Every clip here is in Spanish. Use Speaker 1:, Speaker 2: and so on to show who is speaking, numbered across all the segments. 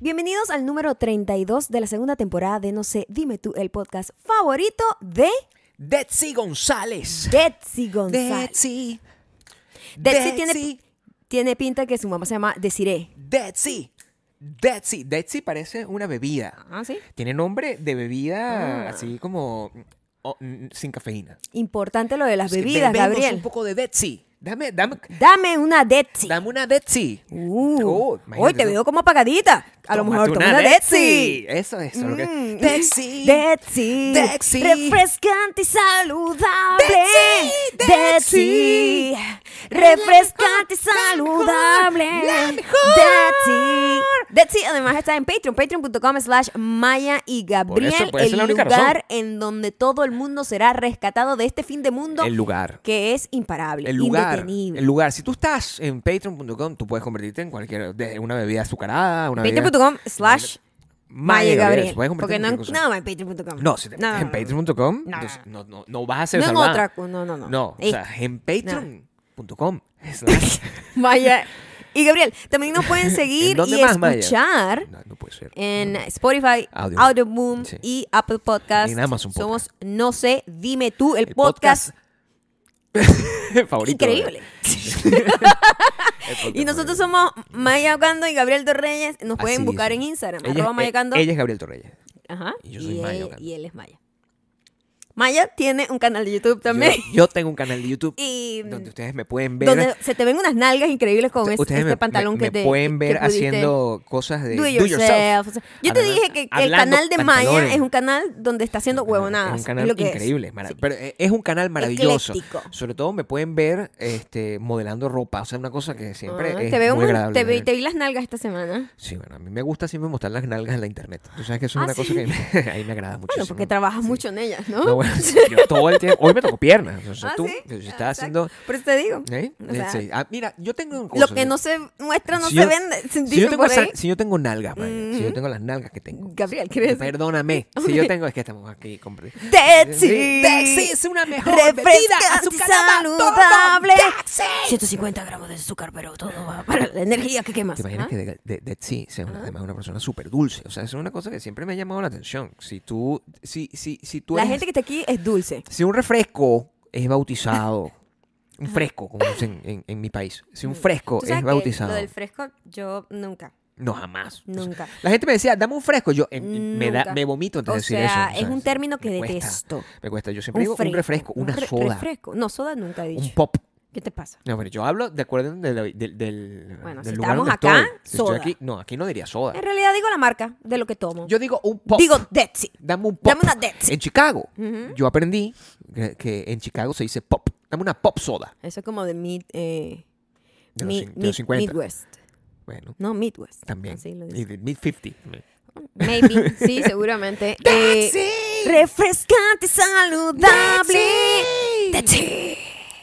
Speaker 1: Bienvenidos al número 32 de la segunda temporada de No sé, dime tú, el podcast favorito de
Speaker 2: Detsy González.
Speaker 1: Betsy González.
Speaker 2: Detsy.
Speaker 1: Betsy tiene, tiene pinta que su mamá se llama Desiree.
Speaker 2: Detsy. Detsy. Detsy parece una bebida.
Speaker 1: Ah, sí.
Speaker 2: Tiene nombre de bebida
Speaker 1: Ah.
Speaker 2: así como o, mm, sin cafeína.
Speaker 1: Importante lo de las
Speaker 2: Es que
Speaker 1: bebidas,
Speaker 2: bebemos
Speaker 1: Gabriel.
Speaker 2: un poco de Detsy. Dame, dame,
Speaker 1: Dame una Detsy.
Speaker 2: dame una Detsy.
Speaker 1: Uh,
Speaker 2: Oh,
Speaker 1: hoy
Speaker 2: imagínate
Speaker 1: te
Speaker 2: eso.
Speaker 1: veo como apagadita. A lo mejor
Speaker 2: Tómate
Speaker 1: toma una Detsy.
Speaker 2: Eso, eso. lo que-
Speaker 1: Mm.
Speaker 2: Detsy.
Speaker 1: Detsy.
Speaker 2: Detsy.
Speaker 1: Refrescante y saludable.
Speaker 2: Detsy, Detsy.
Speaker 1: Refrescante y
Speaker 2: La mejor,
Speaker 1: saludable.
Speaker 2: la mejor.
Speaker 1: Detsy. Detsy además está en Patreon, patreon.com slash Maya y Gabriel.
Speaker 2: por eso pues, es
Speaker 1: el
Speaker 2: la única
Speaker 1: lugar
Speaker 2: razón.
Speaker 1: en donde todo el mundo será rescatado de este fin de mundo
Speaker 2: El lugar.
Speaker 1: que es imparable,
Speaker 2: El lugar,
Speaker 1: indetenible.
Speaker 2: el lugar. Si tú estás en patreon.com, tú puedes convertirte en cualquier, de una bebida azucarada, una bebida...
Speaker 1: Patreon.com slash Maya Gabriel.
Speaker 2: puedes convertirte
Speaker 1: Porque
Speaker 2: en
Speaker 1: no,
Speaker 2: cualquier cosa.
Speaker 1: no, en patreon.com.
Speaker 2: No, si te metes en patreon.com,
Speaker 1: No, no,
Speaker 2: entonces no, no, no vas a ser
Speaker 1: No en
Speaker 2: salvada.
Speaker 1: otra, no, no, no.
Speaker 2: No, o
Speaker 1: Eh,
Speaker 2: sea, en patreon.com. slash-
Speaker 1: Maya. Y Gabriel, también nos pueden seguir
Speaker 2: ¿En dónde
Speaker 1: y
Speaker 2: más, Maya?
Speaker 1: escuchar
Speaker 2: No, no puede ser.
Speaker 1: en Spotify,
Speaker 2: Audio.
Speaker 1: Audioboom
Speaker 2: Sí.
Speaker 1: y Apple Podcast.
Speaker 2: En Amazon
Speaker 1: Somos No sé, dime tú, el,
Speaker 2: El
Speaker 1: podcast,
Speaker 2: favorito.
Speaker 1: increíble.
Speaker 2: El podcast
Speaker 1: y nosotros
Speaker 2: favorito.
Speaker 1: somos Maya Ocando y Gabriel Torreyes. Nos pueden
Speaker 2: Así
Speaker 1: buscar
Speaker 2: dicen.
Speaker 1: en Instagram,
Speaker 2: Ella,
Speaker 1: arroba
Speaker 2: es- e-
Speaker 1: Maya Ocando.
Speaker 2: ella es Gabriel Torreyes.
Speaker 1: Ajá.
Speaker 2: y yo soy Maya
Speaker 1: él-
Speaker 2: Ocando.
Speaker 1: y él es Maya. Maya tiene un canal de YouTube también.
Speaker 2: Yo, yo tengo un canal de YouTube
Speaker 1: y
Speaker 2: donde ustedes me pueden ver.
Speaker 1: donde se te ven unas nalgas increíbles con ese-
Speaker 2: ustedes
Speaker 1: este
Speaker 2: me,
Speaker 1: pantalón
Speaker 2: me-
Speaker 1: que
Speaker 2: me
Speaker 1: te
Speaker 2: pueden
Speaker 1: que
Speaker 2: ver
Speaker 1: pudiste-
Speaker 2: haciendo cosas de
Speaker 1: Do it yourself. O sea, yo te
Speaker 2: Hablando-
Speaker 1: dije que el
Speaker 2: hablando
Speaker 1: canal de Maya
Speaker 2: pantalones.
Speaker 1: es un canal donde está haciendo huevonadas.
Speaker 2: Es un canal
Speaker 1: es lo que es.
Speaker 2: increíble, mara- pero eh, es un canal maravilloso.
Speaker 1: Ecléctico.
Speaker 2: Sobre todo me pueden ver este, modelando ropa, o sea, una cosa que siempre
Speaker 1: Ah,
Speaker 2: es
Speaker 1: te, veo
Speaker 2: muy
Speaker 1: muy-
Speaker 2: agradable.
Speaker 1: te,
Speaker 2: de
Speaker 1: vi,
Speaker 2: ver.
Speaker 1: te vi las nalgas esta semana.
Speaker 2: Sí, bueno, a mí me gusta siempre mostrar las nalgas en la internet. Tú sabes que eso
Speaker 1: Ah,
Speaker 2: es una
Speaker 1: ¿sí?
Speaker 2: cosa que me- ahí me agrada muchísimo.
Speaker 1: Bueno, porque trabajas mucho en ellas, ¿no?
Speaker 2: No, bueno, yo todo el tiempo. Hoy me tocó piernas. O sea,
Speaker 1: Ah,
Speaker 2: tú
Speaker 1: ¿sí?
Speaker 2: yo
Speaker 1: Ah,
Speaker 2: estaba
Speaker 1: exacto.
Speaker 2: haciendo.
Speaker 1: Por eso te digo.
Speaker 2: ¿eh?
Speaker 1: O sea,
Speaker 2: Sí. Ah, mira, yo tengo
Speaker 1: Lo
Speaker 2: cosas,
Speaker 1: que
Speaker 2: yo-
Speaker 1: no se muestra no
Speaker 2: si
Speaker 1: se
Speaker 2: yo-
Speaker 1: vende.
Speaker 2: si
Speaker 1: dicen
Speaker 2: yo tengo
Speaker 1: por
Speaker 2: esa-
Speaker 1: ahí.
Speaker 2: si yo tengo nalgas, Maya, si yo
Speaker 1: Ujú.
Speaker 2: tengo las nalgas que tengo.
Speaker 1: Gabriel, ¿quieres? decir?
Speaker 2: Perdóname. Si yo tengo, es que estamos aquí compré.
Speaker 1: Dexy.
Speaker 2: Dexy es una mejor bebida
Speaker 1: Refrescante y
Speaker 2: azucarada, todo con
Speaker 1: saludable.
Speaker 2: Dexy.
Speaker 1: 150 gramos de azúcar, pero todo va para la energía que quemas.
Speaker 2: ¿Te imaginas
Speaker 1: ¿ah?
Speaker 2: que de- de- Dexy sea una, además una persona súper dulce? O sea, es una cosa que siempre me ha llamado la atención. Si tú, si, si, si tú
Speaker 1: La
Speaker 2: eres-
Speaker 1: gente que está aquí es dulce.
Speaker 2: Si un refresco es bautizado, un fresco, como dicen en, en mi país, si un fresco
Speaker 1: Mm. Tú sabes
Speaker 2: es
Speaker 1: que
Speaker 2: bautizado,
Speaker 1: Lo del fresco, yo nunca.
Speaker 2: no jamás. O sea,
Speaker 1: Nunca.
Speaker 2: la gente me decía, dame un fresco, yo eh, me, da-
Speaker 1: Nunca.
Speaker 2: me vomito antes
Speaker 1: O
Speaker 2: de decir eso.
Speaker 1: sea,
Speaker 2: o
Speaker 1: es un término que
Speaker 2: me cuesta,
Speaker 1: detesto.
Speaker 2: me cuesta, yo siempre digo un refresco, una
Speaker 1: re-
Speaker 2: soda,
Speaker 1: Refresco. No, soda nunca he dicho.
Speaker 2: un pop.
Speaker 1: ¿Qué te pasa?
Speaker 2: No, pero yo hablo de acuerdo del, del, del,
Speaker 1: Bueno,
Speaker 2: del
Speaker 1: si
Speaker 2: lugar donde
Speaker 1: estamos acá,
Speaker 2: estoy. Si estoy
Speaker 1: soda.
Speaker 2: aquí- no, aquí no diría soda.
Speaker 1: En realidad digo la marca de lo que tomo.
Speaker 2: Yo digo un pop.
Speaker 1: digo Detsy.
Speaker 2: dame un pop.
Speaker 1: dame una Dexy.
Speaker 2: En Chicago, yo aprendí que, que en Chicago se dice pop. Dame una pop soda.
Speaker 1: Eso es como de mid, eh,
Speaker 2: De los
Speaker 1: mid-
Speaker 2: cin- de los
Speaker 1: mid-
Speaker 2: 50.
Speaker 1: Midwest.
Speaker 2: Bueno,
Speaker 1: No, Midwest.
Speaker 2: también.
Speaker 1: Así lo Eh,
Speaker 2: Y
Speaker 1: dicen.
Speaker 2: de mid-50. también.
Speaker 1: Maybe. Sí, seguramente. Eh,
Speaker 2: ¡Dexy!
Speaker 1: refrescante, saludable.
Speaker 2: ¡Dexy!
Speaker 1: Dexy.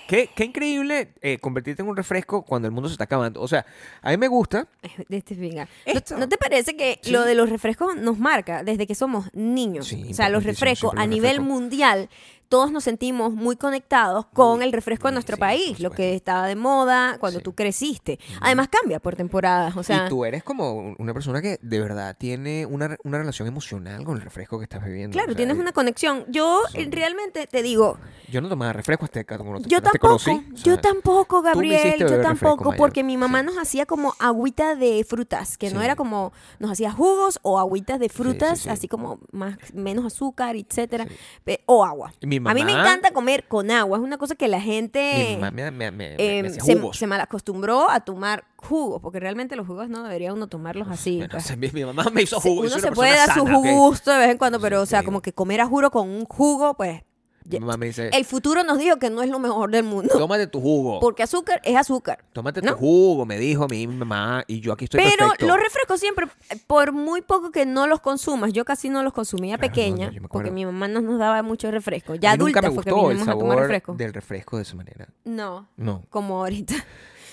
Speaker 2: Qué, qué increíble eh, convertirte en un refresco cuando el mundo se está acabando. O sea, a mí me gusta.
Speaker 1: De este fingar. ¿No-
Speaker 2: Esto.
Speaker 1: ¿No, te parece que
Speaker 2: Sí.
Speaker 1: lo de los refrescos nos marca desde que somos niños?
Speaker 2: Sí,
Speaker 1: o sea, los
Speaker 2: importantísimo,
Speaker 1: refrescos
Speaker 2: siempre
Speaker 1: a
Speaker 2: los
Speaker 1: nivel
Speaker 2: refrescos.
Speaker 1: mundial, todos nos sentimos muy conectados con el refresco de nuestro
Speaker 2: sí,
Speaker 1: país,
Speaker 2: por
Speaker 1: lo que
Speaker 2: supuesto.
Speaker 1: estaba de moda cuando
Speaker 2: Sí.
Speaker 1: tú creciste. Además cambia por temporadas, o sea,
Speaker 2: y tú eres como un- una persona que de verdad tiene una, re- una relación emocional con el refresco que estás bebiendo.
Speaker 1: claro,
Speaker 2: O sea, eh,
Speaker 1: tienes una conexión. Yo eh, realmente te digo,
Speaker 2: Yo no tomaba refresco hasta que como no te,
Speaker 1: yo
Speaker 2: no te
Speaker 1: tampoco,
Speaker 2: conocí. O sea,
Speaker 1: yo tampoco,
Speaker 2: me
Speaker 1: Gabriel,
Speaker 2: hiciste
Speaker 1: yo
Speaker 2: beber
Speaker 1: tampoco,
Speaker 2: refresco, Maya.
Speaker 1: porque mi mamá
Speaker 2: Sí.
Speaker 1: nos hacía como agüita de frutas, que no
Speaker 2: Sí.
Speaker 1: era como, nos hacía jugos o agüitas de frutas,
Speaker 2: sí.
Speaker 1: así como más, menos azúcar, etcétera,
Speaker 2: Sí.
Speaker 1: pe- o agua.
Speaker 2: Y mi
Speaker 1: A mí me
Speaker 2: mamá-
Speaker 1: encanta comer con agua, es una cosa que la gente
Speaker 2: Mi mamá me, me, me- me
Speaker 1: eh,
Speaker 2: hacía
Speaker 1: se,
Speaker 2: jugos.
Speaker 1: se malacostumbró a tomar jugos, porque realmente los jugos no debería uno tomarlos así.
Speaker 2: Bueno,
Speaker 1: pues.
Speaker 2: o sea, mi, mi mamá me hizo
Speaker 1: Sí,
Speaker 2: jugos.
Speaker 1: uno
Speaker 2: soy
Speaker 1: se
Speaker 2: una
Speaker 1: puede
Speaker 2: persona
Speaker 1: dar su
Speaker 2: sana, ¿ok?
Speaker 1: gusto de vez en cuando, pero o
Speaker 2: Sí,
Speaker 1: sea,
Speaker 2: te
Speaker 1: como
Speaker 2: digo.
Speaker 1: que comer a juro con un jugo, pues
Speaker 2: Mi mamá me dice,
Speaker 1: el futuro nos dijo que no es lo mejor del mundo.
Speaker 2: tómate tu jugo.
Speaker 1: Porque azúcar es azúcar.
Speaker 2: Tómate
Speaker 1: ¿no?
Speaker 2: tu jugo, me dijo mi mamá, y yo aquí estoy
Speaker 1: Pero
Speaker 2: perfecto.
Speaker 1: los refrescos siempre, eh, por muy poco que no los consumas, yo casi no los consumía
Speaker 2: Claro, Ah, no,
Speaker 1: pequeña,
Speaker 2: no, yo me
Speaker 1: porque
Speaker 2: acuerdo.
Speaker 1: mi mamá no nos daba mucho refresco.
Speaker 2: A
Speaker 1: Ya
Speaker 2: mí
Speaker 1: adulta
Speaker 2: nunca me
Speaker 1: fue que
Speaker 2: gustó el
Speaker 1: vinimos a tomar
Speaker 2: sabor
Speaker 1: refresco.
Speaker 2: del refresco de esa manera.
Speaker 1: No,
Speaker 2: No, Ah.
Speaker 1: como ahorita.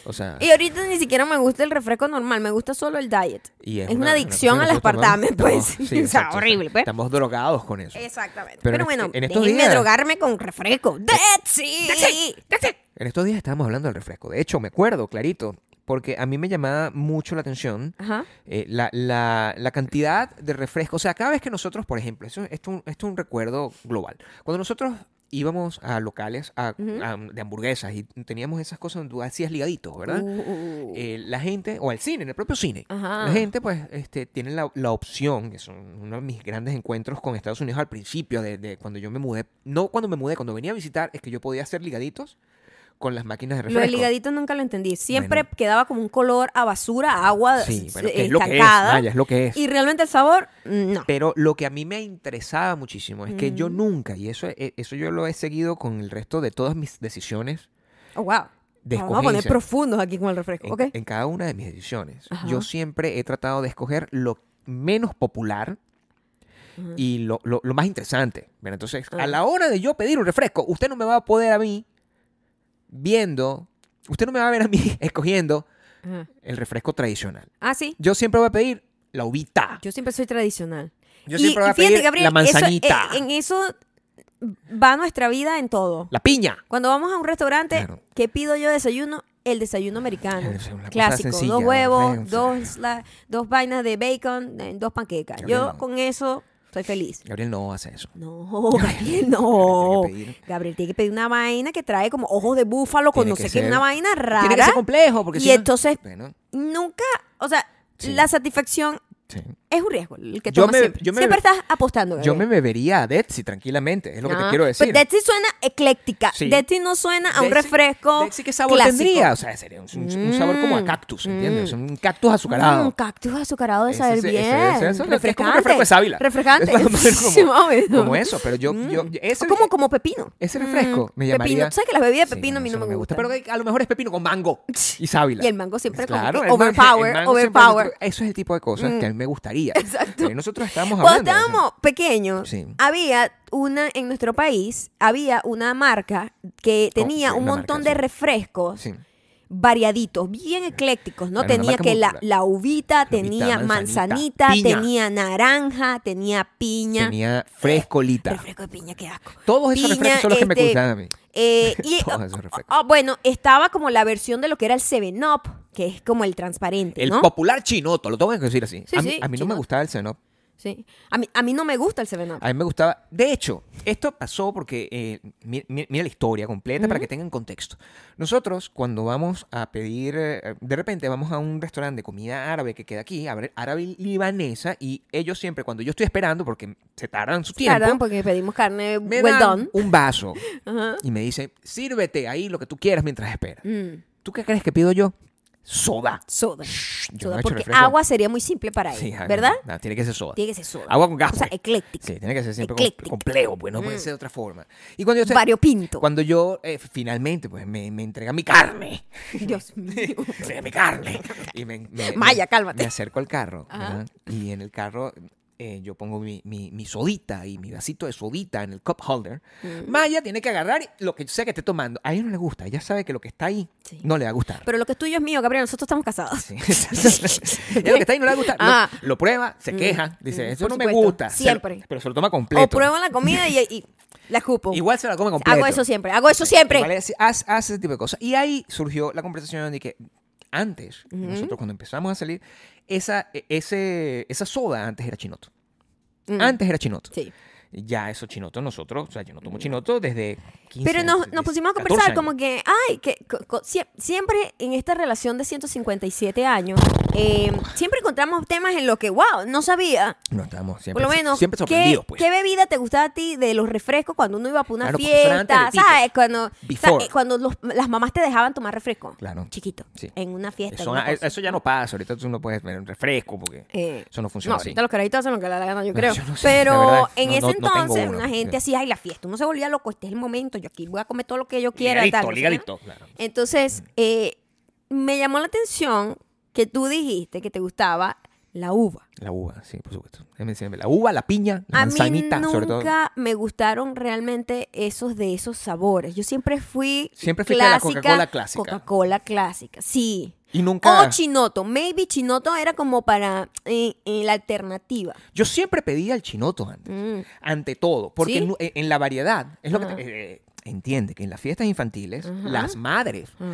Speaker 2: o sea...
Speaker 1: Y ahorita ni siquiera me gusta el refresco normal, me gusta solo el diet.
Speaker 2: y
Speaker 1: es una adicción
Speaker 2: cosa
Speaker 1: al
Speaker 2: que nosotros
Speaker 1: aspartame,
Speaker 2: tomamos-
Speaker 1: pues.
Speaker 2: tomamos-
Speaker 1: O sea,
Speaker 2: exacto,
Speaker 1: horrible, pues.
Speaker 2: Estamos drogados con eso.
Speaker 1: Exactamente. Pero,
Speaker 2: Pero en- este,
Speaker 1: bueno,
Speaker 2: en estos
Speaker 1: déjenme
Speaker 2: días-
Speaker 1: drogarme con refresco. ¡Detsy!
Speaker 2: En estos días estábamos hablando del refresco. De hecho, me acuerdo, clarito, porque a mí me llamaba mucho la atención
Speaker 1: Ajá.
Speaker 2: eh, la, la- la cantidad de refrescos. O sea, cada vez que nosotros, por ejemplo, eso, esto, es un- esto es un recuerdo global. Cuando nosotros íbamos a locales a-
Speaker 1: Ujú.
Speaker 2: a- de hamburguesas y teníamos esas cosas donde tú hacías ligaditos, ¿verdad?
Speaker 1: Uh,
Speaker 2: eh, la gente, o al cine, en el propio cine,
Speaker 1: Ajá.
Speaker 2: la gente pues este, tiene la, la opción, que son uno de mis grandes encuentros con Estados Unidos al principio, de, de cuando yo me mudé, no cuando me mudé, cuando venía a visitar, es que yo podía hacer ligaditos con las máquinas de
Speaker 1: lo
Speaker 2: refresco.
Speaker 1: del ligadito nunca lo entendí. Siempre
Speaker 2: Bueno.
Speaker 1: quedaba como un color a basura, a agua
Speaker 2: Sí, bueno,
Speaker 1: eh,
Speaker 2: que es lo que es,
Speaker 1: estancada.
Speaker 2: Maya, es lo que es. Eh,
Speaker 1: Y realmente el sabor, no. Mm.
Speaker 2: Pero lo que a mí me interesaba muchísimo es que yo
Speaker 1: Ujú.
Speaker 2: nunca, y eso, eh, eso yo lo he seguido con el resto de todas mis decisiones
Speaker 1: Oh, wow.
Speaker 2: de
Speaker 1: Vamos a poner
Speaker 2: escogencia. Eh,
Speaker 1: profundos aquí con el refresco.
Speaker 2: en,
Speaker 1: ok.
Speaker 2: en cada una de mis decisiones.
Speaker 1: Ajá.
Speaker 2: Yo siempre he tratado de escoger lo menos popular
Speaker 1: Ujú.
Speaker 2: y lo, lo- lo más interesante. Bueno, entonces,
Speaker 1: Ah.
Speaker 2: a la hora de yo pedir un refresco, usted no me va a poder a mí viendo, usted no me va a ver a mí escogiendo
Speaker 1: Ajá.
Speaker 2: el refresco tradicional.
Speaker 1: Ah, sí.
Speaker 2: Yo siempre voy a pedir la uvita.
Speaker 1: Yo siempre soy tradicional.
Speaker 2: Yo
Speaker 1: Y-
Speaker 2: siempre voy
Speaker 1: y
Speaker 2: a pedir la
Speaker 1: eso, eh,
Speaker 2: manzanita,
Speaker 1: en eso va nuestra vida en todo.
Speaker 2: la piña.
Speaker 1: Cuando vamos a un restaurante,
Speaker 2: Claro.
Speaker 1: ¿qué pido yo de desayuno? El desayuno americano.
Speaker 2: Es una cosa
Speaker 1: clásico.
Speaker 2: sencilla,
Speaker 1: dos huevos,
Speaker 2: ¿no? Sí.
Speaker 1: dos, la- dos vainas de bacon, eh, dos panquecas.
Speaker 2: Qué
Speaker 1: Yo
Speaker 2: rico.
Speaker 1: con eso soy feliz.
Speaker 2: Gabriel no hace eso.
Speaker 1: No, Gabriel, no.
Speaker 2: Tiene que pedir-
Speaker 1: Gabriel tiene que pedir una vaina que trae como ojos de búfalo con
Speaker 2: Tiene
Speaker 1: no
Speaker 2: que
Speaker 1: sé qué,
Speaker 2: ser-
Speaker 1: una vaina rara.
Speaker 2: Tiene que ser complejo porque
Speaker 1: y
Speaker 2: si no-
Speaker 1: entonces
Speaker 2: Bueno,
Speaker 1: nunca, o sea,
Speaker 2: Sí.
Speaker 1: la satisfacción
Speaker 2: sí.
Speaker 1: es un riesgo el que
Speaker 2: Yo
Speaker 1: tomas
Speaker 2: me-
Speaker 1: siempre.
Speaker 2: yo me-
Speaker 1: siempre estás apostando.
Speaker 2: Yo
Speaker 1: Gabriel.
Speaker 2: me bebería a Detsy tranquilamente, es lo que te
Speaker 1: Ah,
Speaker 2: quiero decir.
Speaker 1: Pero Detsy suena ecléctica.
Speaker 2: Sí.
Speaker 1: Detsy no suena a un
Speaker 2: Dexy-
Speaker 1: refresco.
Speaker 2: Dexy, ¿qué sabor
Speaker 1: clásico.
Speaker 2: tendría? O sea, sería un, un- un sabor como a
Speaker 1: Mm,
Speaker 2: cactus, ¿entiendes?
Speaker 1: mm.
Speaker 2: Un cactus azucarado.
Speaker 1: Mm, cactus azucarado de
Speaker 2: Ese-
Speaker 1: saber
Speaker 2: ese- ese-
Speaker 1: bien.
Speaker 2: ese- eso es lo que es como un
Speaker 1: refrescante.
Speaker 2: refresco de sábila.
Speaker 1: Refrescante.
Speaker 2: Es más o menos como-
Speaker 1: Sí, más o menos.
Speaker 2: Como eso, pero yo... yo-
Speaker 1: Mm.
Speaker 2: ese,
Speaker 1: O como, como pepino.
Speaker 2: ese refresco
Speaker 1: Mm,
Speaker 2: me llamaría...
Speaker 1: Pepino. ¿Tú sabes que las bebidas de
Speaker 2: Sí,
Speaker 1: pepino a mí
Speaker 2: eso
Speaker 1: no me, gustan?
Speaker 2: Pero que a lo mejor es pepino con mango y sábila.
Speaker 1: Y el mango siempre como
Speaker 2: Claro,
Speaker 1: que
Speaker 2: el mango- el
Speaker 1: overpower,
Speaker 2: mango siempre-
Speaker 1: overpower. Mm.
Speaker 2: Eso es el tipo de cosas que a mí me gustaría.
Speaker 1: Exacto.
Speaker 2: Eh, nosotros estábamos
Speaker 1: Cuando
Speaker 2: hablando... de eso.
Speaker 1: estábamos pequeños,
Speaker 2: Sí.
Speaker 1: había una en nuestro país, había una marca que tenía
Speaker 2: sí,
Speaker 1: un
Speaker 2: una
Speaker 1: montón
Speaker 2: marca,
Speaker 1: de
Speaker 2: sí.
Speaker 1: refrescos
Speaker 2: Sí.
Speaker 1: variaditos, bien eclécticos, ¿no?
Speaker 2: Claro, una
Speaker 1: tenía
Speaker 2: marca
Speaker 1: que
Speaker 2: muy
Speaker 1: la,
Speaker 2: popular.
Speaker 1: la uvita,
Speaker 2: Uvita,
Speaker 1: tenía manzanita,
Speaker 2: manzanita, piña.
Speaker 1: tenía naranja, tenía piña.
Speaker 2: Tenía frescolita.
Speaker 1: Refresco de piña, qué asco.
Speaker 2: Todos esos
Speaker 1: Piña,
Speaker 2: refrescos son los que me
Speaker 1: este,
Speaker 2: gustan a mí.
Speaker 1: Eh, y,
Speaker 2: Todos
Speaker 1: ah,
Speaker 2: esos refrescos.
Speaker 1: ah, bueno, estaba como la versión de lo que era el 7-Up, que es como el transparente,
Speaker 2: El
Speaker 1: ¿no?
Speaker 2: popular chinoto, lo tengo que decir así.
Speaker 1: Sí,
Speaker 2: a mí,
Speaker 1: sí,
Speaker 2: a mí no me
Speaker 1: chinoto.
Speaker 2: gustaba el seno.
Speaker 1: Sí. A mí, a mí no me gusta el 7-Up.
Speaker 2: A mí me gustaba. De hecho, esto pasó porque. eh, mi- mi- mira la historia completa para que tengan contexto. Nosotros, cuando vamos a pedir. eh, de repente vamos a un restaurante de comida árabe que queda aquí, árabe- árabe libanesa, y ellos siempre, cuando yo estoy esperando, porque se tardan su tiempo,
Speaker 1: Claro, porque pedimos carne
Speaker 2: me
Speaker 1: well done.
Speaker 2: dan un vaso
Speaker 1: Ajá.
Speaker 2: y me dicen: sírvete ahí lo que tú quieras mientras esperas.
Speaker 1: Mm,
Speaker 2: ¿Tú qué crees que pido yo? Soda.
Speaker 1: soda.
Speaker 2: Shh, yo
Speaker 1: Soda,
Speaker 2: no he hecho
Speaker 1: porque
Speaker 2: refresco.
Speaker 1: agua sería muy simple para él,
Speaker 2: Sí, ah,
Speaker 1: ¿verdad?
Speaker 2: no, no, tiene que ser soda.
Speaker 1: Tiene que ser soda.
Speaker 2: Agua con gas.
Speaker 1: O sea,
Speaker 2: pues.
Speaker 1: ecléctico.
Speaker 2: Sí, tiene que ser siempre com-
Speaker 1: Ecléctico.
Speaker 2: complejo, pues no
Speaker 1: Mm.
Speaker 2: puede ser de otra forma. Y cuando yo, se-
Speaker 1: Variopinto.
Speaker 2: cuando yo eh, finalmente pues me, me entrega mi carne,
Speaker 1: Dios mío.
Speaker 2: me entrega mi carne, y me, me-
Speaker 1: Maya,
Speaker 2: me-
Speaker 1: cálmate.
Speaker 2: me acerco al carro,
Speaker 1: Ajá.
Speaker 2: ¿verdad? y en el carro eh, yo pongo mi, mi- mi sodita y mi vasito de sodita en el cup holder.
Speaker 1: Mm.
Speaker 2: Maya tiene que agarrar lo que sea que esté tomando. A ella no le gusta, ella sabe que lo que está ahí
Speaker 1: Sí.
Speaker 2: no le va a gustar.
Speaker 1: Pero lo que es tuyo es mío, Gabriel. Nosotros estamos casados.
Speaker 2: Sí. Ella lo que está ahí no le va a gustar. Lo-
Speaker 1: Ah.
Speaker 2: Lo, prueba, se
Speaker 1: Mm,
Speaker 2: queja,
Speaker 1: mm,
Speaker 2: dice, eso
Speaker 1: por
Speaker 2: no me
Speaker 1: supuesto,
Speaker 2: gusta. Se lo-
Speaker 1: siempre.
Speaker 2: pero se lo toma completo.
Speaker 1: O prueban la comida y, y la escupo.
Speaker 2: Igual se la come completo.
Speaker 1: hago eso siempre. Hago eso siempre.
Speaker 2: Igual es- haz, haz ese tipo de cosas. Y ahí surgió la conversación de que antes, nosotros cuando empezamos a salir, esa, e- ese, esa soda antes era chinoto.
Speaker 1: Mm,
Speaker 2: Antes era chinoto.
Speaker 1: Sí.
Speaker 2: Ya eso chinoto nosotros, o sea, yo no tomo chinoto desde 15
Speaker 1: Pero nos, nos pusimos a conversar como
Speaker 2: que...
Speaker 1: que, ay, que co- co- sie- siempre en esta relación de 157 años, eh, siempre encontramos temas en los que, wow, no sabía.
Speaker 2: No, estábamos
Speaker 1: Por
Speaker 2: siempre,
Speaker 1: lo menos,
Speaker 2: siempre
Speaker 1: ¿qué,
Speaker 2: sorprendidos, pues.
Speaker 1: qué bebida te gustaba a ti de los refrescos cuando uno iba para una
Speaker 2: Claro, porque eso era antes
Speaker 1: fiesta?
Speaker 2: de ti,
Speaker 1: ¿Sabes? Cuando,
Speaker 2: Before.
Speaker 1: ¿sabes? cuando los- las mamás te dejaban tomar refresco.
Speaker 2: Claro.
Speaker 1: Chiquito.
Speaker 2: Sí.
Speaker 1: En una fiesta. en
Speaker 2: Eso,
Speaker 1: una cosa.
Speaker 2: eso ya no pasa, ahorita tú no puedes ver un refresco porque
Speaker 1: Eh,
Speaker 2: eso no
Speaker 1: No,
Speaker 2: funciona así.
Speaker 1: ahorita los carajitos hacen lo que le da la gana, yo
Speaker 2: No,
Speaker 1: creo.
Speaker 2: yo no sé,
Speaker 1: Pero
Speaker 2: la verdad,
Speaker 1: en
Speaker 2: no-
Speaker 1: ese
Speaker 2: no- no tengo pues.
Speaker 1: entonces,
Speaker 2: uno.
Speaker 1: una gente así, ay, la fiesta, uno se volvía loco, este es el momento, yo aquí voy a comer todo lo que yo quiera.
Speaker 2: Ligadito,
Speaker 1: tal, no sé qué, ¿no?
Speaker 2: ligadito, claro.
Speaker 1: Entonces, eh, me llamó la atención que tú dijiste que te gustaba la uva.
Speaker 2: La uva, sí, por supuesto. Déjame decirme, La uva, la piña, la
Speaker 1: a mí
Speaker 2: manzanita,
Speaker 1: nunca
Speaker 2: sobre todo.
Speaker 1: me gustaron realmente esos de esos sabores. Yo siempre fui
Speaker 2: Siempre fuiste de la
Speaker 1: clásica,
Speaker 2: Coca-Cola clásica.
Speaker 1: Coca-Cola clásica, sí.
Speaker 2: Y
Speaker 1: O
Speaker 2: nunca.
Speaker 1: chinoto, maybe chinoto era como para eh, eh, la alternativa.
Speaker 2: yo siempre pedía el chinoto antes,
Speaker 1: Mm.
Speaker 2: ante todo, porque
Speaker 1: ¿Sí?
Speaker 2: nu- en, en la variedad, es lo que.
Speaker 1: Ajá.
Speaker 2: te- eh, eh, entiende que en las fiestas infantiles,
Speaker 1: Ajá.
Speaker 2: las madres
Speaker 1: Ajá.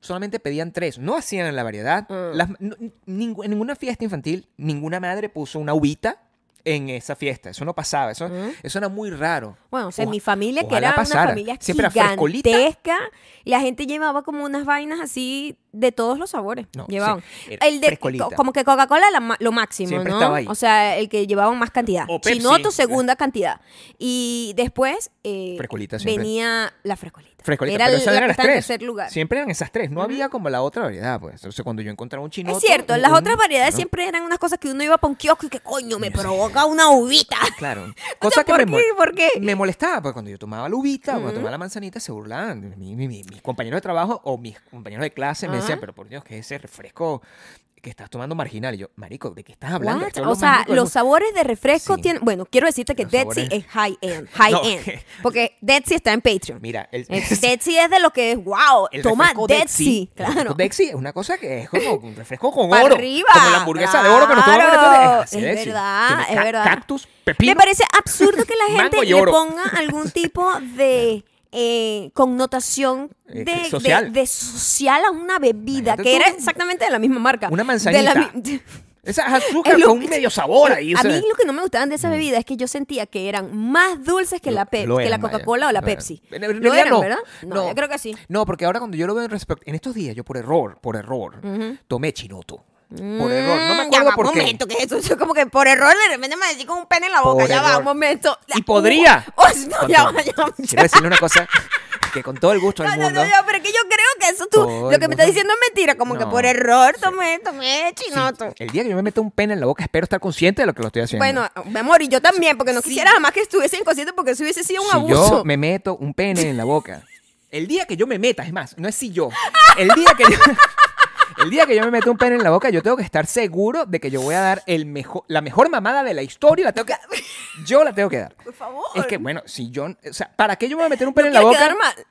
Speaker 2: solamente pedían tres. No hacían la variedad.
Speaker 1: Mm.
Speaker 2: Las- no- ningú- en ninguna fiesta infantil, ninguna madre puso una uvita en esa fiesta. Eso no pasaba. Eso,
Speaker 1: Mm.
Speaker 2: eso era muy raro.
Speaker 1: Bueno, o sea,
Speaker 2: Oja-
Speaker 1: mi familia, que
Speaker 2: ojalá
Speaker 1: era
Speaker 2: pasara.
Speaker 1: una familia
Speaker 2: Siempre era frescolita.
Speaker 1: gigantesca, y la gente llevaba como unas vainas así de todos los sabores.
Speaker 2: No,
Speaker 1: llevaban.
Speaker 2: sí, era
Speaker 1: el de,
Speaker 2: frescolita.
Speaker 1: co- como que Coca-Cola la ma- lo máximo,
Speaker 2: Siempre
Speaker 1: ¿no?
Speaker 2: estaba ahí.
Speaker 1: O sea, el que llevaban más cantidad.
Speaker 2: O Pepsi.
Speaker 1: Chinoto, segunda cantidad. Y después eh,
Speaker 2: Frescolita siempre.
Speaker 1: venía la frescolita.
Speaker 2: Frescolita,
Speaker 1: Era
Speaker 2: pero
Speaker 1: la
Speaker 2: esas
Speaker 1: que
Speaker 2: eran las
Speaker 1: estaba en
Speaker 2: tres.
Speaker 1: tercer lugar.
Speaker 2: Siempre eran esas tres. No había como la otra variedad, pues. O sea, cuando yo encontraba un chino.
Speaker 1: es cierto, las otras variedades siempre eran unas cosas que uno iba para un kiosco y que coño, me provoca una uvita.
Speaker 2: Claro. Cosa que
Speaker 1: ¿por
Speaker 2: me,
Speaker 1: qué?
Speaker 2: mol-
Speaker 1: ¿Por qué?
Speaker 2: me molestaba, porque cuando yo tomaba la uvita, cuando tomaba la manzanita, se burlaban. Mi- mi- mi- mis compañeros de trabajo o mis compañeros de clase me decían,
Speaker 1: Ajá.
Speaker 2: pero por Dios, que ese refresco que estás tomando marginal. Y yo, marico, ¿de qué estás hablando?
Speaker 1: What?
Speaker 2: Esto es lo
Speaker 1: o
Speaker 2: más
Speaker 1: sea,
Speaker 2: rico del
Speaker 1: los
Speaker 2: mundo".
Speaker 1: sabores de refresco
Speaker 2: Sí.
Speaker 1: tienen. Bueno, quiero decirte que
Speaker 2: Los
Speaker 1: Dead
Speaker 2: sabores-
Speaker 1: Sea es high end, high
Speaker 2: No.
Speaker 1: end. Porque Dead Sea está en Patreon.
Speaker 2: Mira, el,
Speaker 1: Es- Dead Sea es de lo que es, wow,
Speaker 2: el
Speaker 1: toma
Speaker 2: refresco
Speaker 1: Dead Sea,
Speaker 2: Dexy, El
Speaker 1: claro.
Speaker 2: refresco Dexy es una cosa que es como un refresco con
Speaker 1: Pa'
Speaker 2: oro.
Speaker 1: arriba,
Speaker 2: Como la hamburguesa de oro que nos tomamos.
Speaker 1: claro.
Speaker 2: nosotros, así
Speaker 1: Es
Speaker 2: Dexy.
Speaker 1: verdad,
Speaker 2: Tiene
Speaker 1: es
Speaker 2: ca-
Speaker 1: verdad.
Speaker 2: Cactus, pepino.
Speaker 1: Me parece absurdo que la gente
Speaker 2: Mango y
Speaker 1: le
Speaker 2: oro.
Speaker 1: ponga algún tipo de eh, connotación
Speaker 2: Eh,
Speaker 1: de,
Speaker 2: social.
Speaker 1: de- de social a una bebida,
Speaker 2: Imagínate
Speaker 1: que
Speaker 2: tú
Speaker 1: era
Speaker 2: un-
Speaker 1: exactamente de la misma marca.
Speaker 2: Una
Speaker 1: De la
Speaker 2: manzanita.
Speaker 1: mi-
Speaker 2: Esa es azúcar
Speaker 1: Es lo-
Speaker 2: con un medio sabor ahí. o
Speaker 1: A
Speaker 2: sea,
Speaker 1: mí lo que no me gustaban de esas bebidas es que yo sentía que eran más dulces que la, Pep-
Speaker 2: Mm. Lo
Speaker 1: que la
Speaker 2: eran, vaya.
Speaker 1: Coca-Cola o la
Speaker 2: Lo eran.
Speaker 1: Pepsi.
Speaker 2: En
Speaker 1: Lo
Speaker 2: realidad
Speaker 1: eran,
Speaker 2: no.
Speaker 1: ¿verdad? No,
Speaker 2: No.
Speaker 1: yo creo que sí.
Speaker 2: No, porque ahora cuando yo lo veo en respecto... En estos días yo por error, por error, tomé chinoto. Por error. No me
Speaker 1: Mm, ya
Speaker 2: acuerdo
Speaker 1: va,
Speaker 2: por
Speaker 1: un
Speaker 2: qué.
Speaker 1: momento, que es eso? Yo como que por error de repente me metí con un pene en la boca.
Speaker 2: Por
Speaker 1: ya va,
Speaker 2: error.
Speaker 1: un momento.
Speaker 2: Y podría.
Speaker 1: Oh, no,
Speaker 2: Con
Speaker 1: ya
Speaker 2: todo-
Speaker 1: va, ya va.
Speaker 2: Quiero decirle una cosa que con todo el gusto del
Speaker 1: No, no,
Speaker 2: mundo...
Speaker 1: no, no, pero es que yo creo que eso tú,
Speaker 2: Todo
Speaker 1: lo que
Speaker 2: el
Speaker 1: me estás
Speaker 2: mundo-
Speaker 1: diciendo es mentira, como que
Speaker 2: No.
Speaker 1: por error tomé, tomé chinoto.
Speaker 2: sí, el día que yo me meta un pene en la boca espero estar consciente de lo que lo estoy haciendo.
Speaker 1: Bueno, mi amor, y yo también, porque no quisiera jamás que estuviese inconsciente porque eso hubiese sido un
Speaker 2: si
Speaker 1: abuso.
Speaker 2: yo me meto un pene en la boca, el día que yo me meta, es más, no es si yo, el día que yo, el día que yo me meto un pene en la boca, yo tengo que estar seguro de que yo voy a dar el mejor, la mejor mamada de la historia, la tengo que, yo la tengo que dar.
Speaker 1: Por favor.
Speaker 2: Es que bueno, si yo, o sea, ¿para qué yo me voy a meter un
Speaker 1: No
Speaker 2: pene en la
Speaker 1: quiero
Speaker 2: boca?
Speaker 1: quedar mal.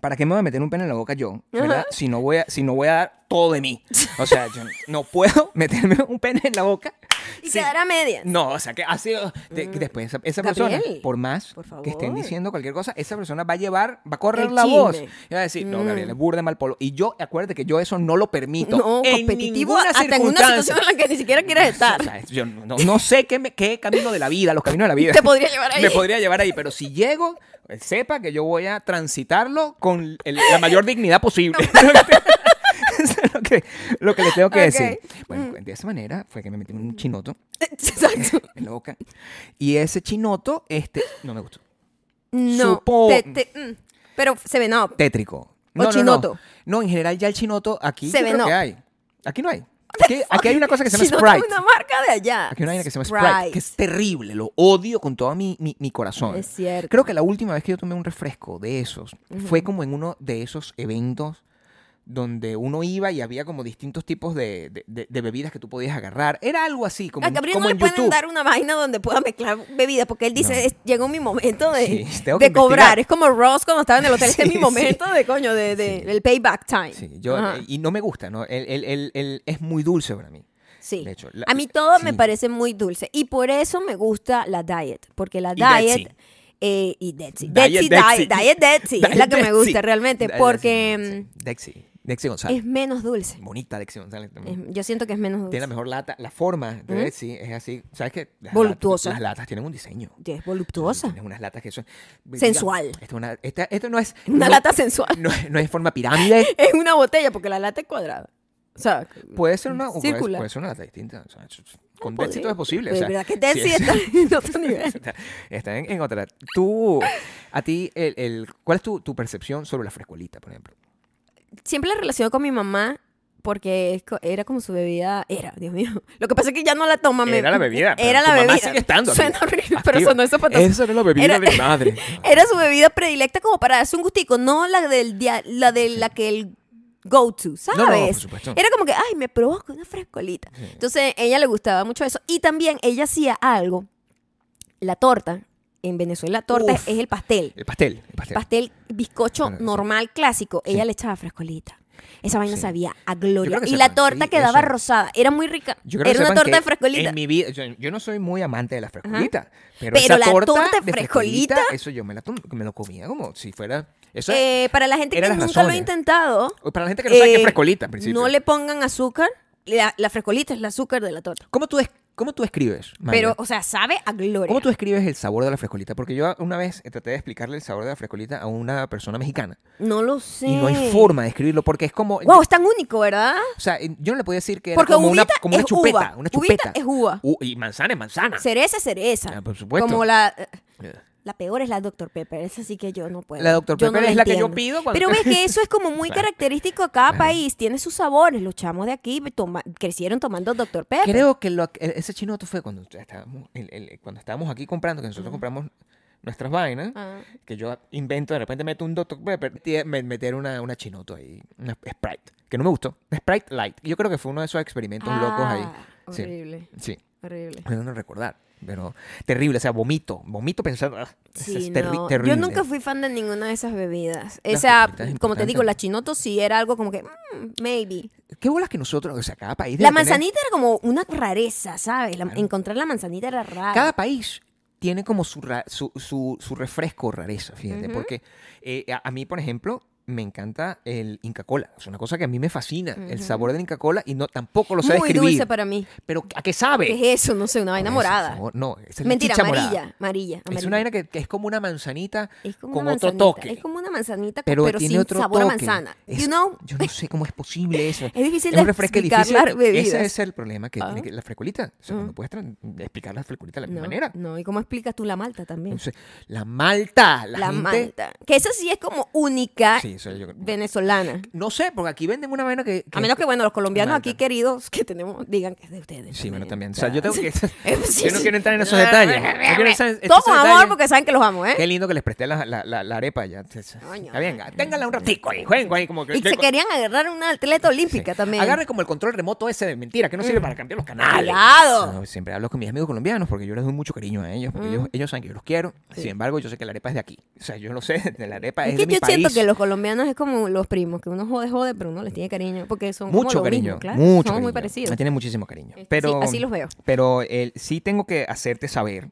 Speaker 2: ¿Para qué me voy a meter un pene en la boca yo?
Speaker 1: Ajá.
Speaker 2: ¿Verdad? Si no voy a, si no voy a dar todo de mí, o sea, yo no puedo meterme un pene en la boca.
Speaker 1: Y
Speaker 2: sin-
Speaker 1: quedar a medias.
Speaker 2: no, o sea, que ha sido. de- que después, esa, esa persona,
Speaker 1: Mm. Gabriel,
Speaker 2: por más
Speaker 1: por favor.
Speaker 2: que estén diciendo cualquier cosa, esa persona va a llevar, va a correr
Speaker 1: El
Speaker 2: la
Speaker 1: chisme. Mm.
Speaker 2: voz. Y va a decir, no, Gabriel, es burda mal polo. Y yo, acuérdate que yo eso no lo permito.
Speaker 1: No,
Speaker 2: en
Speaker 1: competitivo
Speaker 2: ninguna
Speaker 1: hasta en una
Speaker 2: circunstancia.
Speaker 1: situación en la que ni siquiera quieres estar.
Speaker 2: O sea, es- yo no, no sé qué, me- qué camino de la vida, los caminos de la vida.
Speaker 1: Te podría llevar ahí.
Speaker 2: Me podría llevar ahí, pero si llego, eh, sepa que yo voy a transitarlo con el- la mayor dignidad posible. Eso es lo que, lo que le tengo que
Speaker 1: Ok. Mm.
Speaker 2: decir. Bueno, de esa manera fue que me metí un chinoto
Speaker 1: Exacto.
Speaker 2: en la boca. Y ese chinoto, este, no me gustó.
Speaker 1: No.
Speaker 2: Supo-
Speaker 1: te- te- mm. pero se ve no.
Speaker 2: Tétrico.
Speaker 1: O
Speaker 2: No, no, no.
Speaker 1: chinoto.
Speaker 2: No, en general ya el chinoto aquí
Speaker 1: Se
Speaker 2: yo
Speaker 1: ve
Speaker 2: creo
Speaker 1: no.
Speaker 2: que hay. Aquí no hay. Aquí, aquí hay una cosa que se llama
Speaker 1: Chinoto es
Speaker 2: Sprite.
Speaker 1: una marca de allá.
Speaker 2: Aquí hay una vaina que se llama Sprite, que es terrible, lo odio con todo mi, mi, mi corazón.
Speaker 1: Es cierto.
Speaker 2: Creo que la última vez que yo tomé un refresco de esos fue como en uno de esos eventos donde uno iba y había como distintos tipos de, de- de- de bebidas que tú podías agarrar. Era algo así, como,
Speaker 1: Ah, A
Speaker 2: en-
Speaker 1: Gabriel
Speaker 2: como
Speaker 1: no le
Speaker 2: en
Speaker 1: pueden
Speaker 2: YouTube.
Speaker 1: dar una vaina donde pueda mezclar bebida, porque él dice,
Speaker 2: No.
Speaker 1: "Es- llegó mi momento de,
Speaker 2: Sí, tengo que
Speaker 1: de cobrar.
Speaker 2: investigar.
Speaker 1: Es como Ross cuando estaba en el hotel, este es
Speaker 2: Sí,
Speaker 1: mi
Speaker 2: sí.
Speaker 1: momento de coño, de, de-
Speaker 2: Sí.
Speaker 1: del payback time.
Speaker 2: Sí, yo,
Speaker 1: Ajá.
Speaker 2: y no me gusta, ¿no? El, el- el- el- es muy dulce para mí.
Speaker 1: Sí.
Speaker 2: de hecho, la-
Speaker 1: a mí todo me
Speaker 2: sí.
Speaker 1: parece muy dulce. Y por eso me gusta la diet. Porque la
Speaker 2: Y Dead
Speaker 1: diet.
Speaker 2: Sea.
Speaker 1: eh, y Detsy.
Speaker 2: Diet
Speaker 1: Detsy,
Speaker 2: Dead Sea.
Speaker 1: Diet, Diet Detsy. Es la que me gusta realmente. porque
Speaker 2: Dexy, Dexy
Speaker 1: mm,
Speaker 2: González.
Speaker 1: es menos dulce.
Speaker 2: Bonita Dexy González también.
Speaker 1: Es- yo siento que es menos dulce.
Speaker 2: Mm. Tiene la mejor lata. La forma de
Speaker 1: ¿Mm?
Speaker 2: Betsy es así. ¿Sabes qué? Las
Speaker 1: Voluptuosa.
Speaker 2: latas- las latas tienen un diseño.
Speaker 1: es voluptuosa.
Speaker 2: Tienes unas latas que son.
Speaker 1: Sensual.
Speaker 2: Digamos, Esto, es una- esta- esto no es.
Speaker 1: Una
Speaker 2: no-
Speaker 1: lata sensual.
Speaker 2: No, es- no es forma pirámide.
Speaker 1: Es una botella porque la lata es cuadrada. O sea,
Speaker 2: Puede ser una. o Puede,
Speaker 1: Circular.
Speaker 2: puede ser una lata distinta. o sea, con
Speaker 1: podría-
Speaker 2: Betsy todo es posible.
Speaker 1: De
Speaker 2: o sea,
Speaker 1: verdad que
Speaker 2: si
Speaker 1: Detsy
Speaker 2: es-
Speaker 1: está en otro nivel.
Speaker 2: está, está en, en otra. Tú. A ti, el, el- ¿cuál es tu, tu percepción sobre la frescolita, por ejemplo?
Speaker 1: siempre la relaciono con mi mamá porque es co- era como su bebida. Era, Dios mío. Lo que pasa es que ya no la toma. me-
Speaker 2: Era la bebida, pero
Speaker 1: Era
Speaker 2: tu
Speaker 1: la
Speaker 2: mamá
Speaker 1: bebida.
Speaker 2: sigue estando
Speaker 1: Suena
Speaker 2: aquí,
Speaker 1: horrible, pero
Speaker 2: activa.
Speaker 1: sonó eso para todos.
Speaker 2: Esa era la bebida
Speaker 1: Era-
Speaker 2: de mi madre.
Speaker 1: Era su bebida predilecta como para darse un gustico, no la del día, la de la que el go to, ¿sabes?
Speaker 2: No, no, por supuesto.
Speaker 1: Era como que, ay, me provoca una frescolita. Entonces, ella le gustaba mucho eso. Y también ella hacía algo, la torta. En Venezuela, la torta
Speaker 2: Uf.
Speaker 1: es el pastel.
Speaker 2: El pastel. El pastel.
Speaker 1: Pastel, bizcocho
Speaker 2: Claro, sí.
Speaker 1: normal, clásico. Ella
Speaker 2: Este, Sí.
Speaker 1: le echaba frescolita. Esa vaina
Speaker 2: Sí.
Speaker 1: sabía a
Speaker 2: Yo
Speaker 1: gloria.
Speaker 2: creo que
Speaker 1: Y
Speaker 2: se
Speaker 1: la
Speaker 2: parece,
Speaker 1: torta
Speaker 2: sí,
Speaker 1: quedaba
Speaker 2: eso.
Speaker 1: rosada. Era muy rica.
Speaker 2: Yo creo que
Speaker 1: Era una
Speaker 2: sepan
Speaker 1: torta
Speaker 2: que
Speaker 1: de frescolita.
Speaker 2: En mi vida, yo, yo no soy muy amante de la frescolita, pero,
Speaker 1: Pero
Speaker 2: esa
Speaker 1: la
Speaker 2: torta,
Speaker 1: torta
Speaker 2: de
Speaker 1: frescolita-
Speaker 2: eso yo me la tom- me lo comía como si fuera Eso
Speaker 1: Eh, para la gente que
Speaker 2: eran las
Speaker 1: nunca lo ha
Speaker 2: razones.
Speaker 1: intentado,
Speaker 2: es- para la gente que no sabe qué es
Speaker 1: eh,
Speaker 2: frescolita, en principio.
Speaker 1: no le pongan azúcar. La, la frescolita es el azúcar de la torta.
Speaker 2: ¿Cómo, tú es, ¿Cómo tú escribes? Maya?
Speaker 1: Pero, o sea, sabe a gloria.
Speaker 2: ¿Cómo tú escribes el sabor de la frescolita? Porque yo una vez traté de explicarle el sabor de la frescolita a una persona mexicana.
Speaker 1: No lo sé.
Speaker 2: Y no hay forma de escribirlo porque es como...
Speaker 1: Wow, es tan único, ¿verdad?
Speaker 2: O sea, yo no le podía decir que era
Speaker 1: Porque
Speaker 2: como
Speaker 1: uvita
Speaker 2: una, como una
Speaker 1: es
Speaker 2: chupeta.
Speaker 1: uva.
Speaker 2: Una
Speaker 1: Uvita
Speaker 2: chupeta.
Speaker 1: es uva.
Speaker 2: U- Uh, y manzana es manzana.
Speaker 1: Cereza es cereza.
Speaker 2: Ah, por supuesto.
Speaker 1: Como la...
Speaker 2: Eh.
Speaker 1: La peor es la Dr. Pepper, esa sí que yo no puedo.
Speaker 2: La Dr.
Speaker 1: Yo no
Speaker 2: Pepper es la que yo
Speaker 1: entiendo.
Speaker 2: pido cuando-
Speaker 1: Pero ves que eso es como muy
Speaker 2: Claro.
Speaker 1: característico a cada país, tiene sus sabores. Los chamos de aquí toma- crecieron tomando Dr. Pepper.
Speaker 2: Creo que lo- el- ese chinoto fue cuando estábamos, el- el- cuando estábamos aquí comprando, que nosotros compramos nuestras vainas,
Speaker 1: Ah.
Speaker 2: que yo invento, de repente meto un Dr. Pepper, tie- me- meter una, una chinoto ahí, una Sprite, que no me gustó, una Sprite Light. Yo creo que fue uno de esos experimentos locos ahí.
Speaker 1: Ah,
Speaker 2: Sí,
Speaker 1: Horrible,
Speaker 2: sí,
Speaker 1: horrible.
Speaker 2: no no recordar, pero terrible, o sea, vomito, vomito pensando, ah, es-
Speaker 1: Sí,
Speaker 2: es terri-
Speaker 1: no.
Speaker 2: terrible.
Speaker 1: Yo nunca fui fan de ninguna de esas bebidas.
Speaker 2: Las
Speaker 1: O sea,
Speaker 2: bebidas
Speaker 1: como te digo,
Speaker 2: importantes.
Speaker 1: la chinoto sí era algo como que, mm, maybe.
Speaker 2: ¿Qué bolas que nosotros, o sea, cada país...
Speaker 1: La
Speaker 2: debe tener-
Speaker 1: manzanita era como una rareza, ¿sabes? La- encontrar la manzanita era rara.
Speaker 2: Cada país tiene como su, ra- su, su- su refresco o rareza, fíjate, porque eh, a, a mí, por ejemplo, me encanta el Inca Cola. Es una cosa que a mí me fascina, el sabor del Inca Cola, y no, tampoco lo sé
Speaker 1: Muy
Speaker 2: describir.
Speaker 1: dulce para mí.
Speaker 2: Pero ¿a qué sabe?
Speaker 1: ¿Qué es eso? No sé, una vaina
Speaker 2: Por eso,
Speaker 1: morada.
Speaker 2: sabor- no, esa es la
Speaker 1: Mentira,
Speaker 2: chicha
Speaker 1: amarilla,
Speaker 2: morada.
Speaker 1: amarilla,
Speaker 2: Es
Speaker 1: amarilla.
Speaker 2: una vaina que, que es como una manzanita
Speaker 1: Es como
Speaker 2: con
Speaker 1: una
Speaker 2: otro
Speaker 1: manzanita,
Speaker 2: toque.
Speaker 1: Es como una manzanita,
Speaker 2: pero,
Speaker 1: pero,
Speaker 2: tiene
Speaker 1: sin
Speaker 2: otro
Speaker 1: sabor
Speaker 2: toque.
Speaker 1: a manzana.
Speaker 2: Es-
Speaker 1: you know?
Speaker 2: Yo no sé cómo es posible eso.
Speaker 1: Es difícil
Speaker 2: es un
Speaker 1: de
Speaker 2: refresco
Speaker 1: explicar
Speaker 2: difícil.
Speaker 1: las bebidas.
Speaker 2: Ese es el problema que
Speaker 1: Ah. Mm.
Speaker 2: tiene que la frescolita. O sea, no puedes tra- explicar la frescolita de la
Speaker 1: no,
Speaker 2: misma manera.
Speaker 1: No, ¿y cómo explicas tú la malta también?
Speaker 2: Entonces, la malta, la,
Speaker 1: La,
Speaker 2: gente-
Speaker 1: malta. Que esa sí es como única
Speaker 2: Sí, eso yo-
Speaker 1: venezolana.
Speaker 2: No sé, porque aquí venden una vaina que.
Speaker 1: A menos que, bueno, los colombianos
Speaker 2: Malta.
Speaker 1: aquí queridos que tenemos digan que es de ustedes.
Speaker 2: Sí, bueno, también. O sea, yo tengo que.
Speaker 1: Eh, pues, sí,
Speaker 2: yo no
Speaker 1: sí.
Speaker 2: quiero entrar en esos detalles. No quiero entrar en esos
Speaker 1: Todo con amor
Speaker 2: detalles.
Speaker 1: porque saben que los amo, ¿eh?
Speaker 2: Qué lindo que les presté la, la, la, la arepa ya.
Speaker 1: Coño.
Speaker 2: Está bien, ténganla un ratico ahí, jueguen ahí como que.
Speaker 1: Y se querían agarrar una atleta olímpica también. Mm.
Speaker 2: Agarren como el control remoto ese de mentira, que no sirve para cambiar los canales.
Speaker 1: Cuidado. Mm.
Speaker 2: No, siempre hablo con mis amigos colombianos porque yo les doy mucho cariño a ellos, porque ellos, ellos saben que yo los quiero. Sin embargo, yo sé que la arepa es de aquí. O sea, yo lo sé, la arepa es,
Speaker 1: Es que
Speaker 2: de mi
Speaker 1: yo
Speaker 2: país.
Speaker 1: siento que los colombianos es como los primos, que uno jode, jode, pero uno les tiene cariño, porque son como
Speaker 2: mucho
Speaker 1: lo
Speaker 2: cariño,
Speaker 1: mismo, claro.
Speaker 2: mucho
Speaker 1: Somos muy
Speaker 2: cariño.
Speaker 1: parecidos.
Speaker 2: Me tiene muchísimo cariño.
Speaker 1: Este,
Speaker 2: Pero,
Speaker 1: sí, así los veo.
Speaker 2: Pero eh, sí tengo que hacerte saber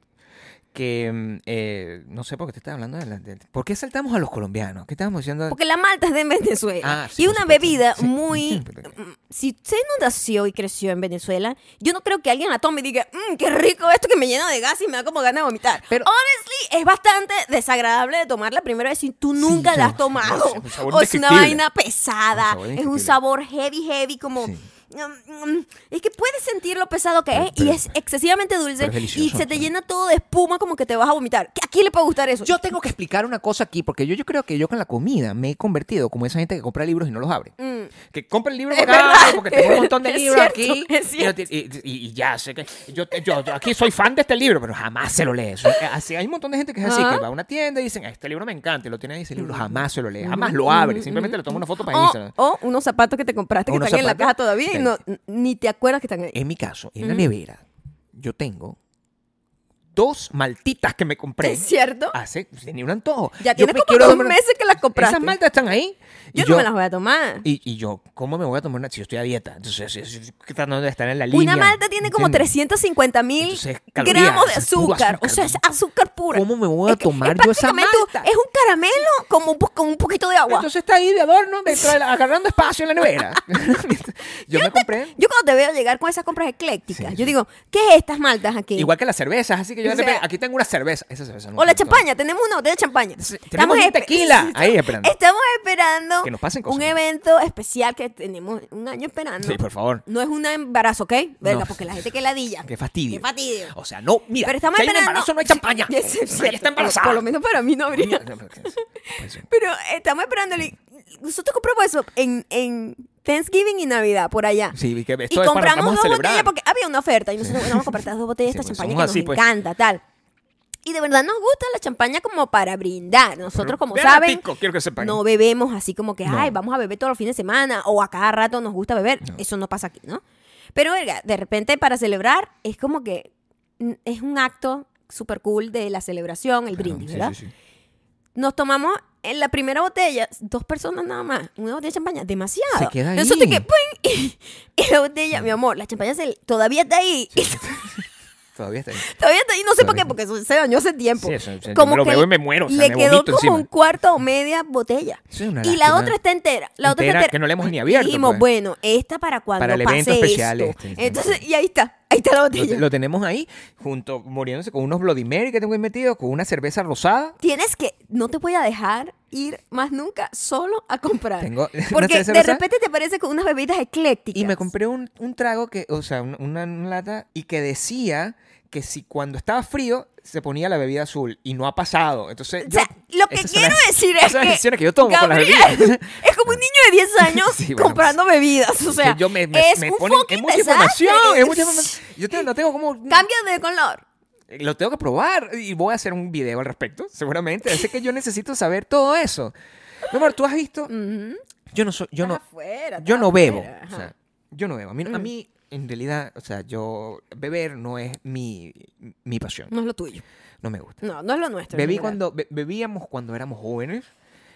Speaker 2: que mm, eh, no sé por qué te estaba hablando de, la- de- ¿Por qué saltamos a los colombianos? ¿Qué estábamos diciendo?
Speaker 1: Porque la malta es de Venezuela.
Speaker 2: Ah, sí,
Speaker 1: y
Speaker 2: por
Speaker 1: una
Speaker 2: supuesto.
Speaker 1: bebida
Speaker 2: Sí,
Speaker 1: muy...
Speaker 2: sí, pero-
Speaker 1: mm, Si usted no nació y creció en Venezuela, yo no creo que alguien la tome y diga, mmm, qué rico esto que me llena de gas y me da como ganas de vomitar.
Speaker 2: Pero-
Speaker 1: Honestly, es bastante desagradable de tomar la primera vez si tú nunca
Speaker 2: yo-
Speaker 1: la has tomado.
Speaker 2: es un sabor
Speaker 1: o es una
Speaker 2: indescriptible.
Speaker 1: vaina pesada,
Speaker 2: Un sabor
Speaker 1: es un
Speaker 2: indescriptible.
Speaker 1: sabor heavy, heavy, como...
Speaker 2: Sí.
Speaker 1: mm, mm, es que puedes sentir lo pesado que es y
Speaker 2: pero-
Speaker 1: es excesivamente dulce
Speaker 2: pero es
Speaker 1: y
Speaker 2: delicioso,
Speaker 1: se te
Speaker 2: sí.
Speaker 1: llena todo de espuma como que te vas a vomitar. ¿A quién le puede gustar eso?
Speaker 2: Yo tengo que explicar una cosa aquí, porque yo, yo creo que yo con la comida me he convertido como esa gente que compra libros y no los abre.
Speaker 1: Mm.
Speaker 2: Que compra el libro
Speaker 1: Es
Speaker 2: porque, ah,
Speaker 1: verdad,
Speaker 2: porque
Speaker 1: es
Speaker 2: tengo un
Speaker 1: verdad,
Speaker 2: montón de
Speaker 1: es
Speaker 2: libros
Speaker 1: cierto,
Speaker 2: aquí.
Speaker 1: es
Speaker 2: y, no ti- y- y- y ya sé que yo, yo- yo aquí soy fan de este libro, pero jamás se lo lee. Eso- eh, Así, hay un montón de gente que es así,
Speaker 1: Ajá. Mm.
Speaker 2: que va a una tienda y dicen, "Ah, este libro me encanta, y lo tiene ahí, ese libro jamás se lo lee, jamás lo abre, simplemente le toma una foto para
Speaker 1: O-
Speaker 2: Instagram.
Speaker 1: O, unos zapatos que te compraste
Speaker 2: O
Speaker 1: que
Speaker 2: unos
Speaker 1: están en la
Speaker 2: zapatos.
Speaker 1: caja todavía y no, ni te acuerdas que están ahí.
Speaker 2: En mi caso,
Speaker 1: Mm.
Speaker 2: en la nevera, yo tengo dos maltitas que me compré.
Speaker 1: ¿Es cierto?
Speaker 2: Hace, pues, tenía un antojo.
Speaker 1: Ya
Speaker 2: Ah, Yo
Speaker 1: tienes
Speaker 2: me
Speaker 1: como
Speaker 2: quiero
Speaker 1: dos
Speaker 2: tomar-
Speaker 1: meses que las compraste.
Speaker 2: Esas maltas están ahí. y
Speaker 1: yo, no me las voy a tomar.
Speaker 2: Y, y yo, ¿cómo me voy a tomar una si yo estoy a dieta? Entonces, si- si- si- tratando de estar en la línea.
Speaker 1: Una malta tiene como
Speaker 2: ¿entiendes?
Speaker 1: 350 mil
Speaker 2: Entonces, calorías,
Speaker 1: gramos de
Speaker 2: es puro
Speaker 1: azúcar. O
Speaker 2: azúcar,
Speaker 1: sea, es
Speaker 2: ¿no?
Speaker 1: azúcar pura.
Speaker 2: ¿Cómo me voy a
Speaker 1: Es que-
Speaker 2: tomar
Speaker 1: es
Speaker 2: yo esa
Speaker 1: prácticamente un-
Speaker 2: malta?
Speaker 1: Es un caramelo como un po- con un poquito de agua.
Speaker 2: Entonces está ahí de adorno, dentro de la- agarrando espacio en la nevera. yo me compré.
Speaker 1: yo cuando te veo llegar con esas compras eclécticas, yo
Speaker 2: Sí, sí.
Speaker 1: digo, ¿qué es estas maltas aquí?
Speaker 2: Igual que las cervezas, así que
Speaker 1: O
Speaker 2: yo de repente,
Speaker 1: sea-
Speaker 2: aquí tengo una cerveza. Esa cerveza no.
Speaker 1: o la
Speaker 2: no-
Speaker 1: champaña, tenemos una botella de champaña.
Speaker 2: Sí, tenemos un
Speaker 1: espe-
Speaker 2: tequila ahí esperando.
Speaker 1: Estamos esperando
Speaker 2: Que nos pasen
Speaker 1: un
Speaker 2: cosas.
Speaker 1: evento especial que tenemos un año esperando.
Speaker 2: Sí, por favor.
Speaker 1: No es un embarazo, ¿ok? Verga,
Speaker 2: No.
Speaker 1: porque la gente que ladilla.
Speaker 2: Qué fastidio.
Speaker 1: Qué fastidio.
Speaker 2: O sea, no, mira.
Speaker 1: Pero estamos
Speaker 2: si hay un
Speaker 1: esperando.
Speaker 2: embarazo, no hay champaña.
Speaker 1: Sí, es
Speaker 2: Nadie
Speaker 1: cierto.
Speaker 2: está embarazada.
Speaker 1: Por, por lo menos para mí no habría.
Speaker 2: Pues sí.
Speaker 1: Pero estamos esperando. Nosotros compramos eso en, en Thanksgiving y Navidad, por allá.
Speaker 2: Sí, vi que esto
Speaker 1: y
Speaker 2: es para-
Speaker 1: compramos
Speaker 2: vamos a
Speaker 1: dos
Speaker 2: celebrar.
Speaker 1: botellas porque había una oferta y nosotros bueno, vamos a comprar estas dos botellas
Speaker 2: Sí,
Speaker 1: de esta
Speaker 2: pues,
Speaker 1: champaña que
Speaker 2: somos
Speaker 1: nos
Speaker 2: así, pues.
Speaker 1: encanta, tal. Y de verdad nos gusta la champaña como para brindar. Nosotros,
Speaker 2: Pero
Speaker 1: como
Speaker 2: de
Speaker 1: saben,
Speaker 2: ratico, quiero que sepan.
Speaker 1: no bebemos así como que,
Speaker 2: No.
Speaker 1: ay, vamos a beber todos los fines de semana o a cada rato nos gusta beber. Eso no pasa aquí, ¿no? Pero, verga, de repente para celebrar es como que mm, es un acto súper cool de la celebración, el brindis,
Speaker 2: Sí,
Speaker 1: ¿verdad?
Speaker 2: sí, sí.
Speaker 1: Nos tomamos en la primera botella, dos personas nada más, una botella de champaña, demasiado.
Speaker 2: Se queda ahí.
Speaker 1: Nosotros que, ¡pum! Y, y la botella, mi amor, la champaña se- todavía está ahí.
Speaker 2: Todavía está ahí.
Speaker 1: Todavía está ahí, no sé por
Speaker 2: Todavía
Speaker 1: qué, porque eso se dañó hace tiempo.
Speaker 2: Sí, eso- eso-
Speaker 1: Como
Speaker 2: yo me lo
Speaker 1: que
Speaker 2: veo y me muero, o sea,
Speaker 1: le
Speaker 2: me
Speaker 1: quedó
Speaker 2: vomito
Speaker 1: como
Speaker 2: encima.
Speaker 1: un cuarto o media botella.
Speaker 2: Eso es una
Speaker 1: y la
Speaker 2: lástima.
Speaker 1: otra está entera. La otra está
Speaker 2: Entera,
Speaker 1: entera.
Speaker 2: que no la hemos ni abierto,
Speaker 1: Dijimos,
Speaker 2: pues.
Speaker 1: bueno, esta para cuando
Speaker 2: Para el
Speaker 1: pase
Speaker 2: evento especial
Speaker 1: esto.
Speaker 2: este, sí,
Speaker 1: Entonces,
Speaker 2: sí.
Speaker 1: y ahí está. Ahí está la
Speaker 2: Lo,
Speaker 1: botella.
Speaker 2: lo tenemos ahí, junto, muriéndose con unos Bloody Mary que tengo ahí metido, con una cerveza rosada.
Speaker 1: Tienes que, no te voy a dejar ir más nunca solo a comprar.
Speaker 2: Tengo una
Speaker 1: Ah. Porque
Speaker 2: cerveza
Speaker 1: de
Speaker 2: rosada.
Speaker 1: repente te aparece con unas bebidas eclécticas.
Speaker 2: Y me compré un, un trago que, o sea, un- una, una lata y que decía que si cuando estaba frío se ponía la bebida azul y no ha pasado. Entonces,
Speaker 1: O
Speaker 2: yo-
Speaker 1: sea, lo que
Speaker 2: esas son
Speaker 1: quiero
Speaker 2: las-
Speaker 1: decir
Speaker 2: esas
Speaker 1: es
Speaker 2: son las
Speaker 1: que,
Speaker 2: decisiones que yo tomo con las
Speaker 1: Gabriel,
Speaker 2: bebidas.
Speaker 1: es como un niño de 10 años
Speaker 2: Sí, bueno, pues,
Speaker 1: comprando bebidas. O sea,
Speaker 2: Que yo me, me-
Speaker 1: es
Speaker 2: me
Speaker 1: un
Speaker 2: ponen-
Speaker 1: fucking
Speaker 2: es mucha
Speaker 1: desastre.
Speaker 2: información, es mucha información. Yo te- lo tengo como
Speaker 1: Cambia de color.
Speaker 2: Eh, lo tengo que probar y voy a hacer un video al respecto, seguramente. Así que yo necesito saber todo eso. Mi amor, tú has visto,
Speaker 1: Ujú.
Speaker 2: yo no soy, yo no,
Speaker 1: Estás afuera,
Speaker 2: yo
Speaker 1: estás
Speaker 2: no bebo.
Speaker 1: afuera,
Speaker 2: O
Speaker 1: ajá. Mm.
Speaker 2: sea, yo no bebo. A mí, a mí, en realidad, o sea, yo beber no es mi, mi pasión.
Speaker 1: no es lo tuyo.
Speaker 2: No me gusta.
Speaker 1: No, no es lo nuestro. en
Speaker 2: Bebí
Speaker 1: general.
Speaker 2: cuando, be- bebíamos cuando éramos jóvenes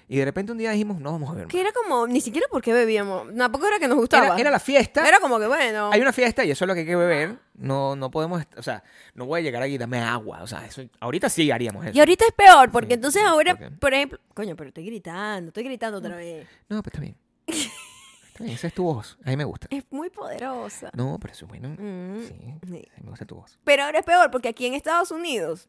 Speaker 2: y de repente un día dijimos, no vamos a beber. más".
Speaker 1: Que era como, ni siquiera porque bebíamos. Tampoco era que nos gustaba.
Speaker 2: Era, era la fiesta.
Speaker 1: Era Ah. como que, bueno.
Speaker 2: Hay una fiesta y eso es lo que hay que beber. No, no podemos, est- o sea, no voy a llegar aquí y dame agua. O sea, eso, ahorita sí haríamos eso.
Speaker 1: Y ahorita es peor, porque
Speaker 2: Sí,
Speaker 1: entonces ahora,
Speaker 2: ok.
Speaker 1: por ejemplo. Coño, pero estoy gritando, estoy gritando otra vez.
Speaker 2: No, pero está bien. Está bien, esa es tu voz. A mí me gusta.
Speaker 1: Es muy poderosa.
Speaker 2: No, pero eso es bueno.
Speaker 1: Mm.
Speaker 2: Sí,
Speaker 1: Sí.
Speaker 2: me gusta tu voz.
Speaker 1: Pero ahora es peor, porque aquí en Estados Unidos,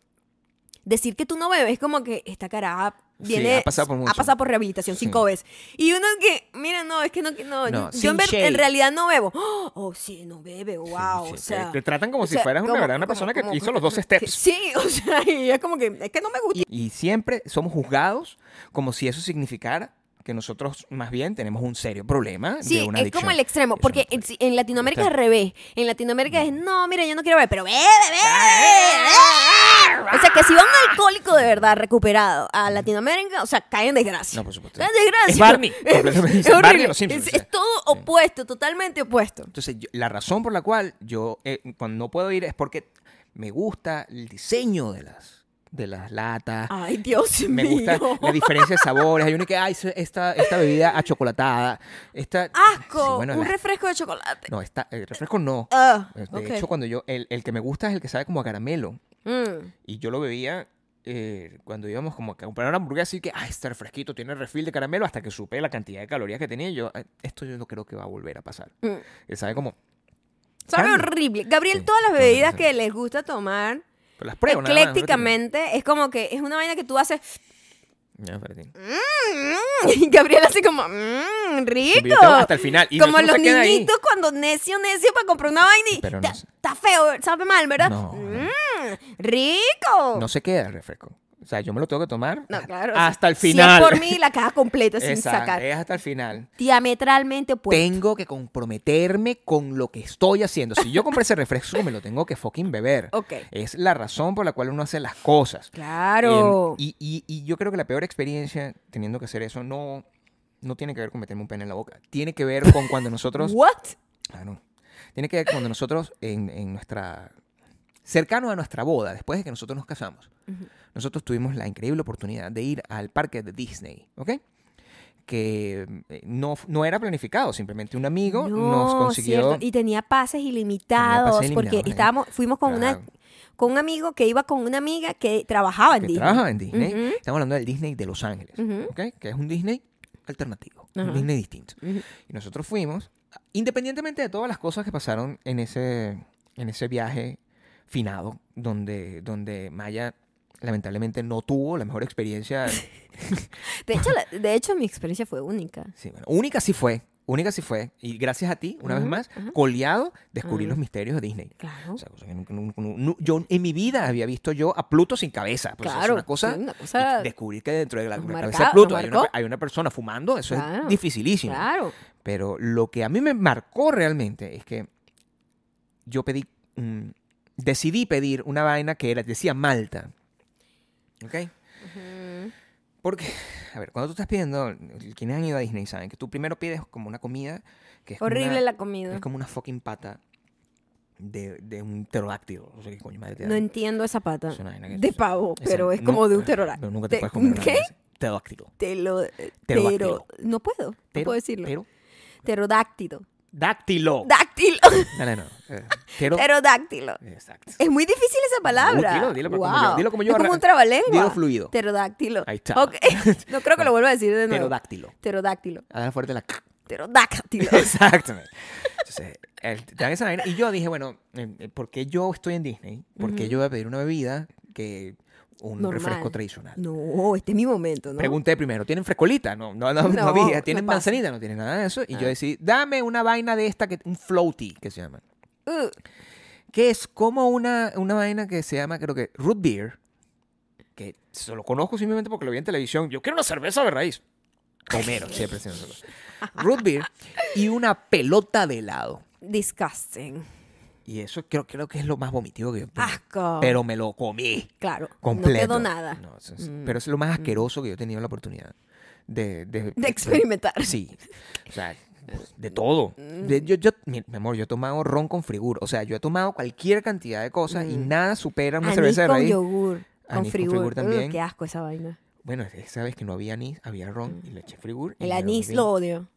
Speaker 1: decir que tú no bebes es como que esta cara viene.
Speaker 2: ha pasado por mucho.
Speaker 1: pasado por rehabilitación
Speaker 2: Sí.
Speaker 1: cinco veces. Y uno que, mira, no, es que no. que no,
Speaker 2: No,
Speaker 1: yo
Speaker 2: sin
Speaker 1: en, ver-
Speaker 2: shade.
Speaker 1: en realidad no bebo. Oh, oh, sí, no bebe, wow.
Speaker 2: Sí,
Speaker 1: o
Speaker 2: sí,
Speaker 1: sea,
Speaker 2: te, te tratan como
Speaker 1: o
Speaker 2: si
Speaker 1: sea,
Speaker 2: fueras una
Speaker 1: como-
Speaker 2: verdad una
Speaker 1: como-
Speaker 2: persona que
Speaker 1: como-
Speaker 2: hizo los 12
Speaker 1: que-
Speaker 2: steps.
Speaker 1: Sí, o sea, y es como que, es que no me gusta.
Speaker 2: Y, y siempre somos juzgados como si eso significara que nosotros más bien tenemos un serio problema
Speaker 1: Sí,
Speaker 2: de una
Speaker 1: es
Speaker 2: adicción.
Speaker 1: como el extremo,
Speaker 2: Eso
Speaker 1: porque
Speaker 2: no puede
Speaker 1: en, si- en Latinoamérica es al revés. En Latinoamérica es, no, mira, yo no quiero beber, pero bebe, bebe, bebe". O sea, que si va un alcohólico de verdad recuperado a Latinoamérica, o sea, cae en desgracia.
Speaker 2: No, por supuesto.
Speaker 1: Cae en desgracia.
Speaker 2: Es Barney,
Speaker 1: Es,
Speaker 2: completamente.
Speaker 1: es
Speaker 2: Barney
Speaker 1: horrible.
Speaker 2: de los
Speaker 1: Es-
Speaker 2: Simpsons, o sea.
Speaker 1: es todo opuesto, totalmente opuesto.
Speaker 2: Entonces, yo- la razón por la cual yo eh, cuando no puedo ir es porque me gusta el diseño de las, de las latas.
Speaker 1: Ay, Dios
Speaker 2: me
Speaker 1: mío.
Speaker 2: gusta la diferencia de sabores. Hay uno que, ay, se- esta, esta bebida achocolatada. Esta,
Speaker 1: Asco,
Speaker 2: Sí, bueno,
Speaker 1: un
Speaker 2: la-
Speaker 1: refresco de chocolate.
Speaker 2: No, esta, el refresco no.
Speaker 1: Ah,
Speaker 2: De
Speaker 1: ok.
Speaker 2: hecho, cuando yo, el, el que me gusta es el que sabe como a caramelo.
Speaker 1: Mm.
Speaker 2: Y yo lo bebía eh, cuando íbamos como que a comprar una hamburguesa y que, ah, este refresquito tiene refil de caramelo hasta que supe la cantidad de calorías que tenía. Y yo, "Ah, esto yo no creo que va a volver a pasar.
Speaker 1: Mm.
Speaker 2: Él sabe como,
Speaker 1: Sabe
Speaker 2: Carne.
Speaker 1: horrible. Gabriel,
Speaker 2: Sí,
Speaker 1: todas las
Speaker 2: no, no
Speaker 1: bebidas
Speaker 2: sé.
Speaker 1: que les gusta tomar,
Speaker 2: "Pero pues, las pruebo. nada más, no te-
Speaker 1: eclécticamente, es como que es una vaina que tú haces.
Speaker 2: Ya, espérate.
Speaker 1: "Mm", Y Gabriel así como, "Mm,
Speaker 2: Porque yo
Speaker 1: rico.
Speaker 2: tengo hasta el final. Y
Speaker 1: como
Speaker 2: eso no
Speaker 1: los
Speaker 2: se queda ahí.
Speaker 1: niñitos cuando necio, necio para comprar una vaina y
Speaker 2: Pero no
Speaker 1: "Ta-
Speaker 2: sé".
Speaker 1: está feo, sabe mal, ¿verdad?
Speaker 2: No, no.
Speaker 1: "Mm, rico.
Speaker 2: No se queda el refresco. O sea, yo me lo tengo que tomar
Speaker 1: No, claro.
Speaker 2: hasta el
Speaker 1: si-
Speaker 2: final.
Speaker 1: Si es por mí, la caja completa sin
Speaker 2: Exacto, eh.
Speaker 1: sacar.
Speaker 2: Es hasta el final.
Speaker 1: Diametralmente opuesto.
Speaker 2: Tengo que comprometerme con lo que estoy haciendo. Si yo compré ese refresco, me lo tengo que fucking beber.
Speaker 1: Ok.
Speaker 2: Es la razón por la cual uno hace las cosas.
Speaker 1: Claro.
Speaker 2: Eh, y, y- y yo creo que la peor experiencia teniendo que hacer eso no, no tiene que ver con meterme un pene en la boca. Tiene que ver con cuando nosotros.
Speaker 1: ¿What?
Speaker 2: Claro. Tiene que ver cuando nosotros, en, en nuestra. Cercano a nuestra boda, después de que nosotros nos casamos, nosotros tuvimos la increíble oportunidad de ir al parque de Disney, ¿ok? Que eh, no, f- no era planificado, simplemente un amigo nos
Speaker 1: No,
Speaker 2: consiguió.
Speaker 1: cierto. Y tenía pases ilimitados porque
Speaker 2: ilimitados, ¿eh?
Speaker 1: estábamos, fuimos con una
Speaker 2: Claro.
Speaker 1: con un amigo que iba con una amiga que trabajaba en
Speaker 2: que
Speaker 1: Disney.
Speaker 2: trabaja en Disney.
Speaker 1: Ujú.
Speaker 2: Estamos hablando del Disney de Los Ángeles,
Speaker 1: Ujú.
Speaker 2: ¿ok? Que es un Disney alternativo,
Speaker 1: Ajá.
Speaker 2: un Disney distinto.
Speaker 1: Ujú.
Speaker 2: Y nosotros fuimos, a- independientemente de todas las cosas que pasaron en ese, en ese viaje finado, donde, donde Maya lamentablemente no tuvo la mejor experiencia.
Speaker 1: De hecho, la- de hecho, mi experiencia fue única.
Speaker 2: Sí, bueno, única sí fue, única sí fue. Y gracias a ti, una vez
Speaker 1: Ujú, Mm.
Speaker 2: más,
Speaker 1: ajá.
Speaker 2: coleado, descubrí
Speaker 1: Ujú.
Speaker 2: los misterios de Disney.
Speaker 1: Claro.
Speaker 2: O sea, cosa que nunca- nunca- nu- nu- yo en mi vida había visto yo a Pluto sin cabeza. Pues es
Speaker 1: claro.
Speaker 2: una cosa
Speaker 1: sí, una cosa-
Speaker 2: Y descubrir que dentro de la,
Speaker 1: nos
Speaker 2: la
Speaker 1: marca-
Speaker 2: cabeza de Pluto
Speaker 1: nos
Speaker 2: hay una,
Speaker 1: marcó.
Speaker 2: hay una persona fumando, eso
Speaker 1: Claro,
Speaker 2: es dificilísimo.
Speaker 1: Claro.
Speaker 2: Pero lo que a mí me marcó realmente es que yo pedí, mm, decidí pedir una vaina que era, decía Malta. ¿Ok?
Speaker 1: Ujú.
Speaker 2: Porque, a ver, cuando tú estás pidiendo, quienes han ido a Disney saben que tú primero pides como una comida que es como
Speaker 1: Horrible
Speaker 2: una-
Speaker 1: la comida.
Speaker 2: Es como una fucking pata de, de un pterodáctilo. No sé qué coño madre te
Speaker 1: No
Speaker 2: dan.
Speaker 1: entiendo esa pata.
Speaker 2: Es una vaina que-
Speaker 1: De pavo,
Speaker 2: Esa-
Speaker 1: pero es
Speaker 2: no-
Speaker 1: como de un terrorá.
Speaker 2: Pero nunca te
Speaker 1: Te-
Speaker 2: puedes comer una
Speaker 1: ¿Qué?
Speaker 2: vaina así. Pterodáctilo.
Speaker 1: Te lo.
Speaker 2: Pterodáctilo.
Speaker 1: Pero. No puedo. no
Speaker 2: Pero- Oh.
Speaker 1: puedo decirlo.
Speaker 2: Pero
Speaker 1: Pterodáctido.
Speaker 2: Dáctilo.
Speaker 1: Dáctilo.
Speaker 2: No, no, no. Eh, quiero-
Speaker 1: Pterodáctilo.
Speaker 2: Exacto.
Speaker 1: Es muy difícil esa palabra.
Speaker 2: Dilo, dilo, pero como
Speaker 1: Wow.
Speaker 2: yo- dilo como yo
Speaker 1: Es como
Speaker 2: arra-
Speaker 1: un trabalengua.
Speaker 2: dilo fluido.
Speaker 1: Pterodáctilo.
Speaker 2: Ahí está.
Speaker 1: Ok. No creo que lo vuelva a decir de nuevo.
Speaker 2: Pterodáctilo.
Speaker 1: Pterodáctilo.
Speaker 2: A dar fuerte la... c-
Speaker 1: Pterodáctilo.
Speaker 2: Exactamente. Entonces, el- te dan esa vaina. Y yo dije, bueno, eh, eh, ¿por qué yo estoy en Disney? ¿Por qué yo voy a pedir una bebida que un
Speaker 1: Normal.
Speaker 2: refresco tradicional?
Speaker 1: No, este es mi momento, ¿no?
Speaker 2: Pregunté primero, ¿tienen frescolita? No, no, no, no,
Speaker 1: No,
Speaker 2: había.
Speaker 1: no
Speaker 2: ¿Tienen
Speaker 1: pasa. Ah.
Speaker 2: manzanita? No tienen nada de eso. Y yo decidí, dame una vaina de esta, que un floaty, que se llama.
Speaker 1: Uh,
Speaker 2: que es como una, una vaina que se llama, creo que, root beer, que se lo conozco simplemente porque lo vi en televisión. Yo quiero una cerveza de raíz. Homero, siempre se nosotros. Root beer y una pelota de helado.
Speaker 1: disgusting.
Speaker 2: Y eso creo, creo que es lo más vomitivo que yo tengo.
Speaker 1: Asco.
Speaker 2: Pero me lo comí
Speaker 1: claro.
Speaker 2: completo.
Speaker 1: No quedó nada Mm.
Speaker 2: No, eso es- Pero es lo más asqueroso que yo he tenido la oportunidad de... De,
Speaker 1: de experimentar.
Speaker 2: Sí. O sea,
Speaker 1: Pues,
Speaker 2: de todo.
Speaker 1: mm.
Speaker 2: De- yo, yo- mi, mi amor, yo he tomado ron con frigur. O sea, yo he tomado cualquier cantidad de cosas y nada supera una
Speaker 1: Mm. Anís
Speaker 2: cerveza de
Speaker 1: con
Speaker 2: raíz.
Speaker 1: yogur. Con
Speaker 2: Anís con
Speaker 1: frigur.
Speaker 2: frigur
Speaker 1: Uh,
Speaker 2: también.
Speaker 1: qué asco esa vaina.
Speaker 2: Bueno, esa vez que no había anís, había ron y le eché frigur. y
Speaker 1: El
Speaker 2: me lo
Speaker 1: anís
Speaker 2: bebí.
Speaker 1: lo odio.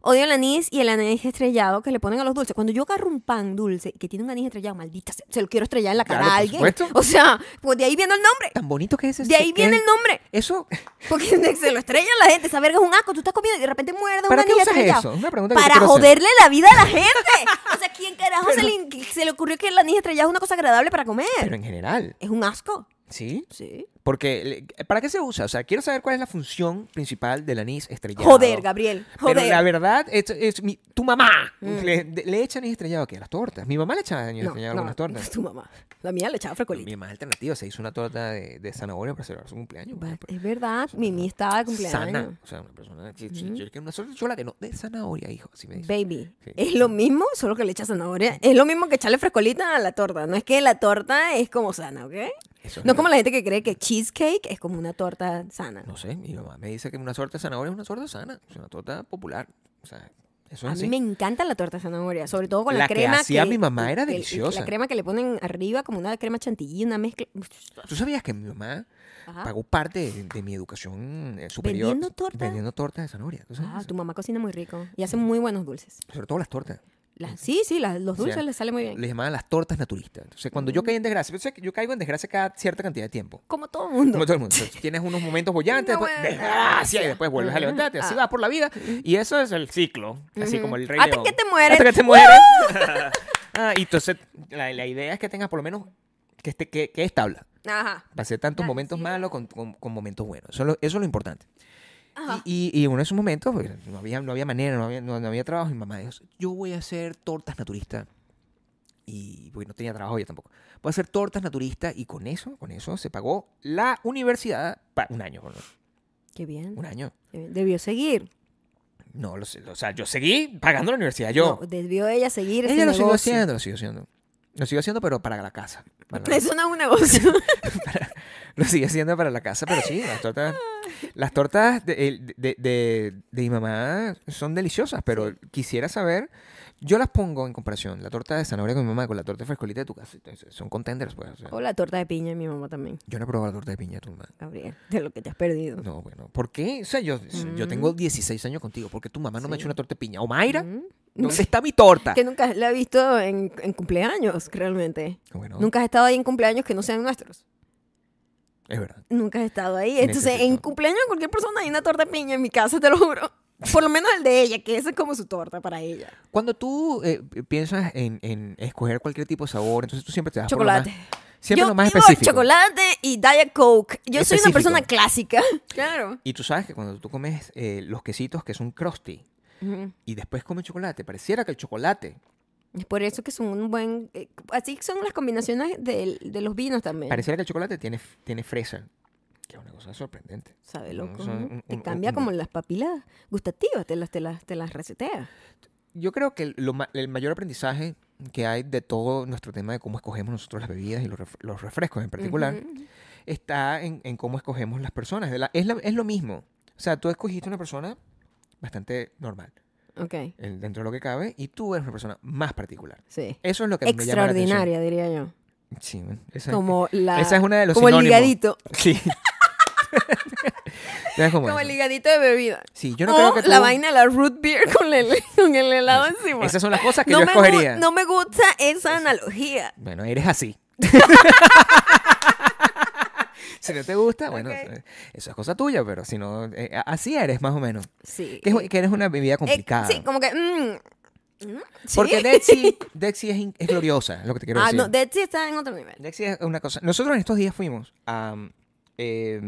Speaker 1: Odio el anís y el anís estrellado que le ponen a los dulces. Cuando yo agarro un pan dulce que tiene un anís estrellado, maldita, sea, se lo quiero estrellar en la cara a
Speaker 2: Claro, por
Speaker 1: alguien.
Speaker 2: supuesto.
Speaker 1: O sea, pues de ahí viene el nombre.
Speaker 2: Tan bonito que es ese.
Speaker 1: De ahí viene el nombre.
Speaker 2: Eso,
Speaker 1: Porque se lo estrellan la gente. Esa verga es un asco. Tú estás comiendo y de repente muerdes un
Speaker 2: ¿Para qué
Speaker 1: anís
Speaker 2: usas
Speaker 1: estrellado.
Speaker 2: eso? Una pregunta que yo
Speaker 1: Para
Speaker 2: quiero hacer.
Speaker 1: joderle la vida a la gente. O sea, ¿quién carajo se, le, in- se le ocurrió que el anís estrellado es una cosa agradable para comer?
Speaker 2: pero en general,
Speaker 1: Es un asco.
Speaker 2: ¿sí?
Speaker 1: Sí.
Speaker 2: Porque, le- ¿para qué se usa? O sea, quiero saber cuál es la función principal del anís estrellado.
Speaker 1: Joder, Gabriel. Joder. Mm.
Speaker 2: Pero la verdad, es, es mi- tu mamá le, de- le echa anís estrellado aquí a las tortas. Mi mamá le echaba anís
Speaker 1: no,
Speaker 2: estrellado a
Speaker 1: no,
Speaker 2: algunas tortas.
Speaker 1: tu mamá. La mía le echaba
Speaker 2: Mi
Speaker 1: frescolita.
Speaker 2: Pues Mi más alternativa se hizo una torta de, de zanahoria para celebrar su cumpleaños.
Speaker 1: Va-
Speaker 2: bueno,
Speaker 1: Es verdad, Mimi estaba de cumpleaños.
Speaker 2: pues. Sana. O sea, una persona. que- Yo yo quiero una sola que no. De zanahoria, hijo. Así me dice.
Speaker 1: Baby,
Speaker 2: Sí.
Speaker 1: es lo mismo, solo que le echas zanahoria. Es lo mismo que echarle frescolita a la torta. No es que la torta es como sana, ¿ok?
Speaker 2: Eso
Speaker 1: No
Speaker 2: es real.
Speaker 1: como la gente que cree que cheesecake es como una torta sana.
Speaker 2: No sé, mi mamá me dice que una torta de zanahoria es una torta sana. Es una torta popular. O sea, eso es
Speaker 1: A
Speaker 2: así.
Speaker 1: mí me encanta la torta de zanahoria, sobre todo con la,
Speaker 2: La que
Speaker 1: crema
Speaker 2: hacía mi mamá era
Speaker 1: que-
Speaker 2: deliciosa.
Speaker 1: La crema que le ponen arriba como una crema chantilly, una mezcla.
Speaker 2: ¿Tú sabías que mi mamá
Speaker 1: Ajá.
Speaker 2: pagó parte de, de mi educación eh, superior?
Speaker 1: Ah. ¿Vendiendo torta?
Speaker 2: Vendiendo tortas de zanahoria. ¿Tú sabes
Speaker 1: Ah,
Speaker 2: eso?
Speaker 1: tu mamá cocina muy rico y
Speaker 2: Mm.
Speaker 1: hace muy buenos dulces.
Speaker 2: Sobre todo las tortas.
Speaker 1: Las- sí, sí, las- los
Speaker 2: sea,
Speaker 1: dulces les sale muy bien. Mm.
Speaker 2: Le llamaban las tortas naturistas. Entonces, cuando yo caí en desgracia, pues, yo caigo en desgracia cada cierta cantidad de tiempo.
Speaker 1: Como todo el mundo.
Speaker 2: Como todo el mundo. Entonces, tienes unos momentos bollantes,
Speaker 1: No,
Speaker 2: después
Speaker 1: bueno.
Speaker 2: desgracia, y después vuelves a levantarte. Así vas por la vida. Y eso es el ciclo.
Speaker 1: Ah.
Speaker 2: Así
Speaker 1: Ujú.
Speaker 2: como el rey
Speaker 1: Hasta
Speaker 2: León.
Speaker 1: que te mueres.
Speaker 2: Hasta que te mueres. Ah, y entonces, la, la idea es que tengas por lo menos que, esté, que, que establa.
Speaker 1: Ajá.
Speaker 2: Pasé tantos
Speaker 1: Ah,
Speaker 2: momentos
Speaker 1: sí,
Speaker 2: malos con, con- con momentos buenos. Eso, es lo- eso es lo importante.
Speaker 1: Ajá.
Speaker 2: Y, y- y uno de esos momentos, pues, no, había, no había manera, no había, no, no había trabajo. Mi mamá dijo, yo voy a hacer tortas naturista. Y porque no tenía trabajo yo tampoco. Voy a hacer tortas naturista y con eso, con eso se pagó la universidad para un año. ¿no?
Speaker 1: Qué bien.
Speaker 2: Un año.
Speaker 1: qué bien. Debió seguir.
Speaker 2: No, lo sé, lo- o sea, yo seguí pagando la universidad. Yo.
Speaker 1: No, debió ella seguir. ese
Speaker 2: Ella lo siguió
Speaker 1: negocio.
Speaker 2: haciendo, lo siguió haciendo. Lo siguió haciendo, pero para la casa. Para la-
Speaker 1: Eso no es un negocio.
Speaker 2: Lo sigue haciendo para la casa, pero sí, las tortas, las tortas de, el- de- de- de mi mamá son deliciosas, pero quisiera saber, yo las pongo en comparación, la torta de zanahoria con mi mamá con la torta de frescolita de tu casa, entonces, son contenders, pues. o sea,
Speaker 1: o la torta de piña, de mi mamá también,
Speaker 2: yo no he probado la torta de piña de tu mamá.
Speaker 1: Gabriel. De lo que te has perdido.
Speaker 2: No, bueno, ¿por qué? O sea, yo, yo
Speaker 1: Mm.
Speaker 2: tengo 16 años contigo, porque tu mamá no me ha hecho una torta de piña. O Mayra, ¿dónde está mi torta?
Speaker 1: Mm. Que nunca la he visto en, en cumpleaños, realmente.
Speaker 2: Bueno,
Speaker 1: Nunca has estado ahí en cumpleaños que no sean nuestros.
Speaker 2: es verdad.
Speaker 1: Nunca has estado ahí. Entonces, en
Speaker 2: Necesito.
Speaker 1: cumpleaños de cualquier persona hay una torta de piña en mi casa, te lo juro. Por lo menos el de ella, que esa es como su torta para ella.
Speaker 2: Cuando tú eh, piensas en, en escoger cualquier tipo de sabor, entonces tú siempre te das por lo más-
Speaker 1: Chocolate.
Speaker 2: siempre
Speaker 1: Yo
Speaker 2: lo más
Speaker 1: vivo
Speaker 2: específico.
Speaker 1: chocolate y Diet Coke. Yo soy una
Speaker 2: Específico.
Speaker 1: persona clásica. Claro.
Speaker 2: Y tú sabes que cuando tú comes eh, los quesitos que son crusty
Speaker 1: Ujú.
Speaker 2: y después comes chocolate, pareciera que el chocolate,
Speaker 1: Es por eso que son un buen... eh, así son las combinaciones del- de, los vinos también.
Speaker 2: pareciera que el chocolate tiene, tiene fresa. Que es una cosa sorprendente.
Speaker 1: Sabe
Speaker 2: No,
Speaker 1: loco,
Speaker 2: eso es
Speaker 1: ¿no?
Speaker 2: un-
Speaker 1: Te
Speaker 2: un-
Speaker 1: cambia
Speaker 2: un-
Speaker 1: como las papilas gustativas, te las, te las, te las resetea.
Speaker 2: Yo creo que lo ma- el mayor aprendizaje que hay de todo nuestro tema de cómo escogemos nosotros las bebidas y los, ref- los refrescos en particular está en, en cómo escogemos las personas. De la- es, la- es lo mismo. O sea, tú escogiste una persona bastante normal
Speaker 1: Ok,
Speaker 2: el- dentro de lo que cabe y tú eres una persona más particular.
Speaker 1: sí.
Speaker 2: Eso es lo que me llama la atención.
Speaker 1: Extraordinaria, diría yo.
Speaker 2: Sí, bueno, esa-
Speaker 1: Como la...
Speaker 2: esa es una de los
Speaker 1: Como el
Speaker 2: sinónimos.
Speaker 1: ligadito.
Speaker 2: Sí. ¿Sabes cómo
Speaker 1: Como
Speaker 2: es?
Speaker 1: el ligadito de bebida.
Speaker 2: Sí, yo no
Speaker 1: o
Speaker 2: creo que tú-
Speaker 1: la vaina de la root beer con el, con el helado encima.
Speaker 2: Esas son las cosas que
Speaker 1: no
Speaker 2: yo
Speaker 1: me
Speaker 2: escogería.
Speaker 1: gu- no me gusta esa analogía.
Speaker 2: Bueno, eres así. si no te gusta, bueno, eh,
Speaker 1: Ok.
Speaker 2: eso es cosa tuya, pero si no, eh, a- así eres más o menos.
Speaker 1: Sí.
Speaker 2: Que, es- que eres una bebida
Speaker 1: Eh,
Speaker 2: complicada.
Speaker 1: sí, como que... mm, mm, sí.
Speaker 2: Porque Dexy, Dexy es, in- es gloriosa, es lo que te quiero
Speaker 1: Ah,
Speaker 2: decir.
Speaker 1: no, Dead Sea está en otro nivel.
Speaker 2: Dexy es una cosa. Nosotros en estos días fuimos a, eh,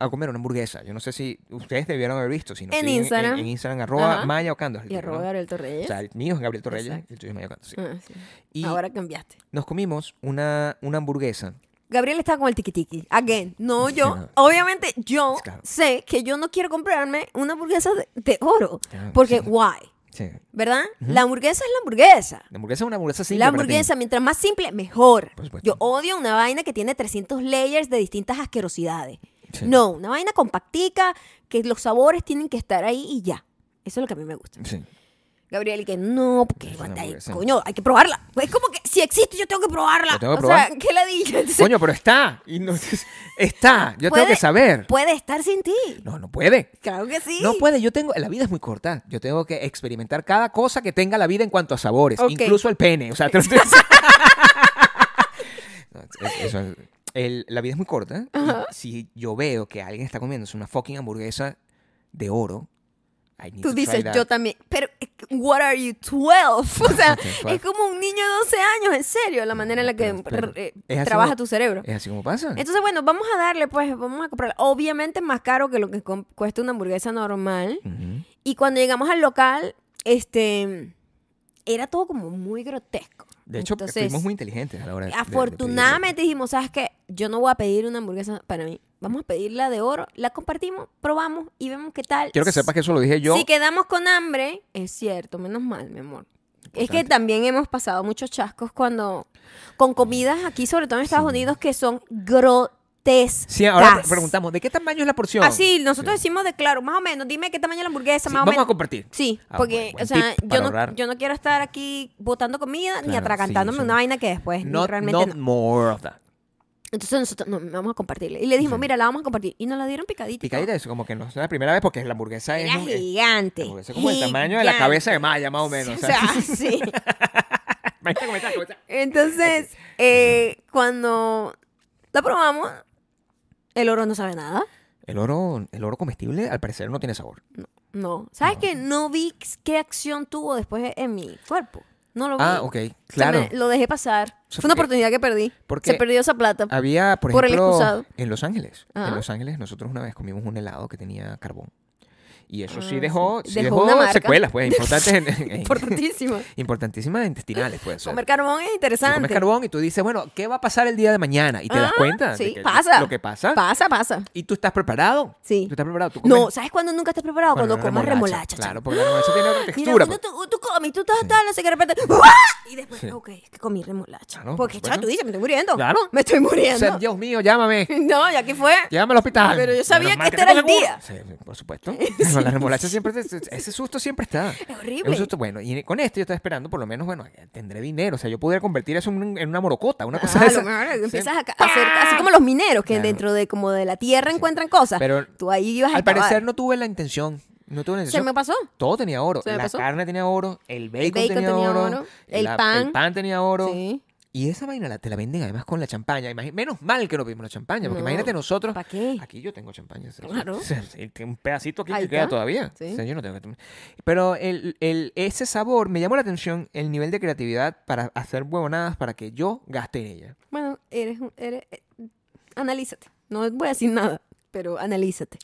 Speaker 2: a comer una hamburguesa. Yo no sé si ustedes debieron haber visto. Si no,
Speaker 1: En
Speaker 2: siguen
Speaker 1: Instagram.
Speaker 2: En, Instagram, arroba
Speaker 1: Ajá.
Speaker 2: Maya Ocando.
Speaker 1: Y arroba Gabriel Torreyes.
Speaker 2: O sea, el mío es Gabriel Torreyes
Speaker 1: Exacto.
Speaker 2: y el tuyo es Maya Ocando. sí.
Speaker 1: Ah, sí.
Speaker 2: Y
Speaker 1: Ahora cambiaste.
Speaker 2: nos comimos una, una hamburguesa.
Speaker 1: Gabriel está con el tiki-tiki. Again. No, yo.
Speaker 2: Claro.
Speaker 1: Obviamente, yo
Speaker 2: Claro.
Speaker 1: sé que yo no quiero comprarme una hamburguesa de, de oro.
Speaker 2: Claro,
Speaker 1: Porque,
Speaker 2: sí.
Speaker 1: why?
Speaker 2: Sí.
Speaker 1: ¿Verdad? La hamburguesa es la hamburguesa.
Speaker 2: La hamburguesa es una hamburguesa simple.
Speaker 1: la
Speaker 2: para ti.
Speaker 1: hamburguesa, mientras más simple, mejor.
Speaker 2: Por supuesto.
Speaker 1: Yo odio una vaina que tiene 300 layers de distintas asquerosidades.
Speaker 2: Sí.
Speaker 1: No, una vaina compactica, que los sabores tienen que estar ahí y ya. Eso es lo que a mí me gusta.
Speaker 2: Sí.
Speaker 1: Gabriel, y que no, porque
Speaker 2: Es una
Speaker 1: aguanta ahí,
Speaker 2: hamburguesa.
Speaker 1: coño, hay que probarla. Es como que si existe, yo tengo que probarla.
Speaker 2: Yo tengo que
Speaker 1: o sea,
Speaker 2: probar.
Speaker 1: ¿qué la dije?
Speaker 2: Coño, pero está. Y no- está. Yo tengo que saber.
Speaker 1: Puede estar sin ti.
Speaker 2: No, no puede.
Speaker 1: Claro que sí.
Speaker 2: No puede, yo tengo, la vida es muy corta. Yo tengo que experimentar cada cosa que tenga la vida en cuanto a sabores,
Speaker 1: Ok.
Speaker 2: incluso el pene. O sea, te lo estoy- No, es- eso es- el- la vida es muy corta. y Si yo veo que alguien está comiéndose una fucking hamburguesa de oro, I need
Speaker 1: Tú
Speaker 2: to try
Speaker 1: dices,
Speaker 2: that.
Speaker 1: yo también. Pero, what are you, 12? O sea,
Speaker 2: Ok, claro.
Speaker 1: es como un niño de 12 años, en serio, la manera en la que
Speaker 2: Pero- pero-
Speaker 1: r- eh,
Speaker 2: es así
Speaker 1: trabaja
Speaker 2: como-
Speaker 1: tu cerebro.
Speaker 2: Es así como pasa.
Speaker 1: Entonces, bueno, vamos a darle, pues, vamos a comprarla. Obviamente más caro que lo que com- cuesta una hamburguesa normal.
Speaker 2: Ujú.
Speaker 1: Y cuando llegamos al local, este, era todo como muy grotesco.
Speaker 2: De hecho,
Speaker 1: Entonces,
Speaker 2: fuimos muy inteligentes a la hora de- de- de pedirlo.
Speaker 1: Afortunadamente dijimos, ¿sabes qué? Yo no voy a pedir una hamburguesa para mí. Vamos a pedir la de oro, la compartimos, probamos y vemos qué tal.
Speaker 2: Quiero que sepas que eso lo dije yo.
Speaker 1: Si quedamos con hambre, es cierto, menos mal, mi amor. Es que
Speaker 2: Importante.
Speaker 1: también hemos pasado muchos chascos cuando con comidas aquí, sobre todo en Estados Unidos, que son grotescas.
Speaker 2: Sí, ahora pre- preguntamos, ¿de qué tamaño es la porción?
Speaker 1: Así, nosotros
Speaker 2: Sí.
Speaker 1: decimos de claro, más o menos, dime qué tamaño es la hamburguesa,
Speaker 2: Sí,
Speaker 1: más o
Speaker 2: vamos
Speaker 1: menos.
Speaker 2: a compartir.
Speaker 1: Sí,
Speaker 2: Ah,
Speaker 1: porque,
Speaker 2: buen- buen
Speaker 1: o sea,
Speaker 2: tip para
Speaker 1: yo no,
Speaker 2: ahorrar.
Speaker 1: yo no quiero estar aquí botando comida ni
Speaker 2: Claro,
Speaker 1: atragantándome
Speaker 2: sí, sí.
Speaker 1: una vaina que después
Speaker 2: Not,
Speaker 1: realmente
Speaker 2: not
Speaker 1: no.
Speaker 2: more of that.
Speaker 1: Entonces nosotros no, vamos a compartirle. Y le dijimos, mira, la vamos a compartir. Y nos la dieron picadita. y todo.
Speaker 2: Picadita es como que no es la primera vez porque la hamburguesa es,
Speaker 1: Era
Speaker 2: un- es-
Speaker 1: gigante.
Speaker 2: la hamburguesa es como el tamaño de la cabeza de Maya, más o
Speaker 1: gigante.
Speaker 2: menos.
Speaker 1: O sea, sí.
Speaker 2: Imagínate cómo está la cabeza.
Speaker 1: Entonces, eh, cuando la probamos, el oro no sabe nada.
Speaker 2: el, oro, el oro comestible al parecer no tiene sabor.
Speaker 1: No. ¿Sabes que No vi qué acción tuvo después en mi cuerpo. No lo vi.
Speaker 2: Ah, ok,
Speaker 1: O sea,
Speaker 2: claro.
Speaker 1: me- lo dejé pasar.
Speaker 2: sea,
Speaker 1: Fue una
Speaker 2: porque- Ah,
Speaker 1: oportunidad que perdí.
Speaker 2: porque
Speaker 1: Se perdió esa plata.
Speaker 2: Había, por
Speaker 1: Por el
Speaker 2: ejemplo,
Speaker 1: excusado.
Speaker 2: en Los Ángeles.
Speaker 1: Ajá.
Speaker 2: En Los Ángeles nosotros una vez comimos un helado que tenía carbón. Y eso
Speaker 1: Ah,
Speaker 2: sí dejó,
Speaker 1: sí.
Speaker 2: sí
Speaker 1: Dejó
Speaker 2: dejó,
Speaker 1: una marca.
Speaker 2: secuelas, pues, importantes en- en- en-
Speaker 1: Importantísimo.
Speaker 2: importantísimas intestinales, pues. o sea,
Speaker 1: Comer carbón es
Speaker 2: Tú
Speaker 1: interesante.
Speaker 2: comes carbón y tú dices, bueno, ¿qué va a pasar el día de mañana? Y te das
Speaker 1: Ah,
Speaker 2: cuenta de
Speaker 1: Sí,
Speaker 2: que-
Speaker 1: pasa.
Speaker 2: lo que pasa.
Speaker 1: Pasa, pasa.
Speaker 2: y tú estás preparado.
Speaker 1: Sí.
Speaker 2: Tú estás preparado. Tú
Speaker 1: No,
Speaker 2: comes-
Speaker 1: ¿sabes cuándo nunca estás preparado? Ah, Cuando,
Speaker 2: Bueno, una
Speaker 1: comas remolacha.
Speaker 2: Claro,
Speaker 1: chamo.
Speaker 2: porque la remolacha tiene otra
Speaker 1: Mira,
Speaker 2: textura.
Speaker 1: uno
Speaker 2: pues.
Speaker 1: tú, tú comes, tú estás tal, no sé qué, de repente, ¡ah! Y después,
Speaker 2: Sí.
Speaker 1: ok, es que comí remolacha.
Speaker 2: Claro,
Speaker 1: Porque,
Speaker 2: por
Speaker 1: chaval, tú
Speaker 2: supuesto.
Speaker 1: dices, me estoy muriendo.
Speaker 2: Claro.
Speaker 1: Me estoy
Speaker 2: O
Speaker 1: muriendo.
Speaker 2: sea, Dios mío, llámame.
Speaker 1: No, y aquí fue.
Speaker 2: Llámame al hospital.
Speaker 1: Pero yo sabía
Speaker 2: Menos mal
Speaker 1: que este era
Speaker 2: tengo
Speaker 1: el
Speaker 2: seguro. Sí, por supuesto. Con la remolacha siempre, te- ese susto siempre está. Es
Speaker 1: horrible.
Speaker 2: un susto, bueno, y con este yo estaba esperando, por lo menos, bueno, eh, tendré dinero. O sea, yo pudiera convertir eso en, un- en una morocota, una
Speaker 1: Ah,
Speaker 2: cosa de
Speaker 1: a
Speaker 2: esa.
Speaker 1: lo mejor
Speaker 2: Sí.
Speaker 1: empiezas a ca- a hacer así como los mineros que
Speaker 2: Claro.
Speaker 1: dentro de como de la tierra encuentran cosas.
Speaker 2: Pero
Speaker 1: tú ahí ibas a
Speaker 2: Al
Speaker 1: acabar.
Speaker 2: parecer no tuve la intención. No tuve la
Speaker 1: se
Speaker 2: intención.
Speaker 1: me pasó.
Speaker 2: Todo tenía oro.
Speaker 1: ¿Se me
Speaker 2: La
Speaker 1: pasó?
Speaker 2: carne tenía oro, el bacon,
Speaker 1: bacon
Speaker 2: tenía,
Speaker 1: tenía
Speaker 2: oro,
Speaker 1: oro, el
Speaker 2: la-
Speaker 1: pan.
Speaker 2: tenía oro.
Speaker 1: Sí.
Speaker 2: Y esa vaina la, te la venden además con la champaña. Imagi- menos mal que no pedimos la champaña, porque
Speaker 1: No,
Speaker 2: imagínate nosotros.
Speaker 1: ¿Para qué?
Speaker 2: Aquí yo tengo champaña. ¿sí?
Speaker 1: Claro.
Speaker 2: Sí, sí, tengo un pedacito aquí
Speaker 1: Ahí
Speaker 2: que queda
Speaker 1: está.
Speaker 2: todavía.
Speaker 1: Sí.
Speaker 2: O sea, yo no tengo que tomar. Pero el, el- ese sabor me llamó la atención, el nivel de creatividad para hacer huevonadas para que yo gaste en ella.
Speaker 1: Bueno, eres, un- eres eh, analízate. No voy a decir nada, pero analízate.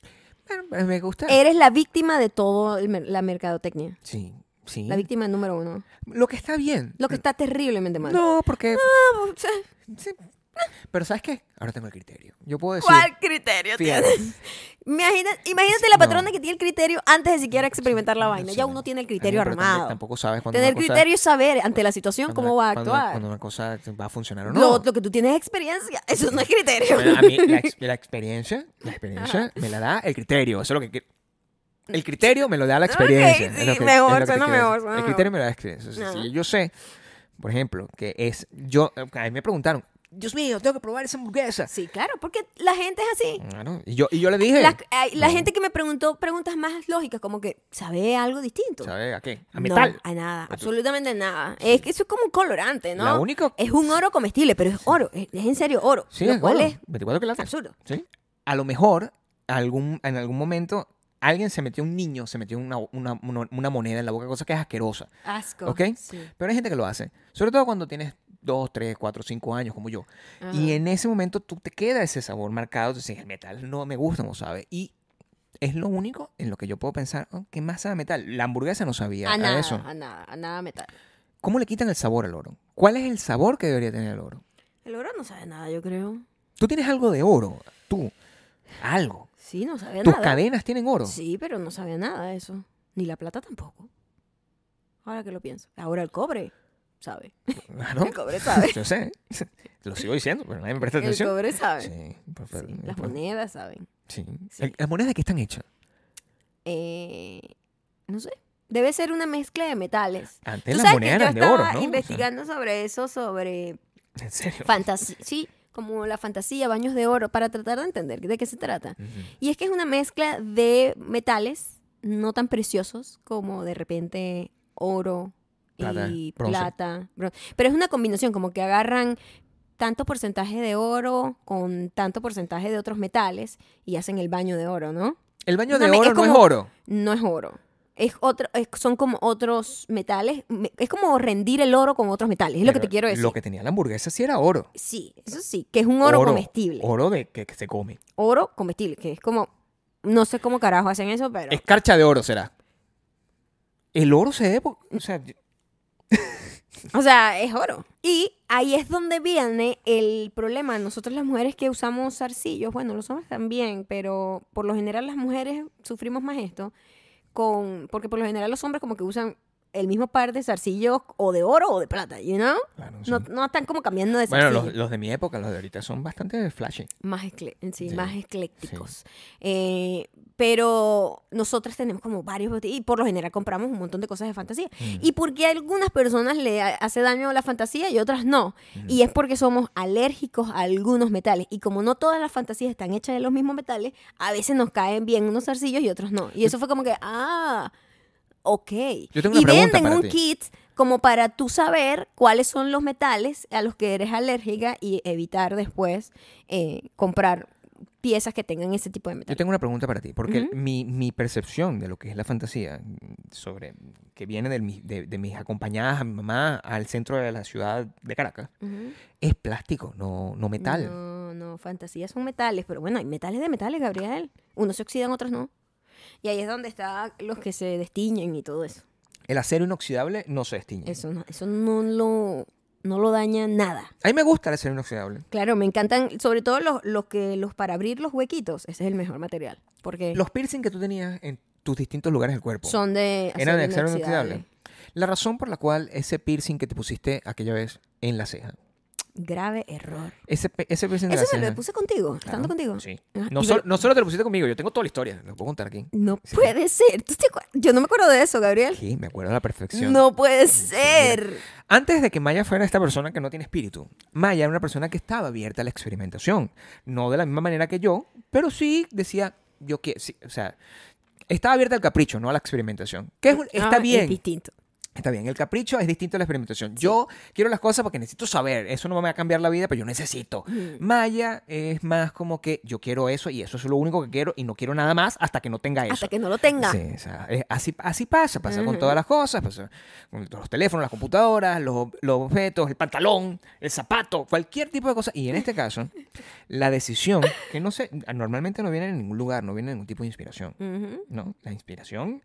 Speaker 2: Bueno, pues me gusta.
Speaker 1: Eres la víctima de todo el mer- la mercadotecnia.
Speaker 2: Sí, sí.
Speaker 1: La víctima número uno.
Speaker 2: Lo que está bien.
Speaker 1: Lo que está terriblemente mal.
Speaker 2: No, porque.
Speaker 1: O sea,
Speaker 2: sí. Pero ¿sabes qué? Ahora tengo el criterio. Yo puedo decir.
Speaker 1: ¿Cuál criterio
Speaker 2: Fíjate.
Speaker 1: tienes? Imagina- imagínate la
Speaker 2: No.
Speaker 1: patrona que tiene el criterio antes de siquiera experimentar la vaina.
Speaker 2: Sí,
Speaker 1: Ya
Speaker 2: no.
Speaker 1: uno tiene el
Speaker 2: Ay,
Speaker 1: criterio
Speaker 2: pero también
Speaker 1: armado.
Speaker 2: Tampoco sabes cuándo
Speaker 1: Tener
Speaker 2: una cosa-
Speaker 1: criterio es saber ante la situación
Speaker 2: cuando
Speaker 1: cómo
Speaker 2: una-
Speaker 1: va a
Speaker 2: cuando una-
Speaker 1: actuar.
Speaker 2: Cuando una cosa va a funcionar o no.
Speaker 1: Lo, lo que tú tienes es experiencia. Eso no es criterio.
Speaker 2: Bueno, a mí la, ex- la experiencia, la experiencia me la da el criterio. Eso es lo que quiero. El criterio me lo da la experiencia.
Speaker 1: Ok,
Speaker 2: es
Speaker 1: sí,
Speaker 2: lo que-
Speaker 1: mejor,
Speaker 2: es lo que te
Speaker 1: suena
Speaker 2: quiero
Speaker 1: mejor,
Speaker 2: decir.
Speaker 1: suena
Speaker 2: El criterio me lo da la experiencia. O sea,
Speaker 1: Ajá.
Speaker 2: si yo sé, por ejemplo, que es. Yo, a mí me preguntaron, Dios mío, tengo que probar esa hamburguesa.
Speaker 1: Sí, claro, porque la gente es así.
Speaker 2: Claro, Y, yo, y yo le dije,
Speaker 1: La, ay, la
Speaker 2: No.
Speaker 1: gente que me preguntó preguntas más lógicas, como que, ¿sabe algo distinto?
Speaker 2: ¿sabes a qué? A metal. Pues
Speaker 1: No, a nada, absolutamente nada. Es que eso es como un colorante, ¿no?
Speaker 2: La única-
Speaker 1: Es un oro comestible, pero es oro, es, es en serio oro.
Speaker 2: Sí,
Speaker 1: lo
Speaker 2: es
Speaker 1: cual
Speaker 2: oro,
Speaker 1: es
Speaker 2: 24 quilates.
Speaker 1: absurdo.
Speaker 2: ¿sí? A lo mejor, algún, en algún momento, alguien se metió, un niño se metió una, una- una- una moneda en la boca, cosa que es asquerosa.
Speaker 1: Asco.
Speaker 2: ¿Ok? Pero hay gente que lo hace. Sobre todo cuando tienes 2, 3, 4, 5 años, como yo. Y en ese momento tú te queda ese sabor marcado. Tú dices, el metal no me gusta, no sabe. Y es lo único en lo que yo puedo pensar, oh, ¿qué más sabe a metal? La hamburguesa Ah, no sabía
Speaker 1: A
Speaker 2: eh, a,
Speaker 1: nada,
Speaker 2: eso.
Speaker 1: a nada, a nada metal.
Speaker 2: ¿Cómo le quitan el sabor al oro? ¿Cuál es el sabor que debería tener el oro?
Speaker 1: El oro no sabe nada, yo creo.
Speaker 2: Tú tienes algo de oro, tú. Algo.
Speaker 1: Sí, no sabe a
Speaker 2: Tus
Speaker 1: nada.
Speaker 2: cadenas tienen oro.
Speaker 1: Sí, pero no sabe a nada eso. Ni la plata tampoco. Ahora que lo pienso. Ahora el cobre, ¿sabe?
Speaker 2: Claro.
Speaker 1: El cobre sabe.
Speaker 2: Yo sé. Lo sigo diciendo, pero nadie me presta
Speaker 1: El
Speaker 2: atención.
Speaker 1: cobre sabe.
Speaker 2: Sí, pues, por favor,
Speaker 1: Sí, las
Speaker 2: por-
Speaker 1: monedas saben.
Speaker 2: sí.
Speaker 1: Sí.
Speaker 2: El- ¿Las monedas de qué están hechas?
Speaker 1: Eh, no sé. Debe ser una mezcla de metales.
Speaker 2: Antes
Speaker 1: Ah, Tú
Speaker 2: las
Speaker 1: sabes que yo
Speaker 2: monedas eran de
Speaker 1: estaba
Speaker 2: oro, ¿no? O sea,
Speaker 1: investigando sobre eso, sobre
Speaker 2: en serio.
Speaker 1: fantasía, sí, como la fantasía, baños de oro, para tratar de entender de qué se trata.
Speaker 2: Ujú.
Speaker 1: Y es que es una mezcla de metales no tan preciosos como de repente oro
Speaker 2: Plata,
Speaker 1: y
Speaker 2: bronce.
Speaker 1: plata. bron- Pero es una combinación, como que agarran tanto porcentaje de oro con tanto porcentaje de otros metales y hacen el baño de oro, ¿no?
Speaker 2: El baño
Speaker 1: No,
Speaker 2: de
Speaker 1: me- es
Speaker 2: oro no es
Speaker 1: como-
Speaker 2: oro.
Speaker 1: No es oro. Es otro, es- son como otros metales. me- Es como rendir el oro con otros metales. Es lo que
Speaker 2: Pero
Speaker 1: te quiero decir.
Speaker 2: Lo que tenía la hamburguesa sí era oro.
Speaker 1: Sí, eso sí, que es un oro, comestible. Oro.
Speaker 2: Oro de que, que se come.
Speaker 1: comestible, que es como. No sé cómo carajo hacen eso, pero.
Speaker 2: Escarcha de oro será. El oro se debe. por- O sea, yo-
Speaker 1: O sea, es oro. Y ahí es donde viene el problema. Nosotros las mujeres que usamos zarcillos, bueno, los hombres también, pero por lo general las mujeres sufrimos más esto, con, porque por lo general los hombres como que usan el mismo par de zarcillos o de oro o de plata, you know?
Speaker 2: claro, sí.
Speaker 1: No, no están como cambiando de
Speaker 2: bueno,
Speaker 1: zarcillo.
Speaker 2: los, los de mi época, los de ahorita son bastante flashy.
Speaker 1: más, escle- sí,
Speaker 2: Sí,
Speaker 1: más eclécticos. Eh, pero nosotras tenemos como varios bote- y por lo general compramos un montón de cosas de fantasía. Y porque a algunas personas le ha- hace daño la fantasía y otras no. Y es porque somos alérgicos a algunos metales. Y como no todas las fantasías están hechas de los mismos metales, a veces nos caen bien unos zarcillos y otros no. Y eso fue como que, ah, ok.
Speaker 2: Yo tengo una
Speaker 1: y
Speaker 2: pregunta
Speaker 1: venden
Speaker 2: para
Speaker 1: un
Speaker 2: ti.
Speaker 1: kit como para tú saber cuáles son los metales a los que eres alérgica y evitar después eh, comprar piezas que tengan ese tipo de
Speaker 2: Yo
Speaker 1: metal.
Speaker 2: tengo una pregunta para ti, porque
Speaker 1: Ujú.
Speaker 2: mi, mi percepción de lo que es la fantasía, mm, sobre que viene del mi- de, de mis acompañadas a mi mamá al centro de la ciudad de Caracas,
Speaker 1: Ujú.
Speaker 2: es plástico, no, no metal.
Speaker 1: No, no, fantasías son metales, pero bueno, hay metales de metales, Gabriel. Unos se oxidan, otros no. Y ahí es donde están los que se destiñen y todo eso.
Speaker 2: El acero inoxidable no se destiñe.
Speaker 1: Eso no, eso no lo, no lo daña nada.
Speaker 2: A mí me gusta el acero inoxidable.
Speaker 1: Claro, me encantan, sobre todo los, los que los para abrir los huequitos, ese es el mejor material. Porque
Speaker 2: Los piercing que tú tenías en tus distintos lugares del cuerpo
Speaker 1: son de
Speaker 2: eran de acero
Speaker 1: inoxidable.
Speaker 2: inoxidable. La razón por la cual ese piercing que te pusiste aquella vez en la ceja,
Speaker 1: Grave error.
Speaker 2: ese, pe- ese piercing de la
Speaker 1: Eso me
Speaker 2: ceja-
Speaker 1: lo puse contigo,
Speaker 2: Claro,
Speaker 1: estando contigo.
Speaker 2: Sí.
Speaker 1: Ajá,
Speaker 2: No,
Speaker 1: y me
Speaker 2: sol-
Speaker 1: lo-
Speaker 2: no solo te lo pusiste conmigo, yo tengo toda la historia, lo puedo contar aquí.
Speaker 1: No puede ser. ¿Tú te acuer- Yo no me acuerdo de eso, Gabriel.
Speaker 2: Sí, me acuerdo a la perfección.
Speaker 1: No puede ser.
Speaker 2: Antes de que Maya fuera esta persona que no tiene espíritu, Maya era una persona que estaba abierta a la experimentación. No de la misma manera que yo, pero sí decía, yo que, sí, o sea, estaba abierta al capricho, no a la experimentación. Que es un- está
Speaker 1: Ah, es
Speaker 2: bien,
Speaker 1: distinto.
Speaker 2: está bien. El capricho es distinto a la experimentación. Yo quiero las cosas porque necesito saber. Eso no me va a cambiar la vida, pero yo necesito.
Speaker 1: Mm.
Speaker 2: Maya es más como que yo quiero eso y eso es lo único que quiero y no quiero nada más hasta que no tenga eso.
Speaker 1: Hasta que no lo tenga.
Speaker 2: Sí, o sea, es- así, así pasa, pasa con
Speaker 1: Ujú.
Speaker 2: todas las cosas, pasa con los teléfonos, las computadoras, los, los objetos, el pantalón, el zapato, cualquier tipo de cosa. Y en este caso, la decisión, que no sé, normalmente no viene de ningún lugar, no viene de ningún tipo de inspiración.
Speaker 1: Ujú.
Speaker 2: No, la inspiración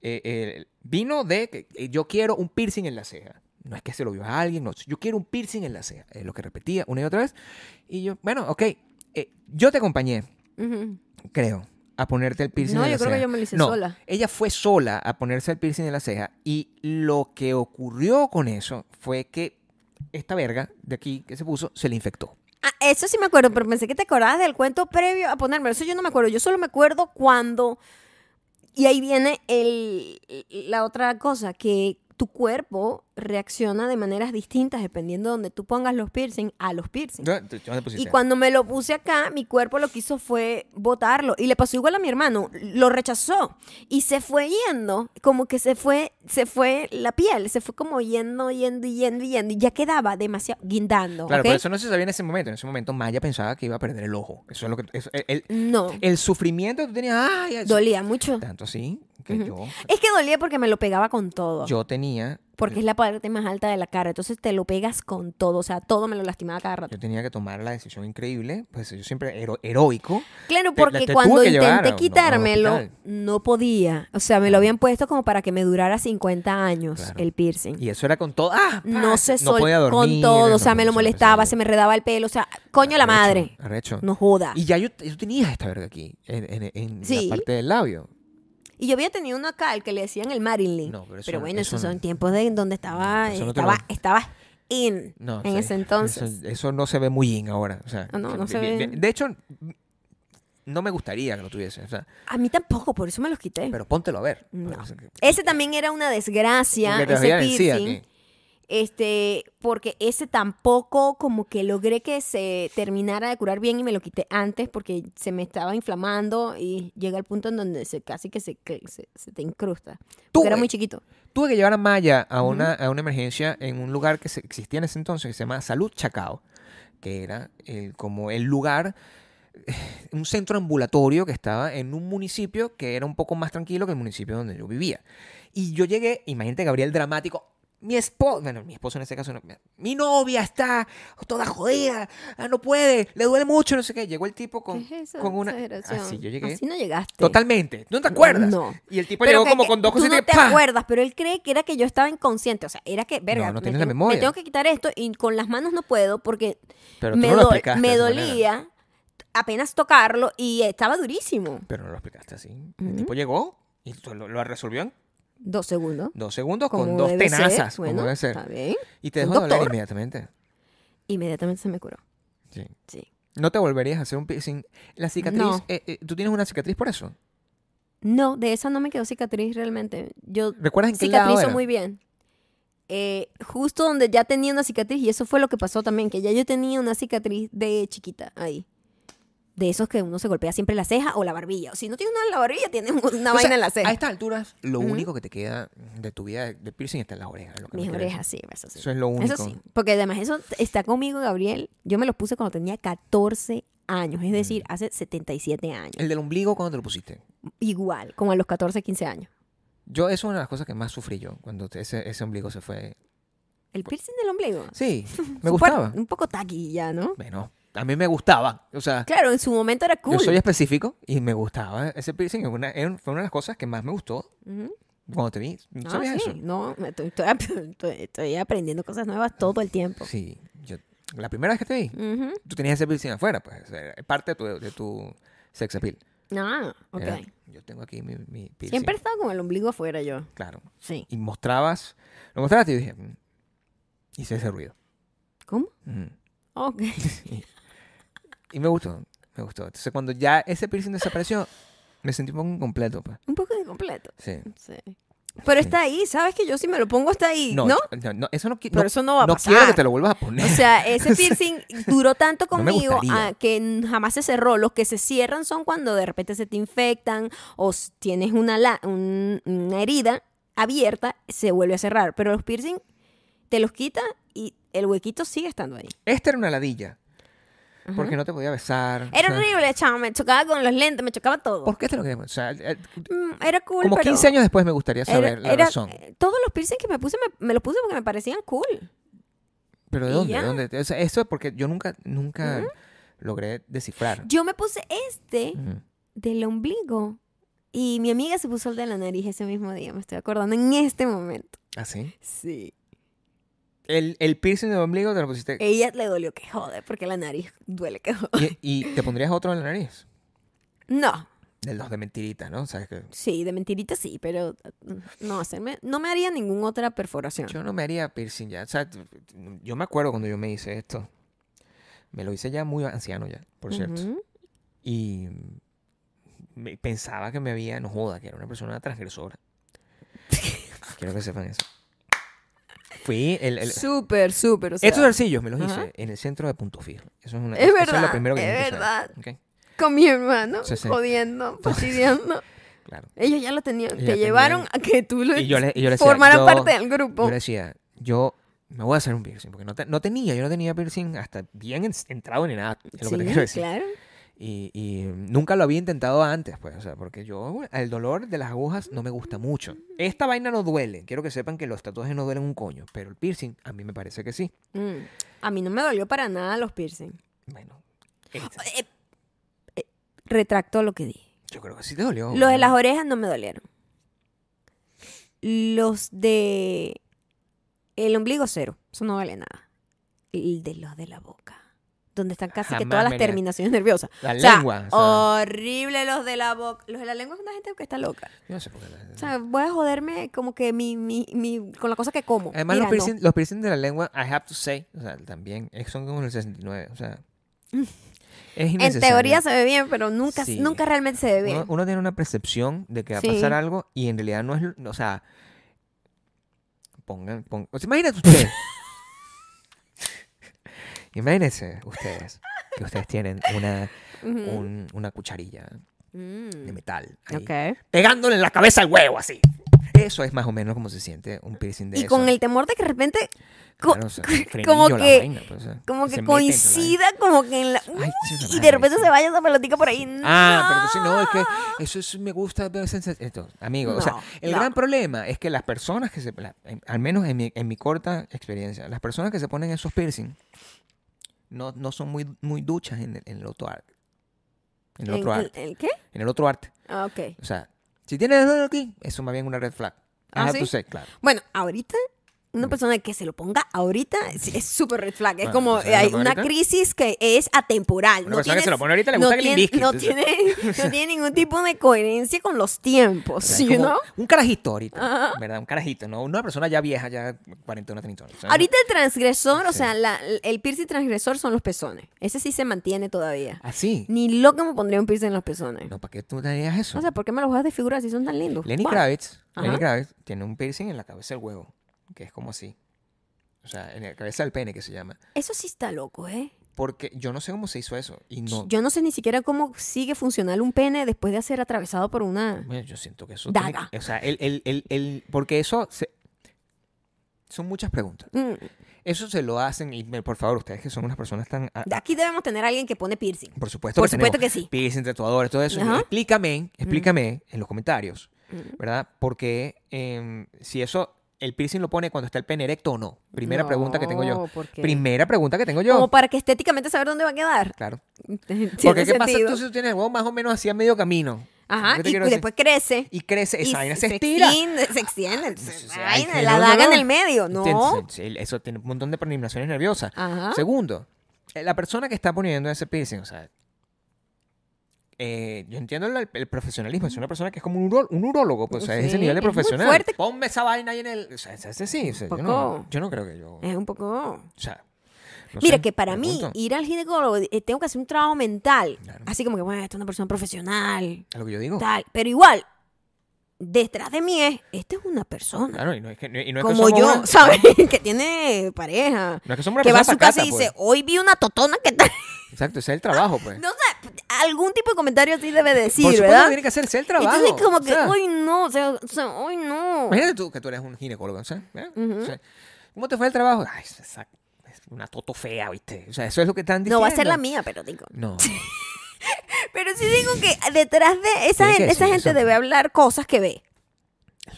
Speaker 2: eh, eh, vino de que eh, yo quiero un piercing en la ceja. No es que se lo vio a alguien, no, yo quiero un piercing en la ceja. Es lo que repetía una y otra vez. Y yo, bueno, ok, eh, yo te acompañé
Speaker 1: Ujú.
Speaker 2: creo, a ponerte el piercing
Speaker 1: No,
Speaker 2: en la
Speaker 1: yo creo que
Speaker 2: ceja.
Speaker 1: yo me lo hice
Speaker 2: No,
Speaker 1: sola.
Speaker 2: Ella fue sola a ponerse el piercing en la ceja y lo que ocurrió con eso fue que esta verga de aquí que se puso se le infectó.
Speaker 1: Ah, eso sí me acuerdo, pero pensé que te acordabas del cuento previo a ponerme. Eso yo no me acuerdo. Yo solo me acuerdo cuando. Y ahí viene el, la otra cosa, que tu cuerpo reacciona de maneras distintas dependiendo de donde tú pongas los piercing a los piercing.
Speaker 2: ¿Tú- tú- tú dónde
Speaker 1: Y
Speaker 2: pusiste?
Speaker 1: cuando me lo puse acá, mi cuerpo lo que hizo fue botarlo. Y le pasó igual a mi hermano. Lo rechazó. Y se fue yendo. Como que se fue, se fue la piel. Se fue como yendo, yendo, yendo, yendo. Y ya quedaba demasiado guindando.
Speaker 2: Claro,
Speaker 1: ¿ok?
Speaker 2: pero eso no se sabía en ese momento. En ese momento Maya pensaba que iba a perder el ojo. Eso es lo que... eso- el, el-
Speaker 1: No.
Speaker 2: el sufrimiento que tú tenías... ¡Ay! ay,
Speaker 1: Dolía mucho.
Speaker 2: Tanto así que yo,
Speaker 1: Es que dolía porque me lo pegaba con todo.
Speaker 2: yo tenía...
Speaker 1: porque es la parte más alta de la cara. Entonces te lo pegas con todo. O sea, todo me lo lastimaba cada rato.
Speaker 2: Yo tenía que tomar la decisión increíble, pues yo siempre hero- heroico.
Speaker 1: Claro,
Speaker 2: Te-
Speaker 1: porque
Speaker 2: te
Speaker 1: cuando
Speaker 2: tuve que
Speaker 1: intenté
Speaker 2: llevar a un- a un
Speaker 1: quitármelo,
Speaker 2: hospital.
Speaker 1: no podía. O sea, me lo habían puesto como para que me durara 50 años
Speaker 2: Claro.
Speaker 1: el piercing.
Speaker 2: Y eso era con todo. ¡Ah!
Speaker 1: no se
Speaker 2: no
Speaker 1: sol-
Speaker 2: podía
Speaker 1: con
Speaker 2: dormir,
Speaker 1: todo,
Speaker 2: no
Speaker 1: o sea, me lo
Speaker 2: podía- Ah,
Speaker 1: molestaba, se me redaba el pelo, o sea, coño la madre,
Speaker 2: Arrecho, arrecho.
Speaker 1: no joda.
Speaker 2: Y ya yo, yo tenía esta verga aquí, en, en- en
Speaker 1: Sí.
Speaker 2: la parte del labio.
Speaker 1: Y yo había tenido uno acá, el que le decían el Marilyn,
Speaker 2: No, pero eso no-
Speaker 1: bueno,
Speaker 2: eso
Speaker 1: esos
Speaker 2: no.
Speaker 1: son tiempos de en donde estaba,
Speaker 2: No, eso no te
Speaker 1: estaba,
Speaker 2: lo-
Speaker 1: estaba in
Speaker 2: No,
Speaker 1: en
Speaker 2: sí,
Speaker 1: ese entonces.
Speaker 2: Eso, eso no se ve muy bien ahora. o sea,
Speaker 1: Ah, no, no se
Speaker 2: de,
Speaker 1: ve.
Speaker 2: de- de hecho, no me gustaría que lo tuviese. o sea,
Speaker 1: A mí tampoco, por eso me los quité.
Speaker 2: pero póntelo a ver.
Speaker 1: Eh. No.
Speaker 2: O sea, que-
Speaker 1: Ese también era una desgracia,
Speaker 2: que te
Speaker 1: ese
Speaker 2: veía encía
Speaker 1: piercing.
Speaker 2: aquí.
Speaker 1: Este, porque ese tampoco como que logré que se terminara de curar bien y me lo quité antes porque se me estaba inflamando y llega al punto en donde se casi que se, que se- se te incrusta.
Speaker 2: Tú,
Speaker 1: Porque era
Speaker 2: eh.
Speaker 1: muy chiquito.
Speaker 2: Tuve que llevar a Maya a una, a una emergencia en un lugar que se- existía en ese entonces que se llama Salud Chacao, que era el, como el lugar, eh, un centro ambulatorio que estaba en un municipio que era un poco más tranquilo que el municipio donde yo vivía. Y yo llegué, imagínate Gabriel dramático. Mi esposo, bueno, mi esposo en ese caso, no, mi novia está toda jodida, ah, no puede, le duele mucho, no sé qué. Llegó el tipo con,
Speaker 1: ¿Qué es esa
Speaker 2: con una.
Speaker 1: exageración?
Speaker 2: Así yo llegué.
Speaker 1: Así no llegaste.
Speaker 2: Totalmente. ¿No te acuerdas?
Speaker 1: No.
Speaker 2: Y el tipo
Speaker 1: Pero
Speaker 2: llegó
Speaker 1: que-
Speaker 2: como
Speaker 1: que
Speaker 2: con dos
Speaker 1: tú
Speaker 2: cositas.
Speaker 1: no
Speaker 2: y
Speaker 1: te
Speaker 2: ¡pah!
Speaker 1: acuerdas, pero él cree que era que yo estaba inconsciente. O sea, era que, verga, me
Speaker 2: no tienes la
Speaker 1: tengo-
Speaker 2: memoria.
Speaker 1: me tengo que quitar esto y con las manos no puedo porque
Speaker 2: Pero tú
Speaker 1: me,
Speaker 2: no lo
Speaker 1: dol-
Speaker 2: explicaste
Speaker 1: me
Speaker 2: de esa manera.
Speaker 1: dolía apenas tocarlo y estaba durísimo.
Speaker 2: Pero no lo explicaste así.
Speaker 1: Ujú.
Speaker 2: El tipo llegó y tú lo, lo resolvió en
Speaker 1: Dos segundos.
Speaker 2: dos segundos con
Speaker 1: como
Speaker 2: dos
Speaker 1: debe ser,
Speaker 2: tenazas,
Speaker 1: bueno,
Speaker 2: como debe ser.
Speaker 1: Está bien.
Speaker 2: Y te
Speaker 1: un
Speaker 2: dejó de hablar
Speaker 1: doctor.
Speaker 2: inmediatamente.
Speaker 1: Inmediatamente se me curó.
Speaker 2: Sí.
Speaker 1: Sí.
Speaker 2: No te volverías a hacer un piercing. La cicatriz,
Speaker 1: No.
Speaker 2: eh, eh, tú tienes una cicatriz por eso.
Speaker 1: No, de esa no me quedó cicatriz realmente. Yo
Speaker 2: ¿Recuerdas en qué lado
Speaker 1: cicatrizo
Speaker 2: era?
Speaker 1: muy bien. Eh, justo donde ya tenía una cicatriz, y eso fue lo que pasó también, que ya yo tenía una cicatriz de chiquita ahí. De esos que uno se golpea siempre la ceja o la barbilla. O si no tiene una en la barbilla, tiene una
Speaker 2: O sea,
Speaker 1: vaina en la ceja.
Speaker 2: A estas alturas, lo
Speaker 1: Ujú.
Speaker 2: único que te queda de tu vida de, de piercing está en las orejas. lo que me
Speaker 1: Mis
Speaker 2: quiere decir.
Speaker 1: orejas, sí, eso sí.
Speaker 2: Eso es lo único.
Speaker 1: Eso sí, porque además eso está conmigo, Gabriel. Yo me los puse cuando tenía 14 años, es decir, hace 77 años.
Speaker 2: Mm. El del ombligo, cuando te lo pusiste?
Speaker 1: Igual, como a los 14, 15 años.
Speaker 2: Yo, eso es una de las cosas que más sufrí yo, cuando te- ese, ese ombligo se fue.
Speaker 1: El piercing del ombligo.
Speaker 2: Sí, me
Speaker 1: Súper-
Speaker 2: gustaba.
Speaker 1: Un poco taquilla, ¿no?
Speaker 2: Bueno, a mí me gustaba. O sea,
Speaker 1: Claro, en su momento era cool.
Speaker 2: Yo soy específico y me gustaba ese piercing. es una- era- fue una de las cosas que más me gustó
Speaker 1: Ujú.
Speaker 2: cuando te vi. ¿No
Speaker 1: Ah,
Speaker 2: sabías
Speaker 1: sí,
Speaker 2: eso?
Speaker 1: No, me estoy, estoy ap- estoy- estoy aprendiendo cosas nuevas todo el tiempo.
Speaker 2: Sí. yo- la primera vez que te vi,
Speaker 1: Ujú.
Speaker 2: tú tenías ese piercing afuera, pues. o sea, Era parte de tu, de tu sex appeal.
Speaker 1: Ah, ok.
Speaker 2: Era, yo tengo aquí mi, mi piercing.
Speaker 1: Siempre he estado con el ombligo afuera yo.
Speaker 2: Claro.
Speaker 1: Sí.
Speaker 2: Y mostrabas, lo mostrabas y yo dije, "Mm". hice ese ruido.
Speaker 1: ¿Cómo?
Speaker 2: Mm.
Speaker 1: Ok.
Speaker 2: Y me gustó, me gustó. Entonces cuando ya ese piercing desapareció, me sentí un poco incompleto, pues.
Speaker 1: Un poco incompleto.
Speaker 2: Sí.
Speaker 1: Sí. Pero
Speaker 2: Sí.
Speaker 1: está ahí, ¿sabes que yo si me lo pongo está ahí,
Speaker 2: No,
Speaker 1: ¿no?
Speaker 2: no, no, eso no, qui-
Speaker 1: Pero
Speaker 2: no,
Speaker 1: eso no va a
Speaker 2: no
Speaker 1: pasar.
Speaker 2: quiero que te lo vuelvas a poner.
Speaker 1: O sea, ese piercing duró tanto
Speaker 2: No me
Speaker 1: conmigo
Speaker 2: gustaría.
Speaker 1: ah, que n- jamás se cerró. Los que se cierran son cuando de repente se te infectan o s- tienes una, la- un- una herida abierta, se vuelve a cerrar. Pero los piercing te los quita y el huequito sigue estando ahí.
Speaker 2: Esta era una ladilla.
Speaker 1: Ajá.
Speaker 2: Porque no te podía besar.
Speaker 1: Era
Speaker 2: o sea,
Speaker 1: horrible, chavo. Me chocaba con los lentes, me chocaba todo.
Speaker 2: ¿Por qué te lo querías? O sea, eh,
Speaker 1: Mm, Era cool,
Speaker 2: como
Speaker 1: pero
Speaker 2: 15 años después me gustaría
Speaker 1: era-
Speaker 2: saber la
Speaker 1: era-
Speaker 2: razón.
Speaker 1: eh, Todos los piercing que me puse, me, me los puse porque me parecían cool.
Speaker 2: Pero ¿de
Speaker 1: y
Speaker 2: dónde?
Speaker 1: ya.
Speaker 2: ¿De dónde? O sea, eso es porque yo nunca, nunca logré descifrar.
Speaker 1: Yo me puse este
Speaker 2: Ujú.
Speaker 1: del ombligo. Y mi amiga se puso el de la nariz ese mismo día, me estoy acordando, en este momento.
Speaker 2: ¿Ah, sí?
Speaker 1: Sí.
Speaker 2: El, el piercing del ombligo te lo pusiste.
Speaker 1: Ella le dolió que jode, porque la nariz duele que jode.
Speaker 2: Y, y te pondrías otro en la nariz.
Speaker 1: No,
Speaker 2: De los de mentirita, ¿no? ¿Sabes que
Speaker 1: sí, de mentirita sí, pero mm, no, hacerme, no me haría ninguna otra perforación.
Speaker 2: Yo no me haría piercing ya. O sea, t- t- yo me acuerdo cuando yo me hice esto. Me lo hice ya muy anciano ya, por cierto.
Speaker 1: Ujú.
Speaker 2: Y me- pensaba que me había, no joda, que era una persona transgresora. Quiero que sepan eso. fui. El, el-
Speaker 1: Súper, súper. o sea,
Speaker 2: estos arcillos me los
Speaker 1: Ajá.
Speaker 2: hice en el centro de Punto Fijo. Eso es, una,
Speaker 1: Es
Speaker 2: eso
Speaker 1: verdad,
Speaker 2: lo primero que
Speaker 1: es
Speaker 2: tienen que saber, ¿ok?
Speaker 1: con mi hermano,
Speaker 2: Sí, sí.
Speaker 1: jodiendo, fastidiando.
Speaker 2: Claro.
Speaker 1: Ellos ya lo tenían.
Speaker 2: Ellos
Speaker 1: te
Speaker 2: ya
Speaker 1: llevaron
Speaker 2: tenían-
Speaker 1: a que tú lo
Speaker 2: Y yo le, y yo le decía,
Speaker 1: formaras
Speaker 2: yo-
Speaker 1: Pues parte del grupo.
Speaker 2: Yo le decía, yo me voy a hacer un piercing, porque no, te- no tenía, yo no tenía piercing hasta bien en- entrado en edad, es lo que te quiero
Speaker 1: sí,
Speaker 2: decir.
Speaker 1: claro.
Speaker 2: Y, y nunca lo había intentado antes, pues, o sea, porque yo, bueno, el dolor de las agujas no me gusta mucho. Esta vaina no duele, quiero que sepan que los tatuajes no duelen un coño, pero el piercing a mí me parece que sí.
Speaker 1: Mm. A mí no me dolió para nada los piercing.
Speaker 2: Bueno, este,
Speaker 1: Eh, eh, retracto lo que dije.
Speaker 2: yo creo que sí te dolió.
Speaker 1: Los de
Speaker 2: ¿no?
Speaker 1: las orejas no me dolieron. Los de el ombligo cero, eso no vale nada. El de los de la boca, donde están casi que
Speaker 2: Jamás
Speaker 1: todas las
Speaker 2: me la-
Speaker 1: terminaciones nerviosas.
Speaker 2: La
Speaker 1: O sea,
Speaker 2: lengua. o sea,
Speaker 1: horrible los de la boca. Los de la lengua es una gente que está loca.
Speaker 2: yo no sé por qué la-
Speaker 1: O sea, voy a joderme como que mi, mi, mi- con la cosa que como.
Speaker 2: Además,
Speaker 1: Mira,
Speaker 2: los,
Speaker 1: no.
Speaker 2: piercing, los piercing de la lengua, I have to say, o sea, también eh, son como el 69. O sea, es
Speaker 1: Mm. En
Speaker 2: innecesario.
Speaker 1: teoría se ve bien, pero nunca,
Speaker 2: Sí.
Speaker 1: nunca realmente se ve bien.
Speaker 2: uno, uno tiene una percepción de que va a
Speaker 1: Sí.
Speaker 2: pasar algo y en realidad no es. lo- O sea, pongan. pongan o sea, imagínate usted. Imagínense ustedes que ustedes tienen una,
Speaker 1: Ujú.
Speaker 2: un- una cucharilla de
Speaker 1: Mm.
Speaker 2: metal ahí,
Speaker 1: Ok.
Speaker 2: pegándole en la cabeza al huevo así. Eso es más o menos como se siente un piercing de
Speaker 1: Y
Speaker 2: eso.
Speaker 1: con el temor de que de repente co-
Speaker 2: Claro, o sea,
Speaker 1: como
Speaker 2: frenillo la
Speaker 1: que-
Speaker 2: vaina, pues, o sea,
Speaker 1: como que
Speaker 2: se mete dentro de la vaina.
Speaker 1: coincida, como que en la... ¡uh!
Speaker 2: Ay, chica,
Speaker 1: y de
Speaker 2: madre,
Speaker 1: repente
Speaker 2: sí.
Speaker 1: se vaya esa pelotica por ahí.
Speaker 2: Ah, pero si no, es
Speaker 1: ¡No!
Speaker 2: que eso es, me gusta. pero es sensa- Esto, amigo, o sea,
Speaker 1: No,
Speaker 2: el
Speaker 1: no.
Speaker 2: gran problema es que las personas que se. la- en- al menos en mi, en mi corta experiencia, las personas que se ponen esos piercing no, no son muy, muy duchas en el, en el otro arte. En el otro
Speaker 1: ¿En-
Speaker 2: arte.
Speaker 1: en- en qué?
Speaker 2: En el otro arte.
Speaker 1: Ah, ok.
Speaker 2: O sea, si tienes eso aquí, eso más bien una red flag. I
Speaker 1: ¿Ah,
Speaker 2: have
Speaker 1: sí?
Speaker 2: to say, claro.
Speaker 1: Bueno, ahorita, una persona que se lo ponga ahorita es es súper red flag. Es
Speaker 2: Mm. Bueno,
Speaker 1: como,
Speaker 2: pues, ¿sabes lo
Speaker 1: hay
Speaker 2: que
Speaker 1: una
Speaker 2: ahorita?
Speaker 1: crisis que es atemporal.
Speaker 2: Una
Speaker 1: no
Speaker 2: persona que
Speaker 1: tiene-
Speaker 2: se lo pone ahorita le
Speaker 1: no
Speaker 2: gusta que le
Speaker 1: tiene-
Speaker 2: indique,
Speaker 1: No
Speaker 2: entonces.
Speaker 1: tiene, no tiene ningún tipo de coherencia con los tiempos,
Speaker 2: O sea, es
Speaker 1: ¿sí,
Speaker 2: como
Speaker 1: no?
Speaker 2: Un carajito ahorita,
Speaker 1: Ajá.
Speaker 2: ¿verdad? Un carajito, ¿no? Una persona ya vieja, ya 41, 30 años.
Speaker 1: Ahorita el transgresor, o
Speaker 2: Sí.
Speaker 1: sea, la- el piercing transgresor son los pezones. Ese sí se mantiene todavía.
Speaker 2: Así.
Speaker 1: Ni loca me pondría un piercing en los pezones.
Speaker 2: Ah, No, ¿para qué tú darías eso?
Speaker 1: O sea, ¿por qué me los vas a desfigurar si son tan lindos?
Speaker 2: Lenny
Speaker 1: Wow.
Speaker 2: Kravitz, Lenny
Speaker 1: Ajá.
Speaker 2: Kravitz tiene un piercing en la cabeza del huevo, que es como así. O sea, en la cabeza del pene que se llama.
Speaker 1: Eso sí está loco, ¿eh?
Speaker 2: Porque yo no sé cómo se hizo eso. Y no.
Speaker 1: Yo no sé ni siquiera cómo sigue funcional un pene después de ser atravesado por una...
Speaker 2: Bueno, yo siento que eso.
Speaker 1: Daga.
Speaker 2: tiene que- o sea, el, el- el- el- porque eso. se- son muchas preguntas.
Speaker 1: Mm,
Speaker 2: Eso se lo hacen, y me- por favor, ustedes que son unas personas tan. a- a-
Speaker 1: de Aquí debemos tener a alguien que pone piercing.
Speaker 2: por supuesto,
Speaker 1: Por
Speaker 2: que tenemos
Speaker 1: supuesto que sí.
Speaker 2: piercing, tatuadores, todo eso.
Speaker 1: Ajá.
Speaker 2: Explícame, explícame en los comentarios,
Speaker 1: Mm.
Speaker 2: ¿verdad? Porque em, si eso. El piercing lo pone cuando está el pene erecto o no. Primera
Speaker 1: No,
Speaker 2: pregunta que tengo yo.
Speaker 1: ¿por qué?
Speaker 2: Primera pregunta que tengo yo.
Speaker 1: Como para que estéticamente saber dónde va a quedar.
Speaker 2: Claro.
Speaker 1: Tiene
Speaker 2: Porque ¿qué pasa
Speaker 1: sentido.
Speaker 2: tú si tú tienes el huevo más o menos así a medio camino?
Speaker 1: Ajá,
Speaker 2: ¿Qué te
Speaker 1: y,
Speaker 2: quiero
Speaker 1: y
Speaker 2: decir?
Speaker 1: después crece.
Speaker 2: Y crece, esa
Speaker 1: y
Speaker 2: vaina
Speaker 1: se-
Speaker 2: se
Speaker 1: se
Speaker 2: estira.
Speaker 1: extiende, Se extiende. se-
Speaker 2: Entonces, ay,
Speaker 1: vaina,
Speaker 2: que
Speaker 1: la
Speaker 2: no, no,
Speaker 1: daga
Speaker 2: no.
Speaker 1: en el medio, ¿no?
Speaker 2: Entonces, sí, Eso tiene un montón de terminaciones nerviosas.
Speaker 1: Ajá.
Speaker 2: Segundo, eh, la persona que está poniendo ese piercing, o sea, eh, yo entiendo el, el profesionalismo, es una persona que es como un, uro- un urólogo, pues, o sea, es ese
Speaker 1: Sí,
Speaker 2: nivel de
Speaker 1: es muy
Speaker 2: profesional.
Speaker 1: fuerte.
Speaker 2: Ponme esa vaina ahí en el... O sea, es- es- sí, o sea, yo, no,
Speaker 1: Poco.
Speaker 2: yo no creo que yo...
Speaker 1: Es un poco...
Speaker 2: O sea, no
Speaker 1: Mira,
Speaker 2: sé,
Speaker 1: que para mí,
Speaker 2: pregunto.
Speaker 1: ir al ginecólogo, eh, tengo que hacer un trabajo mental.
Speaker 2: Claro.
Speaker 1: Así como que, bueno, esta es una persona profesional,
Speaker 2: Es lo que yo digo.
Speaker 1: tal. Pero igual, detrás de mí es, esta es una persona.
Speaker 2: Claro, y no es que, y no es que
Speaker 1: como
Speaker 2: somos
Speaker 1: yo,
Speaker 2: una-
Speaker 1: ¿sabes? que tiene pareja.
Speaker 2: No es que somos una
Speaker 1: que va a
Speaker 2: persona pues.
Speaker 1: su casa y
Speaker 2: pacata,
Speaker 1: dice, hoy vi una totona que tal.
Speaker 2: pues. Exacto, ese es el trabajo, pues.
Speaker 1: No sé, algún tipo de comentario así debe decir,
Speaker 2: Por supuesto,
Speaker 1: ¿verdad?
Speaker 2: tiene que hacerse el trabajo.
Speaker 1: Entonces, como que,
Speaker 2: o sea,
Speaker 1: hoy no, o sea, o sea, hoy no.
Speaker 2: Imagínate tú que tú eres un ginecólogo, ¿sabes? ¿Eh? O sea, ¿Cómo te fue el trabajo? Ay, esa- es una toto fea, ¿viste? O sea, eso es lo que están diciendo.
Speaker 1: No va a ser la mía, pero digo.
Speaker 2: No.
Speaker 1: Pero sí digo que detrás de esa
Speaker 2: Tiene que
Speaker 1: gente, esa
Speaker 2: decir
Speaker 1: gente
Speaker 2: eso.
Speaker 1: debe hablar cosas que ve.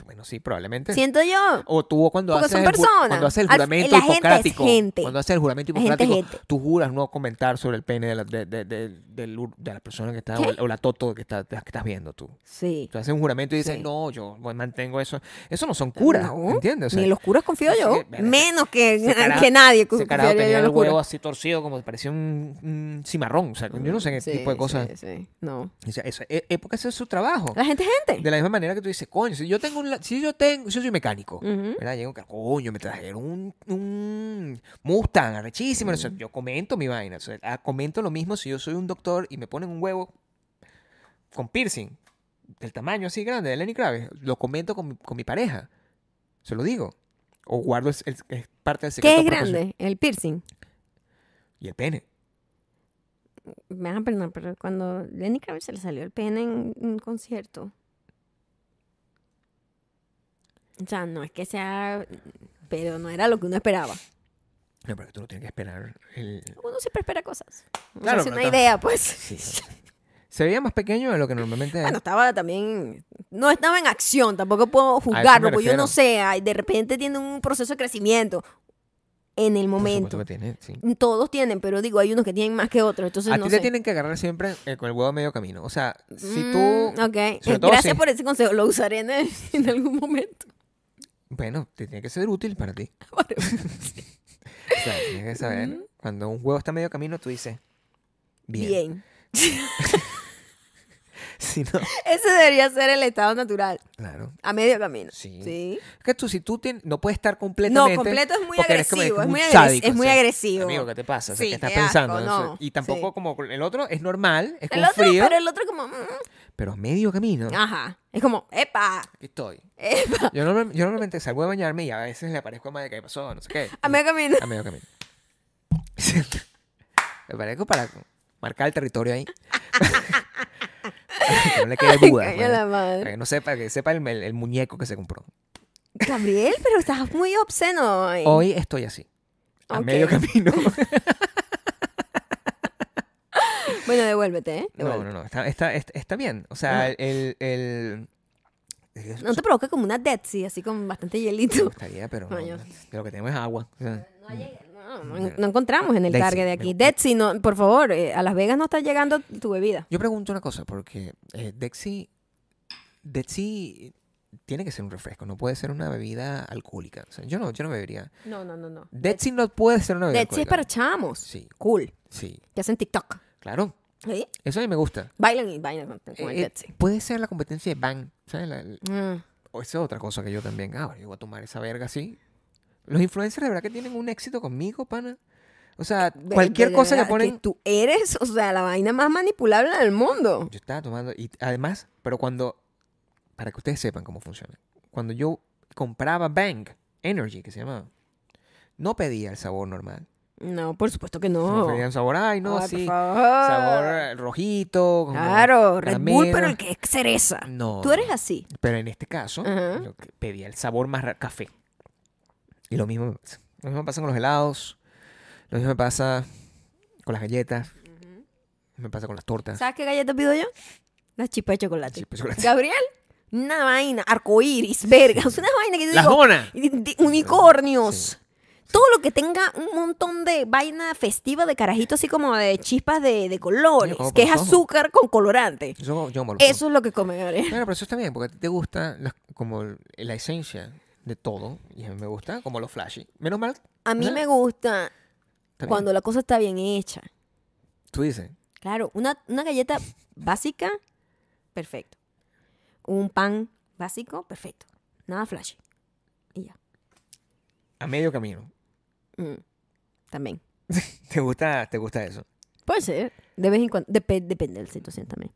Speaker 2: Bueno, sí, probablemente.
Speaker 1: Siento yo.
Speaker 2: O tú cuando
Speaker 1: Porque
Speaker 2: haces,
Speaker 1: son
Speaker 2: el, ju-
Speaker 1: personas.
Speaker 2: cuando haces el
Speaker 1: Al-
Speaker 2: juramento
Speaker 1: la gente es
Speaker 2: hipocrático.
Speaker 1: gente.
Speaker 2: Cuando haces el juramento
Speaker 1: La gente es
Speaker 2: hipocrático,
Speaker 1: gente.
Speaker 2: tú juras no comentar sobre el pene de la, de, de- de- del ur- de la persona que está o,
Speaker 1: ¿Qué?
Speaker 2: o la toto que, está, que estás viendo tú.
Speaker 1: Sí.
Speaker 2: Tú haces un juramento y dices,
Speaker 1: Sí.
Speaker 2: no, yo pues, mantengo eso. Eso no son curas,
Speaker 1: No,
Speaker 2: ¿entiendes? O sea,
Speaker 1: ni en los curas confío
Speaker 2: sí,
Speaker 1: yo.
Speaker 2: verga.
Speaker 1: menos que,
Speaker 2: Ese carajo-
Speaker 1: que nadie
Speaker 2: Ese
Speaker 1: confío
Speaker 2: carajo
Speaker 1: yo
Speaker 2: tenía
Speaker 1: en
Speaker 2: el
Speaker 1: los
Speaker 2: huevo
Speaker 1: curas.
Speaker 2: así torcido, como parecía un, un cimarrón. O sea, yo no sé qué
Speaker 1: Sí,
Speaker 2: tipo de cosas.
Speaker 1: sí, sí, no.
Speaker 2: O sea, eso, es, es porque ese es su trabajo.
Speaker 1: La gente es gente.
Speaker 2: De la misma manera que tú dices, coño, si yo tengo un. la- Si yo tengo. Yo soy mecánico.
Speaker 1: Ujú.
Speaker 2: ¿Verdad? Llego, acá, coño, me trajeron un, un Mustang, arrechísimo. O
Speaker 1: Mm.
Speaker 2: sea, yo comento mi vaina. O sea, ah, comento lo mismo si yo soy un doctor y me ponen un huevo con piercing, del tamaño así grande de Lenny Kravitz. Lo comento con mi, con mi pareja. Se lo digo. O guardo es, es- es parte del
Speaker 1: ¿Qué
Speaker 2: secreto.
Speaker 1: es
Speaker 2: profesional.
Speaker 1: grande? El piercing.
Speaker 2: Y el pene.
Speaker 1: Me van a perdonar, pero cuando Lenny Kravitz se le salió el pene en un concierto. O sea, no es que sea. Pero no era lo que uno esperaba.
Speaker 2: No, pero tú no tienes que esperar el...
Speaker 1: Uno siempre espera cosas. Uno
Speaker 2: Claro,
Speaker 1: hace
Speaker 2: pero
Speaker 1: una
Speaker 2: está-
Speaker 1: idea, pues.
Speaker 2: Sí. Se veía más pequeño de lo que normalmente es.
Speaker 1: Bueno, estaba también. No estaba en acción, tampoco puedo
Speaker 2: me
Speaker 1: juzgarlo, porque yo
Speaker 2: refiero.
Speaker 1: no sé. ay, De repente tiene un proceso de crecimiento en el
Speaker 2: Por
Speaker 1: momento.
Speaker 2: supuesto que tiene, sí.
Speaker 1: Todos tienen, pero digo, hay unos que tienen más que otros, entonces
Speaker 2: A
Speaker 1: no
Speaker 2: ti
Speaker 1: sé.
Speaker 2: te tienen que agarrar siempre eh, con el huevo a medio camino. O sea, si
Speaker 1: Mm,
Speaker 2: tú...
Speaker 1: ok. Eh,
Speaker 2: sobre todo
Speaker 1: Gracias
Speaker 2: si-
Speaker 1: por ese consejo, lo usaré en, el- en algún momento.
Speaker 2: Bueno, te tiene que ser útil para ti. O sea, tienes que saber. Cuando un huevo está a medio camino, tú dices... Bien.
Speaker 1: Bien.
Speaker 2: Si no...
Speaker 1: Ese debería ser el estado natural,
Speaker 2: Claro.
Speaker 1: a medio camino.
Speaker 2: Sí.
Speaker 1: Sí.
Speaker 2: Es que tú, si tú tien- no puedes estar completamente...
Speaker 1: No, completo es muy
Speaker 2: porque eres como-
Speaker 1: agresivo, es
Speaker 2: un
Speaker 1: muy, agres-
Speaker 2: sádico,
Speaker 1: es muy
Speaker 2: o sea,
Speaker 1: agresivo.
Speaker 2: Amigo, ¿qué te pasa? O sea,
Speaker 1: Sí,
Speaker 2: ¿Qué estás
Speaker 1: qué
Speaker 2: pensando?
Speaker 1: asco,
Speaker 2: O sea,
Speaker 1: no.
Speaker 2: Y tampoco
Speaker 1: Sí.
Speaker 2: como con el otro es normal, es
Speaker 1: el
Speaker 2: con
Speaker 1: otro,
Speaker 2: frío, Ah.
Speaker 1: pero el otro como, mm,
Speaker 2: pero a medio camino.
Speaker 1: ajá, es como, epa,
Speaker 2: Aquí estoy.
Speaker 1: Ah. epa,
Speaker 2: Yo, normal- yo normalmente salgo de bañarme y a veces le aparezco a madre que pasó, no sé qué.
Speaker 1: a medio camino.
Speaker 2: A medio camino. le aparezco para marcar el territorio ahí. que no le quede duda.
Speaker 1: Coño,
Speaker 2: pues,
Speaker 1: la
Speaker 2: para
Speaker 1: madre.
Speaker 2: que no sepa, que sepa el, el- el muñeco que se compró.
Speaker 1: Gabriel, pero estás muy obsceno hoy.
Speaker 2: Hoy estoy así. A
Speaker 1: Ok.
Speaker 2: medio camino.
Speaker 1: Bueno, devuélvete, ¿eh?
Speaker 2: no, no, no. Está, está, está- está bien. O sea,
Speaker 1: Ajá.
Speaker 2: el, el- el-
Speaker 1: No te provoca como una Dead Sea, así con bastante hielito.
Speaker 2: Me gustaría, pero no,
Speaker 1: Coño.
Speaker 2: no. lo que tenemos es agua. O sea,
Speaker 1: No, no, no encontramos en el
Speaker 2: Daisy,
Speaker 1: target de
Speaker 2: me
Speaker 1: aquí.
Speaker 2: gusta.
Speaker 1: Detsy, no, por favor, eh, a Las Vegas no está llegando tu bebida.
Speaker 2: yo pregunto una cosa, porque eh, Dexy, Dexy tiene que ser un refresco, no puede ser una bebida alcohólica. O sea, yo no, yo no bebería.
Speaker 1: No, no, no, no.
Speaker 2: Dexy no puede ser una bebida
Speaker 1: Detsy es
Speaker 2: alcohólica.
Speaker 1: para chamos.
Speaker 2: Sí,
Speaker 1: Cool.
Speaker 2: sí,
Speaker 1: Que hacen TikTok.
Speaker 2: claro.
Speaker 1: ¿Sí?
Speaker 2: Eso a mí me gusta.
Speaker 1: Bailan y bailan con, con el
Speaker 2: Eh,
Speaker 1: Detsy.
Speaker 2: puede ser la competencia de Bang, ¿sabes? La- la-
Speaker 1: Ah,
Speaker 2: o esa es otra cosa que yo también. Ah, yo voy a tomar esa verga así. Los influencers de verdad que tienen un éxito conmigo, pana. O sea,
Speaker 1: Eh, de-
Speaker 2: cualquier
Speaker 1: de
Speaker 2: cosa que
Speaker 1: verdad
Speaker 2: ponen.
Speaker 1: tú eres, o sea, la vaina más manipulable del mundo.
Speaker 2: Yo estaba tomando. Y además, pero cuando. Para que ustedes sepan cómo funciona. Cuando yo compraba Bang Energy, que se llamaba, no pedía el sabor normal.
Speaker 1: No, por supuesto que
Speaker 2: No
Speaker 1: no.
Speaker 2: pedía un sabor, ay, no,
Speaker 1: Oh. Ay,
Speaker 2: sí.
Speaker 1: por favor.
Speaker 2: Sabor eh, rojito. como
Speaker 1: Claro, Red Bull,
Speaker 2: caramelo.
Speaker 1: pero el que es cereza.
Speaker 2: No.
Speaker 1: Tú eres así.
Speaker 2: Pero en este caso,
Speaker 1: Ajá.
Speaker 2: yo que- pedía el sabor más ra- café. Y lo mismo, me pasa. lo mismo me pasa con los helados. Lo mismo me pasa con las galletas. Me pasa con las tortas. pues,
Speaker 1: ¿Sabes qué galleta pido yo? La chispa de chocolate.
Speaker 2: Chips de chocolate.
Speaker 1: Gabriel, una vaina, arcoíris, verga, o sea, una vaina que yo
Speaker 2: Las
Speaker 1: digo,
Speaker 2: donas.
Speaker 1: di- di- unicornios.
Speaker 2: Sí.
Speaker 1: Todo lo que tenga un montón de vaina festiva de carajitos así como de chispas de, de colores,
Speaker 2: Yo como por
Speaker 1: que es
Speaker 2: los ojos.
Speaker 1: azúcar con colorante.
Speaker 2: Yo, yo amo los
Speaker 1: Eso es lo que come Gabriel.
Speaker 2: Claro, pero eso está bien, porque a ti te gusta las- como el- la esencia de todo, y a mí me gusta como lo flashy. Menos mal.
Speaker 1: A mí
Speaker 2: ¿no?
Speaker 1: me gusta
Speaker 2: Está bien.
Speaker 1: cuando la cosa está bien hecha.
Speaker 2: Tú dices,
Speaker 1: Claro, una, una galleta básica, perfecto. Un pan básico, perfecto. Nada flashy. Y ya.
Speaker 2: a medio camino.
Speaker 1: Mm, También.
Speaker 2: ¿Te gusta, te gusta eso?
Speaker 1: Puede ser. De vez en cuando. Depe- depende de la situación también.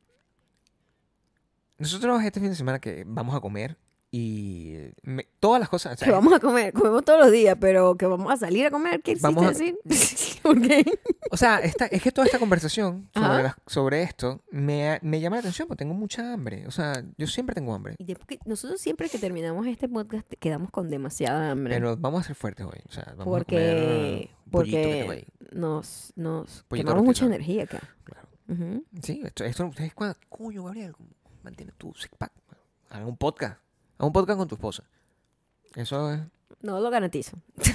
Speaker 2: Nosotros este fin de semana que vamos a comer y me- todas las cosas... o sea,
Speaker 1: Que vamos a comer. Comemos todos los días, pero que vamos a salir a comer. ¿Qué quisiste
Speaker 2: Vamos a-
Speaker 1: decir? ¿Por qué?
Speaker 2: O sea, esta- es que toda esta conversación
Speaker 1: Ajá.
Speaker 2: sobre, las- sobre esto me, ha- me llama la atención porque tengo mucha hambre. O sea, yo siempre tengo hambre.
Speaker 1: Y después que- nosotros siempre que terminamos este podcast quedamos con demasiada hambre.
Speaker 2: Pero vamos a ser fuertes hoy. O sea, vamos
Speaker 1: porque
Speaker 2: a comer pollito que tengo
Speaker 1: porque
Speaker 2: ahí.
Speaker 1: nos, nos
Speaker 2: Pollito
Speaker 1: quemamos mucha
Speaker 2: rostizado.
Speaker 1: energía acá.
Speaker 2: Claro.
Speaker 1: Ujú.
Speaker 2: Sí, esto, esto ustedes cuando, coño, Gabriel, ¿cómo mantienes tu six pack. Hagan un podcast. Hagan un podcast con tu esposa. Eso es.
Speaker 1: No lo garantizo.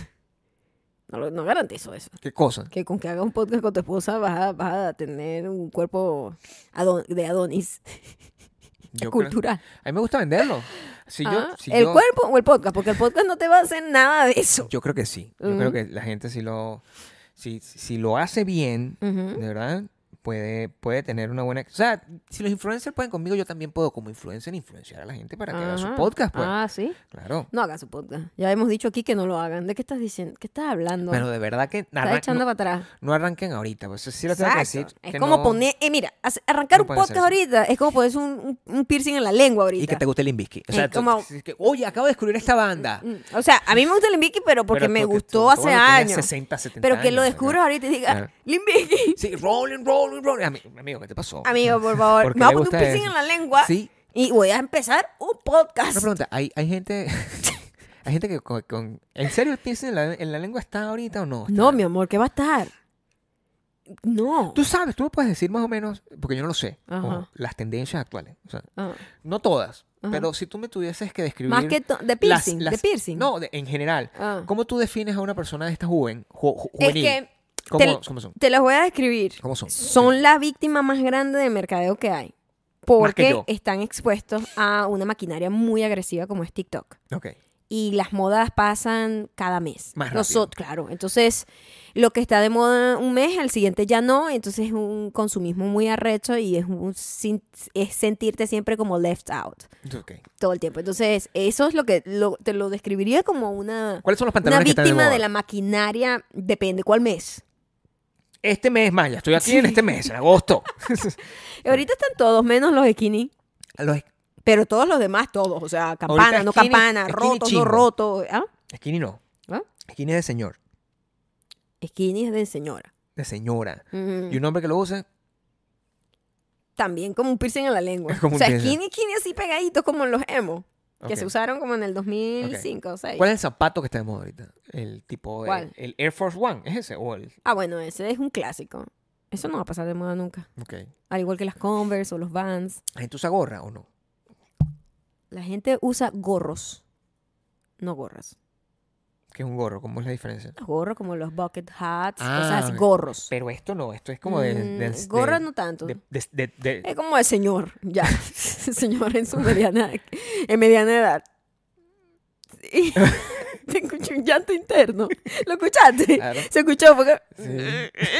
Speaker 1: no, lo- no garantizo eso.
Speaker 2: ¿Qué cosa?
Speaker 1: Que con que hagas un podcast con tu esposa vas a, vas a tener un cuerpo adon- de Adonis
Speaker 2: Yo creo-
Speaker 1: cultural.
Speaker 2: a mí me gusta venderlo. Si yo,
Speaker 1: Ah,
Speaker 2: si
Speaker 1: ¿El
Speaker 2: yo,
Speaker 1: cuerpo o el podcast? Porque el podcast no te va a hacer nada de eso.
Speaker 2: yo creo que sí. Yo
Speaker 1: Ujú.
Speaker 2: creo que la gente si lo, si, si lo hace bien,
Speaker 1: Ujú.
Speaker 2: de verdad, puede, puede tener una buena... O sea, si los influencers pueden conmigo, yo también puedo como influencer influenciar a la gente para que haga su
Speaker 1: Ajá.
Speaker 2: podcast. Pues.
Speaker 1: Ah, sí.
Speaker 2: Claro.
Speaker 1: No hagan su podcast. Ya hemos dicho aquí que no lo hagan. ¿De qué estás diciendo? ¿Qué estás hablando?
Speaker 2: Pero de verdad que
Speaker 1: estás
Speaker 2: arran-
Speaker 1: echando
Speaker 2: no,
Speaker 1: para atrás.
Speaker 2: no arranquen ahorita. Pues sí lo tengo que
Speaker 1: Exacto.
Speaker 2: decir.
Speaker 1: es
Speaker 2: que
Speaker 1: como
Speaker 2: no-
Speaker 1: poner, eh, mira, hace- arrancar
Speaker 2: no
Speaker 1: un
Speaker 2: pueden hacer
Speaker 1: podcast ahorita es como ponerse un, un- un piercing en la lengua ahorita.
Speaker 2: Y que te guste el Invisky. O
Speaker 1: Es
Speaker 2: sea, tú-
Speaker 1: como-
Speaker 2: es que, oye, acabo de descubrir esta banda.
Speaker 1: Mm, O sea, a mí me gusta el Vicky, pero porque
Speaker 2: Pero
Speaker 1: me
Speaker 2: porque
Speaker 1: gustó
Speaker 2: tú- tú
Speaker 1: hace
Speaker 2: cuando tenías
Speaker 1: años.
Speaker 2: 60, 70
Speaker 1: pero que lo
Speaker 2: años,
Speaker 1: descubras ahorita y digas,
Speaker 2: Claro.
Speaker 1: Lim Vicky.
Speaker 2: Sí, rolling, rolling, rolling. Ami- Amigo, ¿qué te pasó?
Speaker 1: Amigo, por favor,
Speaker 2: ¿Por qué
Speaker 1: me voy a poner
Speaker 2: le
Speaker 1: un
Speaker 2: gusta
Speaker 1: piercing
Speaker 2: eso?
Speaker 1: en la lengua
Speaker 2: Sí.
Speaker 1: y voy a empezar un podcast.
Speaker 2: Una pregunta, ¿hay, hay gente... Hay gente que con, con- ¿En serio el piercing en la, en la lengua está ahorita o no? Está-
Speaker 1: No, mi amor, ¿qué va a estar? No.
Speaker 2: Tú sabes, tú me puedes decir más o menos, porque yo no lo sé,
Speaker 1: Ajá.
Speaker 2: ojo, las tendencias actuales. O sea,
Speaker 1: Ah.
Speaker 2: no todas,
Speaker 1: Ajá.
Speaker 2: pero si tú me tuvieses que describir...
Speaker 1: Más que to- de
Speaker 2: las-
Speaker 1: piercing, de
Speaker 2: las-
Speaker 1: piercing.
Speaker 2: No, de- en general.
Speaker 1: Ah.
Speaker 2: ¿Cómo tú defines a una persona de esta joven, ju- ju-
Speaker 1: Es
Speaker 2: juvenil?
Speaker 1: que
Speaker 2: ¿Cómo,
Speaker 1: te-
Speaker 2: cómo son?
Speaker 1: te los voy a describir.
Speaker 2: ¿Cómo son?
Speaker 1: Son la víctima más grande de mercadeo que hay.
Speaker 2: que
Speaker 1: Porque
Speaker 2: yo.
Speaker 1: están expuestos a una maquinaria muy agresiva como es TikTok.
Speaker 2: Ok.
Speaker 1: y las modas pasan cada mes.
Speaker 2: Más rápido.
Speaker 1: claro. Entonces, lo que está de moda un mes, al siguiente ya no. Entonces es un consumismo muy arrecho y es, un, sin- es sentirte siempre como left out
Speaker 2: ok.
Speaker 1: todo el tiempo. Entonces, eso es lo que lo- te lo describiría como una,
Speaker 2: ¿Cuáles son los
Speaker 1: una
Speaker 2: pantalones que están de
Speaker 1: víctima
Speaker 2: moda?
Speaker 1: de, la maquinaria, depende cuál mes.
Speaker 2: Este mes más, ya estoy aquí en este mes, en agosto.
Speaker 1: Ahorita están todos, menos los skinny.
Speaker 2: A los
Speaker 1: Pero todos los demás, todos. O sea, campana, no
Speaker 2: skinny-
Speaker 1: campana,
Speaker 2: skinny
Speaker 1: roto,
Speaker 2: chimbo.
Speaker 1: no roto. ¿Ah?
Speaker 2: skinny no.
Speaker 1: ¿Ah?
Speaker 2: Skinny es de señor,
Speaker 1: Skinny es de señora.
Speaker 2: de señora.
Speaker 1: Mm.
Speaker 2: Y un hombre que lo usa,
Speaker 1: también como un piercing en la lengua.
Speaker 2: Es como
Speaker 1: o
Speaker 2: un
Speaker 1: sea,
Speaker 2: piercing.
Speaker 1: skinny, skinny así pegaditos como los emo,
Speaker 2: Ok.
Speaker 1: que se usaron como en el 2005 o 6.
Speaker 2: ¿Cuál es el zapato que está de moda ahorita? El tipo de-
Speaker 1: ¿Cuál?
Speaker 2: el Air Force One, ¿es ese? O el,
Speaker 1: Ah, bueno, ese es un clásico. Eso no va a pasar de moda nunca.
Speaker 2: ok.
Speaker 1: Al igual que las Converse o los Vans.
Speaker 2: ¿La gente usa gorra o no?
Speaker 1: La gente usa gorros, no gorras.
Speaker 2: ¿Qué es un gorro? ¿Cómo es la diferencia?
Speaker 1: Los gorros como los bucket hats,
Speaker 2: Ah,
Speaker 1: cosas así,
Speaker 2: ok.
Speaker 1: gorros.
Speaker 2: Pero esto no, esto es como de...
Speaker 1: Mm,
Speaker 2: de- de-
Speaker 1: gorras no Eh, tanto.
Speaker 2: de- de- de- de-
Speaker 1: Es como el señor, ya. El señor en su mediana, en mediana edad. Sí. Te escuché un llanto interno. ¿Lo escuchaste?
Speaker 2: Claro.
Speaker 1: Se escuchó porque...
Speaker 2: Sí.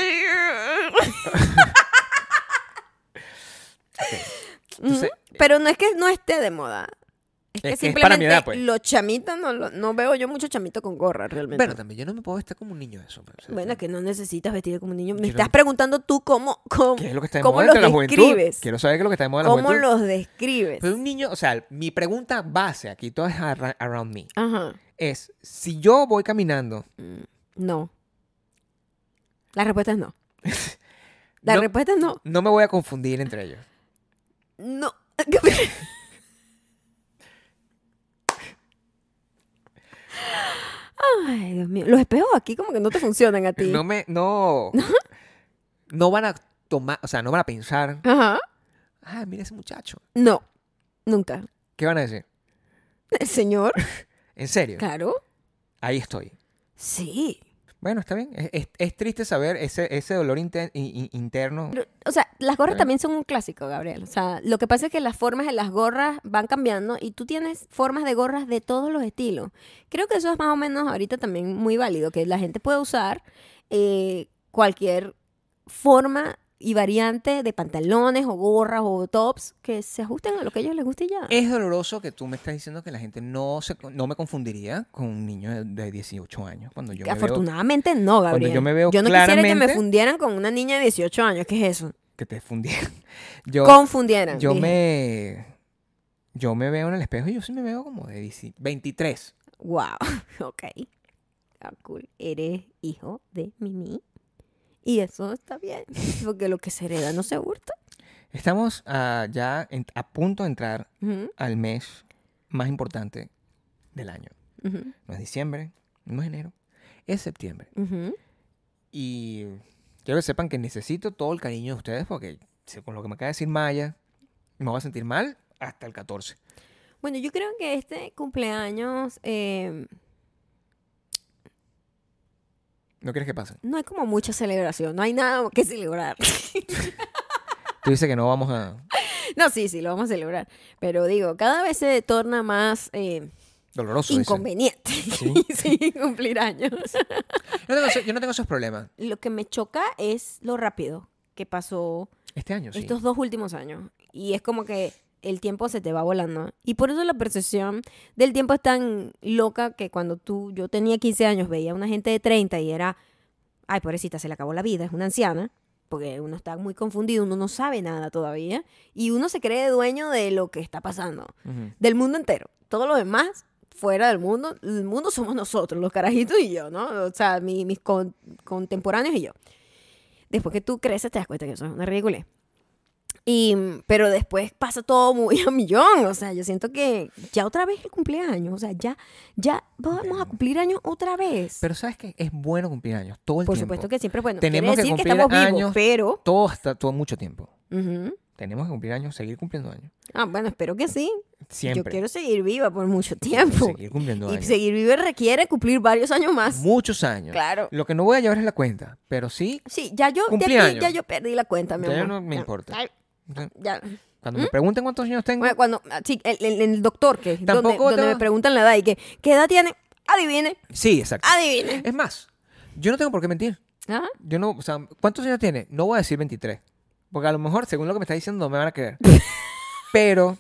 Speaker 2: Entonces,
Speaker 1: Ujú. Mm, Pero no es que no esté de moda. Es, que
Speaker 2: Es que es para
Speaker 1: simplemente
Speaker 2: mi edad, pues.
Speaker 1: los chamitos, no, lo- no veo yo mucho chamito con gorra realmente.
Speaker 2: Pero también yo no me puedo estar como un niño de eso. pues, o sea,
Speaker 1: bueno, que no necesitas vestir como un niño. Me
Speaker 2: Yo no-
Speaker 1: estás preguntando tú cómo, cómo,
Speaker 2: ¿Qué es lo que está de
Speaker 1: cómo
Speaker 2: moda
Speaker 1: los
Speaker 2: entre la juventud?
Speaker 1: describes.
Speaker 2: Quiero saber qué es lo que está de moda en la
Speaker 1: ¿Cómo
Speaker 2: juventud.
Speaker 1: los describes?
Speaker 2: Pero un niño, o sea, mi pregunta base aquí, todo es arra- around me,
Speaker 1: Ajá.
Speaker 2: es si yo voy caminando,
Speaker 1: Mm, No. La respuesta es no. La
Speaker 2: No.
Speaker 1: respuesta es no.
Speaker 2: no me voy a confundir entre ellos.
Speaker 1: No. Ay, Dios mío. Los espejos aquí como que no te funcionan a ti.
Speaker 2: No me, no, no van a tomar, o sea, no van a pensar,
Speaker 1: Ajá.
Speaker 2: ah, mira ese muchacho.
Speaker 1: No. Nunca.
Speaker 2: ¿Qué van a decir?
Speaker 1: El señor.
Speaker 2: En serio,
Speaker 1: Claro.
Speaker 2: ahí estoy.
Speaker 1: Sí.
Speaker 2: Bueno, está bien. Es, es- es triste saber ese, ese dolor inter- in- in- interno.
Speaker 1: Pero, o sea, las gorras
Speaker 2: Ok.
Speaker 1: también son un clásico, Gabriel. O sea, lo que pasa es que las formas de las gorras van cambiando y tú tienes formas de gorras de todos los estilos. Creo que eso es más o menos ahorita también muy válido, que la gente puede usar eh, cualquier forma y variante de pantalones o gorras o tops que se ajusten a lo que a ellos les guste y ya.
Speaker 2: Es doloroso que tú me estás diciendo que la gente no se, no me confundiría con un niño de, de 18 años cuando yo
Speaker 1: Que
Speaker 2: me veo
Speaker 1: Afortunadamente no, Gabriel.
Speaker 2: yo me veo
Speaker 1: no quisiera que me
Speaker 2: claramente-
Speaker 1: fundieran con una niña de 18 años. ¿Qué es eso?
Speaker 2: que te fundieron. Yo,
Speaker 1: Confundieran.
Speaker 2: yo
Speaker 1: dije.
Speaker 2: me yo me veo en el espejo y yo sí me veo como de 10 23.
Speaker 1: Wow, ok. Ah, cool. Eres hijo de Mimi. Y eso está bien. Porque lo que se hereda no se hurta.
Speaker 2: Estamos ah, ya en- a punto de entrar
Speaker 1: Ujú,
Speaker 2: al mes más importante del año.
Speaker 1: ujú,
Speaker 2: No es diciembre, no es enero, es septiembre.
Speaker 1: ujú.
Speaker 2: Y quiero que sepan que necesito todo el cariño de ustedes porque si- con lo que me acaba de decir Maya, me voy a sentir mal hasta el 14.
Speaker 1: Bueno, yo creo que este cumpleaños eh,
Speaker 2: ¿No quieres que pase?
Speaker 1: no hay como mucha celebración. No hay nada que celebrar.
Speaker 2: Tú dices que no vamos a...
Speaker 1: no, sí, sí, lo vamos a celebrar. Pero digo, cada vez se torna más eh,
Speaker 2: Doloroso. dice.
Speaker 1: inconveniente.
Speaker 2: Sí.
Speaker 1: sí, cumplir años.
Speaker 2: Yo no tengo eso- yo no tengo esos problemas.
Speaker 1: Lo que me choca es lo rápido que pasó
Speaker 2: Este año, sí.
Speaker 1: estos dos últimos años. Y es como que el tiempo se te va volando. Y por eso la percepción del tiempo es tan loca que cuando tú, yo tenía 15 años, veía a una gente de 30 y era, ay, pobrecita, se le acabó la vida, es una anciana. Porque uno está muy confundido, uno no sabe nada todavía. Y uno se cree dueño de lo que está pasando
Speaker 2: Ujú.
Speaker 1: del mundo entero. Todo lo demás, fuera del mundo, el mundo somos nosotros, los carajitos y yo, ¿no? O sea, mi- mis con- contemporáneos y yo. Después que tú creces, te das cuenta que eso es una ridiculez. Y, pero después pasa todo muy a millón. O sea, yo siento que ya otra vez el cumpleaños. O sea, ya, ya vamos a cumplir años otra vez.
Speaker 2: Pero sabes que es bueno cumplir años, todo el
Speaker 1: Por
Speaker 2: tiempo.
Speaker 1: supuesto que siempre es bueno.
Speaker 2: Tenemos que
Speaker 1: Quiere decir que,
Speaker 2: cumplir
Speaker 1: estamos vivos,
Speaker 2: años.
Speaker 1: pero.
Speaker 2: Todo hasta todo mucho tiempo.
Speaker 1: ujú.
Speaker 2: Tenemos que cumplir años, seguir cumpliendo años.
Speaker 1: Ah, bueno, espero que sí. Yo
Speaker 2: Siempre.
Speaker 1: quiero seguir viva por mucho tiempo.
Speaker 2: Seguir cumpliendo
Speaker 1: Y
Speaker 2: años.
Speaker 1: seguir vivo requiere cumplir varios años más.
Speaker 2: Muchos años.
Speaker 1: Claro.
Speaker 2: Lo que no voy a llevar es la cuenta, pero sí,
Speaker 1: Sí, ya yo, de
Speaker 2: Cumplí
Speaker 1: aquí,
Speaker 2: años.
Speaker 1: ya yo perdí la cuenta, mi
Speaker 2: Ya
Speaker 1: amor.
Speaker 2: no me importa.
Speaker 1: ay, Ya.
Speaker 2: cuando me pregunten cuántos años tengo,
Speaker 1: ¿Mm? Bueno, cuando, ah, sí, el, el- el doctor, que es donde-
Speaker 2: Tampoco
Speaker 1: donde,
Speaker 2: te va-
Speaker 1: me preguntan la edad y que, ¿qué edad tiene? Adivine,
Speaker 2: sí, exacto.
Speaker 1: adivine. ¿Ah?
Speaker 2: Es más, yo no tengo por qué mentir.
Speaker 1: Ajá.
Speaker 2: Yo no, o sea, ¿cuántos años tiene? No voy a decir 23, porque a lo mejor, según lo que me está diciendo, no me van a creer. pero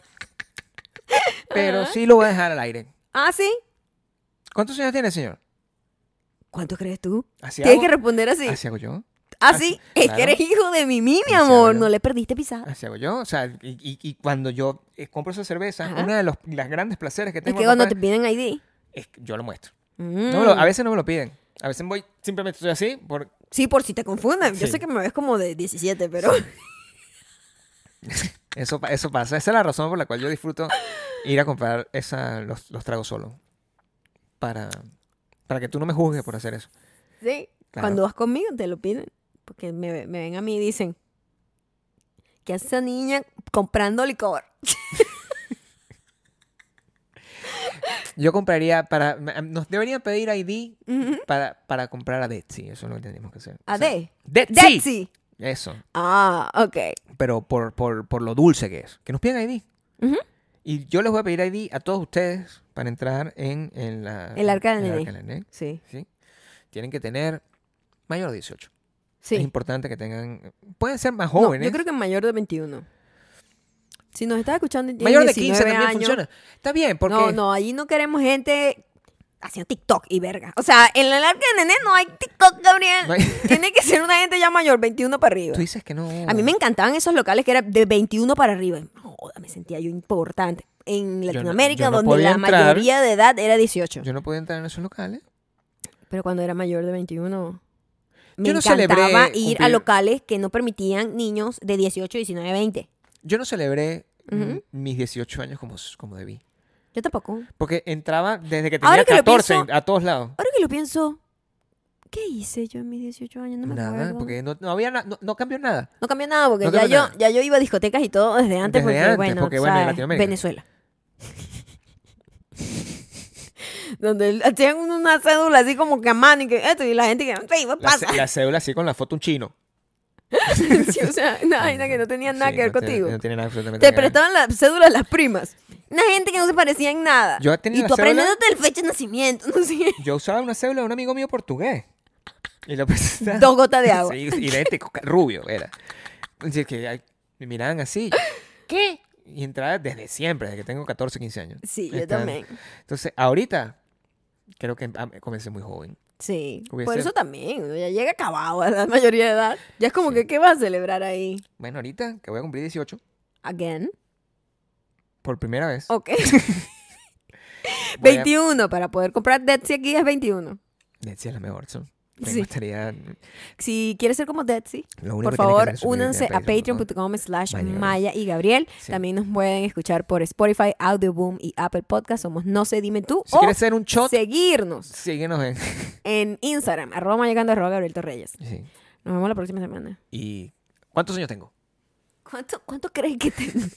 Speaker 2: pero sí lo voy a dejar al aire.
Speaker 1: Ah, sí.
Speaker 2: ¿Cuántos años tiene, señor?
Speaker 1: ¿Cuánto crees tú?
Speaker 2: Así
Speaker 1: Tienes
Speaker 2: hago,
Speaker 1: que responder así.
Speaker 2: así hago yo.
Speaker 1: Así. Es
Speaker 2: claro.
Speaker 1: que eres hijo de Mimi, mi
Speaker 2: Así
Speaker 1: amor.
Speaker 2: hablo.
Speaker 1: No le perdiste pisada.
Speaker 2: Así hago yo. O sea, y, y- y cuando yo eh, compro esa cerveza,
Speaker 1: Ajá.
Speaker 2: uno de los las grandes placeres que
Speaker 1: Es
Speaker 2: tengo
Speaker 1: que
Speaker 2: al
Speaker 1: cuando te
Speaker 2: comprar
Speaker 1: piden ID.
Speaker 2: es que yo lo muestro.
Speaker 1: Mm.
Speaker 2: No me lo- a veces no me lo piden. A veces voy, simplemente estoy así, por,
Speaker 1: Sí, por si te confunden. Yo
Speaker 2: Sí.
Speaker 1: sé que me ves como de 17, pero...
Speaker 2: Eso, pa- eso pasa. Esa es la razón por la cual yo disfruto ir a comprar esa, los, los tragos solo. Para, para que tú no me juzgues por hacer eso.
Speaker 1: Sí.
Speaker 2: Claro.
Speaker 1: Cuando vas conmigo te lo piden. Porque me, me ven a mí y dicen, ¿qué hace esa niña comprando licor?
Speaker 2: Yo compraría para... Nos deberían pedir ID
Speaker 1: Ujú.
Speaker 2: para, para comprar a Detsy. Eso es lo que tenemos que hacer.
Speaker 1: ¿A
Speaker 2: O sea,
Speaker 1: D?
Speaker 2: Detsy.
Speaker 1: Detsy.
Speaker 2: Eso.
Speaker 1: Ah, ok.
Speaker 2: Pero por, por, por lo dulce que es. Que nos pidan ID.
Speaker 1: Ujú.
Speaker 2: Y yo les voy a pedir ID a todos ustedes para entrar en, en la...
Speaker 1: El arca del
Speaker 2: en el
Speaker 1: nené.
Speaker 2: del nené,
Speaker 1: Sí,
Speaker 2: ¿sí? Tienen que tener mayor de 18. Es ¿eh?
Speaker 1: sí.
Speaker 2: importante que tengan... Pueden ser más
Speaker 1: No,
Speaker 2: jóvenes.
Speaker 1: yo creo que mayor de 21. Si nos estás escuchando y tienes
Speaker 2: Mayor de 15
Speaker 1: 19
Speaker 2: también
Speaker 1: años,
Speaker 2: funciona. Está bien, porque.
Speaker 1: No, no, allí no queremos gente haciendo TikTok y verga. O sea, en la larga de nené no hay TikTok, Gabriel.
Speaker 2: No hay-
Speaker 1: Tiene que ser una gente ya mayor, 21 para arriba.
Speaker 2: Tú dices que no.
Speaker 1: A mí me encantaban esos locales que era de 21 para arriba. No, joda, me sentía yo importante. En
Speaker 2: no-
Speaker 1: Latinoamérica,
Speaker 2: yo no
Speaker 1: donde
Speaker 2: podía
Speaker 1: la
Speaker 2: entrar.
Speaker 1: mayoría de edad era 18.
Speaker 2: Yo no podía entrar en esos locales.
Speaker 1: Pero cuando era mayor de 21, me
Speaker 2: Yo no
Speaker 1: encantaba
Speaker 2: celebré
Speaker 1: ir
Speaker 2: cumplir-
Speaker 1: a locales que no permitían niños de 18, 19, 20.
Speaker 2: Yo no celebré mm,
Speaker 1: Ujú.
Speaker 2: mis 18 años como, como debí.
Speaker 1: Yo tampoco.
Speaker 2: Porque entraba desde que
Speaker 1: Ahora
Speaker 2: tenía
Speaker 1: que lo
Speaker 2: 14
Speaker 1: pienso-
Speaker 2: a todos lados.
Speaker 1: Ahora que lo pienso, ¿qué hice yo en mis 18 años? No me
Speaker 2: nada,
Speaker 1: acuerdo.
Speaker 2: porque no, no había na- no, no cambió nada.
Speaker 1: No cambió nada, porque
Speaker 2: No
Speaker 1: ya,
Speaker 2: cambió
Speaker 1: yo,
Speaker 2: nada.
Speaker 1: ya yo iba a discotecas y todo desde antes,
Speaker 2: Desde
Speaker 1: porque,
Speaker 2: antes,
Speaker 1: bueno,
Speaker 2: porque, bueno, en
Speaker 1: sabes,
Speaker 2: Latinoamérica.
Speaker 1: Venezuela. Donde hacían una cédula así como que a mano y que esto, y la gente que, sí, pues
Speaker 2: La, ce-
Speaker 1: pasa.
Speaker 2: la cédula así con la foto un chino.
Speaker 1: Sí, o sea, una vaina que no tenía nada
Speaker 2: Sí,
Speaker 1: que ver
Speaker 2: no tiene-
Speaker 1: contigo.
Speaker 2: no tiene nada absolutamente
Speaker 1: Te
Speaker 2: que ver.
Speaker 1: prestaban las cédulas las primas. Una gente que no se parecía en nada.
Speaker 2: Yo tenía
Speaker 1: y
Speaker 2: la
Speaker 1: tú
Speaker 2: cédula-
Speaker 1: aprendiéndote el fecha de nacimiento, no sé.
Speaker 2: Yo usaba una cédula de un amigo mío portugués. Y lo presentaba.
Speaker 1: Dos gotas de agua.
Speaker 2: Sí, idéntico, ca- rubio era. Es decir, que ay, me miraban así. ¿Qué? Y entraba desde siempre, desde que tengo 14, 15 años.
Speaker 1: Sí, yo
Speaker 2: Estaba-
Speaker 1: también.
Speaker 2: Entonces, ahorita creo que ah, comencé muy joven.
Speaker 1: Sí.
Speaker 2: Hubiese-
Speaker 1: Por eso también. uno Ya llega acabado a la mayoría de edad. Ya es como que, ¿qué vas a celebrar ahí?
Speaker 2: Bueno, ahorita que voy a cumplir 18
Speaker 1: Again.
Speaker 2: por primera vez.
Speaker 1: Ok.
Speaker 2: voy a-
Speaker 1: 21. Para poder comprar Detsy aquí es 21.
Speaker 2: Nancy es la mejor. son- Me
Speaker 1: Sí.
Speaker 2: gustaría.
Speaker 1: Si quieres ser como Detsy,
Speaker 2: Lo
Speaker 1: por
Speaker 2: único que tiene que
Speaker 1: favor,
Speaker 2: hacer es subir
Speaker 1: únanse a patreon.com slash
Speaker 2: Maya Gabriel.
Speaker 1: Maya y Gabriel.
Speaker 2: Sí.
Speaker 1: También nos pueden escuchar por Spotify, Audioboom y Apple Podcast. Somos No sé, dime tú.
Speaker 2: Si
Speaker 1: o
Speaker 2: quieres hacer un shot,
Speaker 1: seguirnos
Speaker 2: síguenos en.
Speaker 1: en Instagram, arroba mayagando, arroba Gabriel Torreyes.
Speaker 2: Sí.
Speaker 1: Nos vemos la próxima semana.
Speaker 2: ¿Y cuántos años tengo?
Speaker 1: ¿Cuánto, cuánto crees que tengo?